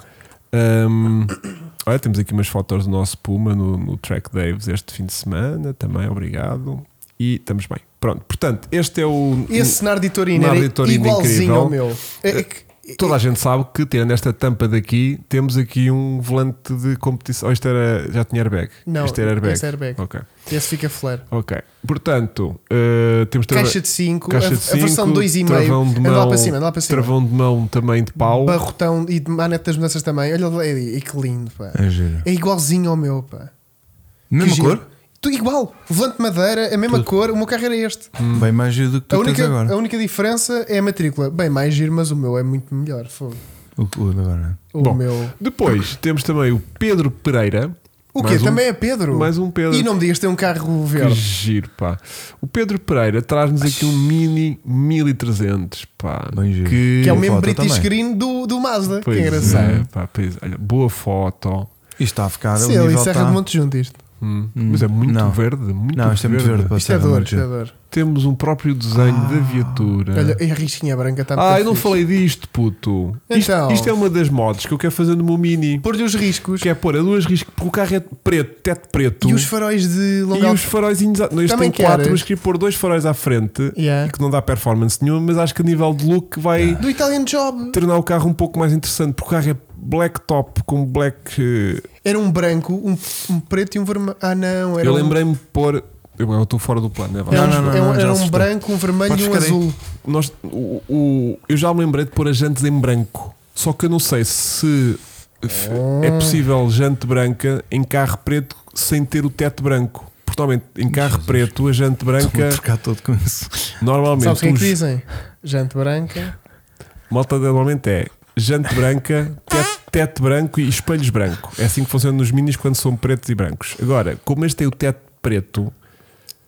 hum, olha, temos aqui umas fotos do nosso Puma no, no Track Daves este fim de semana também, obrigado. E estamos bem. Pronto, portanto, este é o. Esse Nardi Torino Nardi era um Torino igualzinho incrível. Eh, ao meu. É que- Toda a gente sabe que, tirando esta tampa daqui, temos aqui um volante de competição. Oh, isto era. Já tinha airbag? Não, isto era airbag. esse é airbag. Ok, Esse fica flare. ok. Portanto, eh, temos trava- Caixa de 5, a, caixa de a versão cinco, 2,5. travão de Anda lá mão- para cima, anda lá para cima. Travão de mão também de pau. Barrotão e de manete das mudanças também. Olha ali, e que lindo, pá. É giro. É igualzinho ao meu, pá. Mesma Que giro. cor? Tu, igual. Volante de madeira, a mesma cor. O meu carro era este. Bem mais giro do que tu A tens agora. única, a única diferença é a matrícula. Bem, mais giro, mas o meu é muito melhor. fogo. O que o de agora, né? O Bom, meu. Depois temos também o Pedro Pereira. O quê? Mais um- Também é Pedro? Mais um Pedro. E não me digas que tem um carro Que verde. giro, pá. O Pedro Pereira traz-nos aqui um Mini 1300, pá. Bem giro. Que, Que é o Boa mesmo foto British também. Green do, do Mazda. Pois que engraçado. é, pá, pois, olha, boa foto. Isto está a ficar. Se é o nível tá. ele e Serra está... de Monte Junto, isto. Hum, Mas é muito Não. verde, muito Não, isto é muito verde. para Isto é Serra de dor, Monte isto é dor. Temos um próprio desenho da viatura. Ah. Olha, É. e a risquinha branca está ah, muito eu não fixe. falei disto, puto. Então. Isto, isto é uma das mods que eu quero fazer no meu Mini. Pôr-lhe os riscos. Que é pôr a duas riscos, porque o carro é preto, teto preto. E os faróis de E longa os faróizinhos. à- Não, este Também tem quatro, queres? mas queria pôr dois faróis à frente Yeah. e que não dá performance nenhuma, mas acho que a nível de look vai Do Italian Job. tornar o carro um pouco mais interessante, porque o carro é black top com black. eh, Era um branco, um, um preto e um vermelho. Ah, não. Era Eu um- lembrei-me de pôr. Eu eu estou fora do plano, é Era, verdade. Não, um- não, não, era um- não, já era um assustou. branco, um vermelho Podes e um ficar aí. azul. Nós, o, o- eu já me lembrei de pôr as jantes em branco, só que eu não sei se f- é Ah. possível jante branca em carro preto sem ter o teto branco. Porque, Normalmente, em carro preto, a jante Estou-me a branca, trocar todo com isso. normalmente, Sabes o que é que os- dizem? Jante branca. Malta normalmente é jante branca, teto, teto branco e espelhos branco. É assim que funciona nos minis quando são pretos e brancos. Agora, como este tem o teto preto,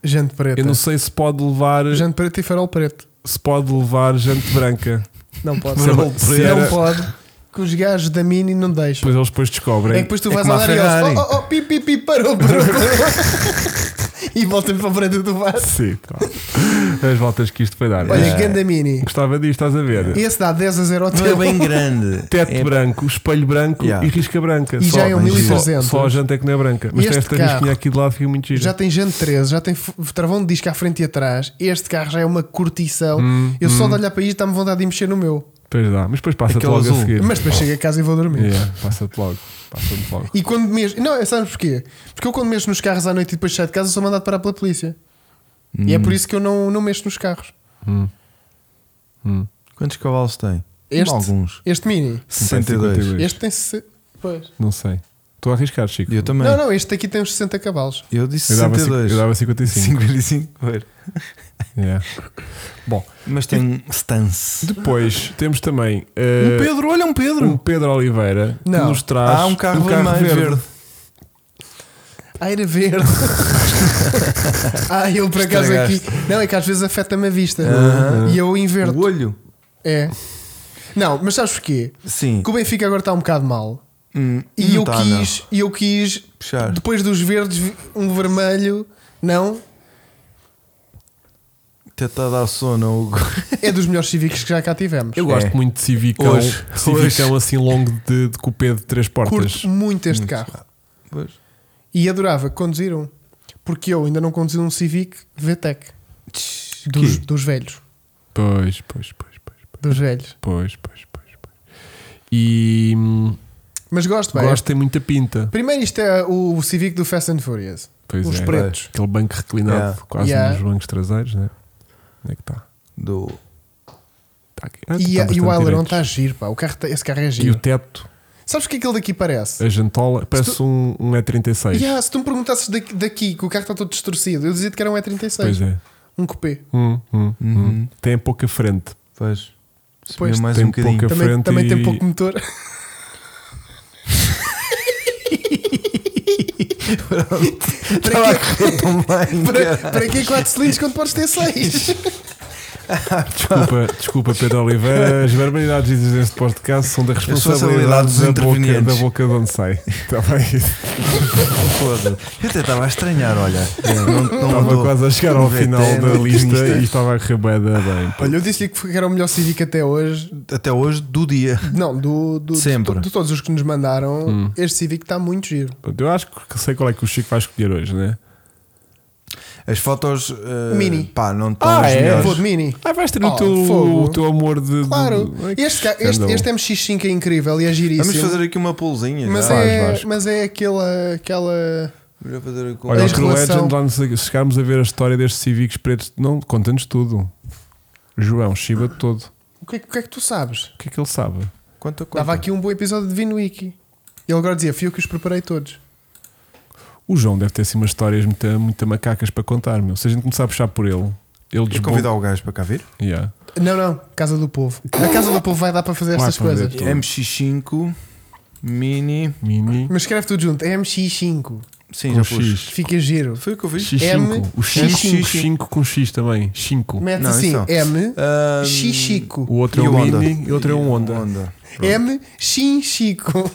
Gente preta. eu não sei se pode levar, Gente preta e farol preto. se pode levar gente branca. Não pode. Farol Se preto. Não pode. Que os gajos da Mini não deixam. Depois eles depois descobrem. é que depois tu É vais como a a andar e eles. Ferrari. Oh, oh, oh, pi, pi, pi, parou, parou. e volta-me para a frente do bar. Sim, tá. As voltas que isto foi dar. Olha, Mas ganda Mini. Gostava disto, estás a ver? Esse dá 10 a 0 ao É. Não é teu. bem grande. Teto é, branco, espelho branco Yeah. e risca branca. E só, já é um Só- 1300. Só a janta é que não é branca. Mas Este esta carro- risquinha aqui de lado fica muito gira. Já tem gente 13, já tem f- travão de disco à frente e atrás. Este carro já é uma curtição. Hum, eu só hum. de olhar para isto dá-me vontade de mexer no meu. Pois dá, mas depois passa-te Aquele logo a azul. seguir. Mas depois chego a casa e vou dormir. Yeah, passa-te logo. Passa-te logo. E quando mexo. Não, sabes porquê? Porque eu quando mexo nos carros à noite e depois saio de casa sou mandado parar pela polícia. E é por Hum. isso que eu não, não mexo nos carros. Hum. Hum. Quantos cavalos tem? Este? Alguns. Este Mini. 62. 52. Este tem. se- Pois. Não sei. Estou a arriscar, Chico. Eu também. Não, não, este aqui tem uns 60 cavalos. Eu disse Eu dava, 62. cinco- eu dava 55. 55. pois. Yeah. Bom, Mas tem stance. depois temos também Um eh, Pedro, olha um Pedro. um Pedro Oliveira que Não. nos traz Há um carro, vermelho verde. Ah, era verde. ah, eu por acaso aqui. Não, é que às vezes afeta-me a vista. Aham. Uh. E eu inverto. O olho. É. Não, mas sabes porquê? Sim. Que o Benfica agora está um bocado mal. Hum, E não eu, tá, não. É. quis, e eu quis, Puxar. depois dos verdes, vi- um vermelho. Não, Até está a dar sono. Hugo. é dos melhores cívicos que já cá tivemos. Eu gosto É. muito de Civicão, Hoje. civicão assim longo de, de cupê de três portas. Curto muito este carro. Pois. E adorava conduzir um. Porque eu ainda não conduzi um Civic VTEC. Dos, Que? dos velhos. Pois, pois, pois, pois, Dos velhos. pois, pois, pois, pois. E hum, Mas gosto bem. gosto tem muita pinta. Primeiro, isto é o Civic do Fast and Furious. Pois Os é. pretos. Aquele banco reclinado Yeah. quase Yeah. nos bancos traseiros, né? Onde é que está? Do... Está aqui. Ah, E, tá a- e o bastante aileron direitos. está giro, pá. O carro, tá- esse carro é E o giro. teto, Sabes o que aquele daqui parece? a jantola, parece um, um E36. Yeah, se tu me perguntasses daqui, daqui que o carro está todo distorcido, eu dizia-te que era um E36. Pois é. Um coupé. Hum, hum, Uhum. hum. Tem pouca frente. Pois. Subiu Pois, mais tem um bocadinho. pouca- Também, frente também e- tem pouco motor. para, que, para, para que 4 cilindros quando podes ter 6? Desculpa, desculpa Pedro Oliveira. As barbaridades ditas neste podcast são da responsabilidade responsabilidade dos da boca, da intervenientes. boca de onde sai. Está bem? Foda. Eu até estava a estranhar, olha. Não, não É, Estava andou. quase a chegar ao VT, final da não lista tinha e estava a correr bué da bem. Olha, eu disse-lhe que era o melhor Civic até hoje. Até hoje, do dia. Não, do, do, Sempre. Hum. de, de todos os que nos mandaram, este Civic está muito giro. Portanto, Eu acho que sei qual é que o Chico vai escolher hoje, né? As fotos. eh, Mini. Pá, não estão Ah, as é? melhores. Vou de Mini. Ah, vais ter o o, teu- teu, o teu amor de. Claro, este, ca- este, este MX5 é incrível e é giríssimo. Vamos fazer aqui uma polzinha. mas, já. Faz, é, Vasco. mas é aquela. aquela... Vamos fazer aqui uma- Olha, o Tens True relação- Legend, lá nos, se chegarmos a ver a história destes cívicos pretos, não, conta-nos tudo. João, chiba todo. O, que, é que- o que é que tu sabes? O que é que ele sabe? Quanto, quanto? Dava aqui um bom episódio de Vinwiki. Ele agora dizia: fui eu que os preparei todos. O João deve ter assim umas histórias muito, muito macacas para contar, meu. Se a gente começar a puxar por ele, ele Queres desbon- convidar o gajo para cá vir? Yeah. Não, não, Casa do Povo. A Casa do Povo vai dar para fazer Vai estas para ver. coisas. Tudo. MX5 Mini. Mini Mas escreve tudo junto: É MX5. Sim, com já pus. X. Fica giro. Foi o que eu vi. X5. O M- X5 5 com X também. 5. Mete Não, assim: isso não. M. Ahm, Xixico. O outro e é o um Honda. Mini e o outro é um E o Honda. M. Xinchico.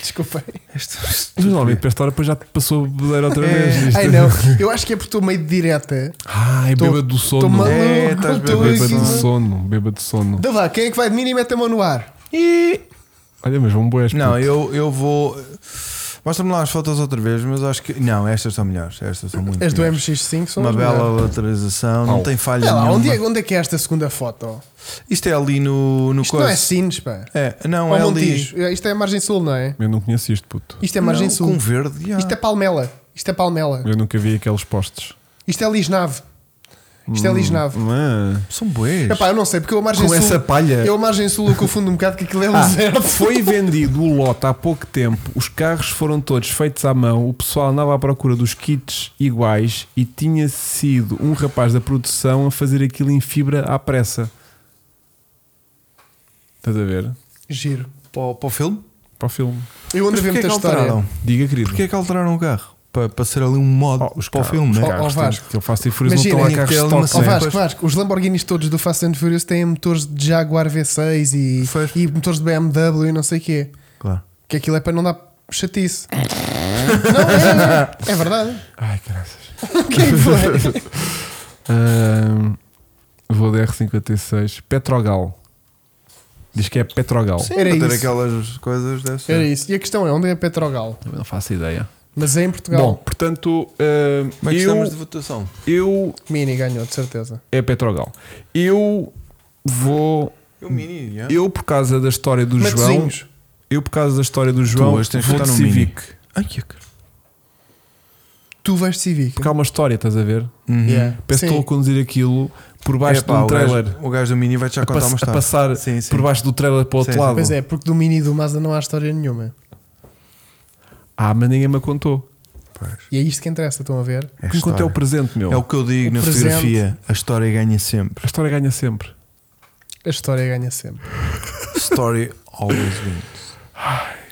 Desculpem. Este- Mas Normalmente para esta hora depois já te passou a beber outra É. vez. Isto- Ai não, eu acho que é porque estou meio de direta. Ai, Tô- bêbado do sono. Estou maluco. É, estás estou Bêbado aqui. do mano. sono. Bêbado de sono. Então vá, quem é que vai de mini e mete a mão no ar? Olha, mas vão boas. Não, eu, eu vou. Mostra-me lá as fotos outra vez, mas acho que. Não, estas são melhores. Estas são muito As do melhores. MX5 são Uma as bela melhores. lateralização, não Oh. tem falha Olha lá, nenhuma. onde é, onde é que é esta segunda foto? Isto é ali no, no Isto não é coice. Sines, pá. é, não, Ou é ali. Montijo. Isto é a margem sul, não é? Eu não conheço isto, puto. Isto é margem Não, sul. Com ah. verde, já. Isto é Palmela. Isto é Palmela. Eu nunca vi aqueles postes. Isto é Lisnave. Isto é Lisnave. Ah. São boés. Epá, eu não sei, porque eu a margem Hum, Com sul. essa palha. Ah. Eu a margem sul eu confundo um bocado que aquilo é um deserto. ah, Foi vendido o lote há pouco tempo, os carros foram todos feitos à mão, o pessoal andava à procura dos kits iguais e tinha sido um rapaz da produção a fazer aquilo em fibra à pressa. Estás a ver? Giro. Para, o- para o filme? Para o filme. Eu ando a Mas ver porquê é muita que história. alteraram? Diga, querido. Porquê é que alteraram o carro? Para, para ser ali um modo Oh, os para o carros, filme, os né? Oh, carros, oh, tens- Vasco. que eu faço diferença, não Imagina, estão lá tem carros que ter stock, alguma Ó sim. cena. Oh, Vasco, pois. Vasco, os Lamborghinis todos do Fast and Furious têm motores de Jaguar V6 Pois. e, e motores de BMW e não sei o quê. Claro. Que aquilo é para não dar chatice. não, é, é, é verdade. Ai, graças. Quem foi? Ahm, Ah, vou de R56. Petrogal. Diz que é Petrogal. Era para ter isso. aquelas coisas deve ser. Era isso. E a questão é: onde é Petrogal? Também não faço ideia. Mas é em Bom, Portugal. portanto, ahm, Como é que eu, estamos de votação? eu. Mini ganhou, de certeza. É Petrogal. Eu vou. Eu É mini, já. Eu, por causa da história do João. Matozinhos. Eu, por causa da história do João, hoje tens que vou de votar no Mini. Civic. Ai, que cara. Tu vais de Civic. Porque há uma história, estás a ver? Uhum. Yeah. Parece que Sim. estou a conduzir aquilo por baixo Epá, de É o um trailer. gajo- O gajo do mini vai-te já A, contar uma pass- a história. passar Sim, sim. por baixo do trailer para o outro Sim, sim. lado. Pois é, porque do Mini e do Mazda não há história nenhuma. Ah, mas ninguém me contou. E é isto que interessa, estão a ver? É que me contou é o história. presente, meu. É o que eu digo O na presente. fotografia. A história ganha sempre. A história ganha sempre. A história ganha sempre. Story always wins.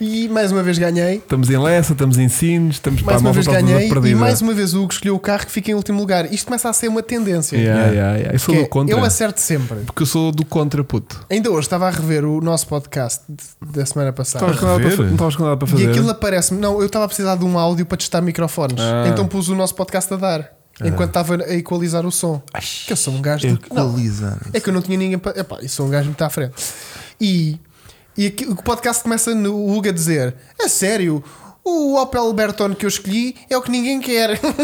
E mais uma vez ganhei. Estamos em Lessa, estamos em Sines, estamos Mais para uma a malta vez está toda ganhei. perdida. E mais uma vez o Hugo escolheu o carro que fica em último lugar. Isto começa a ser uma tendência. Yeah, yeah, yeah. Eu sou Que é, do contra. Eu acerto sempre. Porque eu sou do contra, puto. Ainda hoje estava a rever o nosso podcast de- da semana Estavas passada. com nada rever? para fa- Não estavas com nada para Tá. E fazer. aquilo aparece-me. Não, eu estava a precisar de um áudio para testar microfones. Ah. Então pus o nosso podcast a dar. Enquanto estava a equalizar o som. Que eu sou um gajo do. Não, Equalizar. É que eu não tinha ninguém para. Epá, isso é um gajo muito à frente. E, e aqui- o podcast começa no Hugo a dizer: A sério, o Opel Bertone que eu escolhi é o que ninguém quer. Tá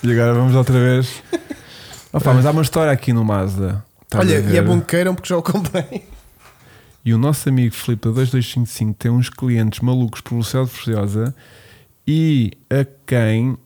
E agora vamos outra vez. Opa, mas há uma história aqui no Mazda. Estás Olha, a ver? e é bom que queiram porque já o comprei. E o nosso amigo Filipe da 2255 tem uns clientes malucos por um velocidade Furiosa e a quem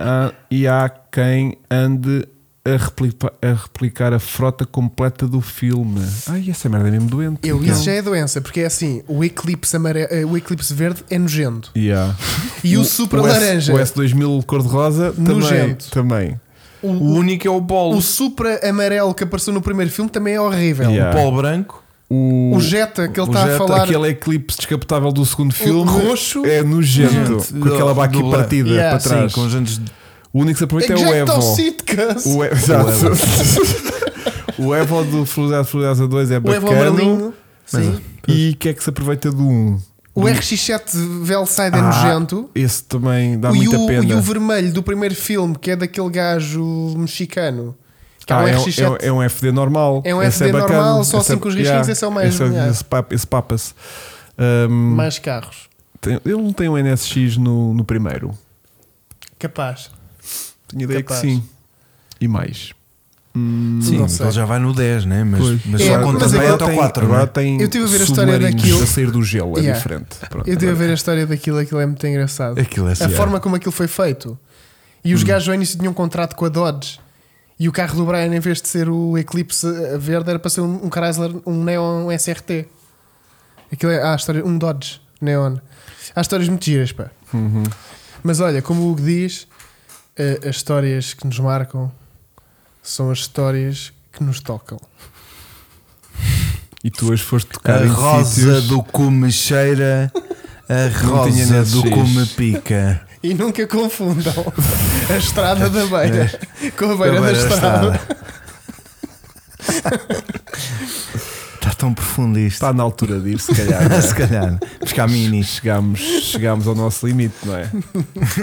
a- e há quem ande a replica- a replicar a, frota completa do filme. Ai, essa merda é mesmo doente. Eu, Então. isso já é doença, porque é assim: o eclipse, amare... eh, o eclipse verde é nojento. Yeah. E o, super S- laranja, O S2000 cor-de-rosa também, Nojento. também. O único é o o, bolo. supra amarelo que apareceu no primeiro filme também é horrível. Yeah. O pó branco. O, O Jetta que ele O está a Jetta, falar. Aquele eclipse descapotável do segundo filme roxo. é nojento, Gente, com aquela do- baqui do- partida Yeah. para trás. Sim, com os anos de- O único que se aproveita é, o Ejecta Evo. o Sitcas. O, e... Exato. o Evo do Fluminense Fluminense 2 é O Evo bacana. amarelinho. Sim. E o que é que se aproveita do 1? O RX7 Velside é hum. Ah, nojento. Esse também dá e, muita o, pena. e o vermelho do primeiro filme, que é daquele gajo mexicano, que Ah, é é, um um- RX7. é um- é um FD normal. É um Esse FD bacana. normal, só Esse assim com os risquinhos, esse é o mais Esse, melhor. esse pap- esse papa-se. Ahm, Mais carros. tem- ele não tem um NSX no, no primeiro. Capaz. Tenho ideia Capaz. que sim. E mais. Hum, Sim, Não mas sei. ele já vai no 10, né? Mas, Pois. mas É, só mas contas agora bem até tem- o 4. agora Né? tem Eu estive a ver a história submarinos daquilo. a sair do gelo, é Yeah. diferente. Pronto, Eu devo agora- ver a história daquilo, aquilo é muito engraçado. Aquilo é a assim, forma como aquilo foi feito. E os gajos ao início tinham um contrato com a Dodge. E o carro do Brian, em vez de ser o Eclipse verde, era para ser um, um Chrysler, um Neon SRT. Aquilo é, há a história, um Dodge Neon. Há histórias muito giras, pá. Uhum. Mas olha, como o Hugo diz, eh, as histórias que nos marcam são as histórias que nos tocam. E tu hoje foste A tocar em rosa sítios- do cume cheira, a tinha rosa nesses. do cume pica. E nunca confundam a estrada da beira com a beira Agora da a estrada. Está Tá tão profundo isto. Está na altura de ir, se calhar. Se calhar. Ficar mini. Chegámos, chegámos ao nosso limite, não é?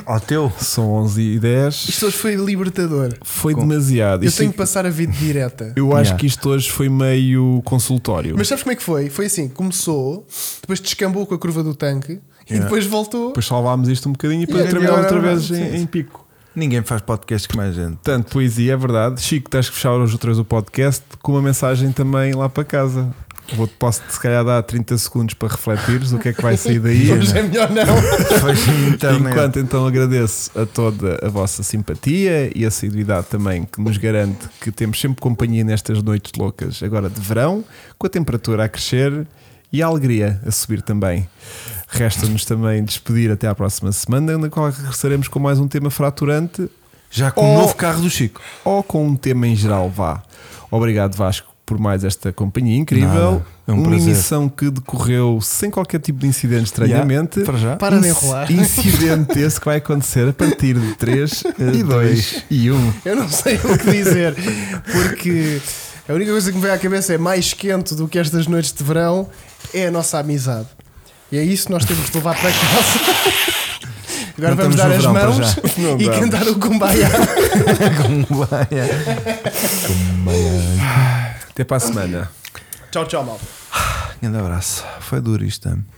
Ó teu. São 11 e 10 Isto hoje foi libertador. Foi demasiado. Eu Isto- tenho que passar a vida direta. eu acho Yeah. que isto hoje foi meio consultório. Mas sabes como é que foi? Foi assim: começou, depois descambou com a curva do tanque e Yeah. depois voltou. Depois salvámos isto um bocadinho e depois Yeah, terminámos outra agora- vez sim, em, sim. em pico. Ninguém faz podcast com mais gente. Portanto, poesia é verdade. Chico, tens que fechar hoje outra vez o podcast com uma mensagem também lá para casa. Vou-te posso se calhar dar 30 segundos para refletires o que é que vai sair daí. né? Hoje é melhor não. Faz internet. Enquanto então agradeço a toda a vossa simpatia e assiduidade também que nos garante que temos sempre companhia nestas noites loucas, agora de verão, com a temperatura a crescer e a alegria a subir também. Resta-nos também despedir até à próxima semana, na qual regressaremos com mais um tema fraturante Já com Oh. o novo carro do Chico. ou com um tema em geral, vá. Obrigado Vasco por mais esta companhia incrível. Nada. É um uma prazer. emissão que decorreu sem qualquer tipo de incidente, estranhamente. Para já. Para de Inci- enrolar. Incidente esse que vai acontecer a partir de 3 e 2 e 1. Eu não sei o que dizer, porque a única coisa que me veio à cabeça é mais quente do que estas noites de verão é a nossa amizade. E é isso que nós temos de levar para casa. Agora Não estamos vamos dar no as verão para mãos já. Não e dá. cantar o Kumbaya. Como vai? Como Até para a semana. Tchau, tchau, malta. vai? Grande abraço. Foi duro isto. hein?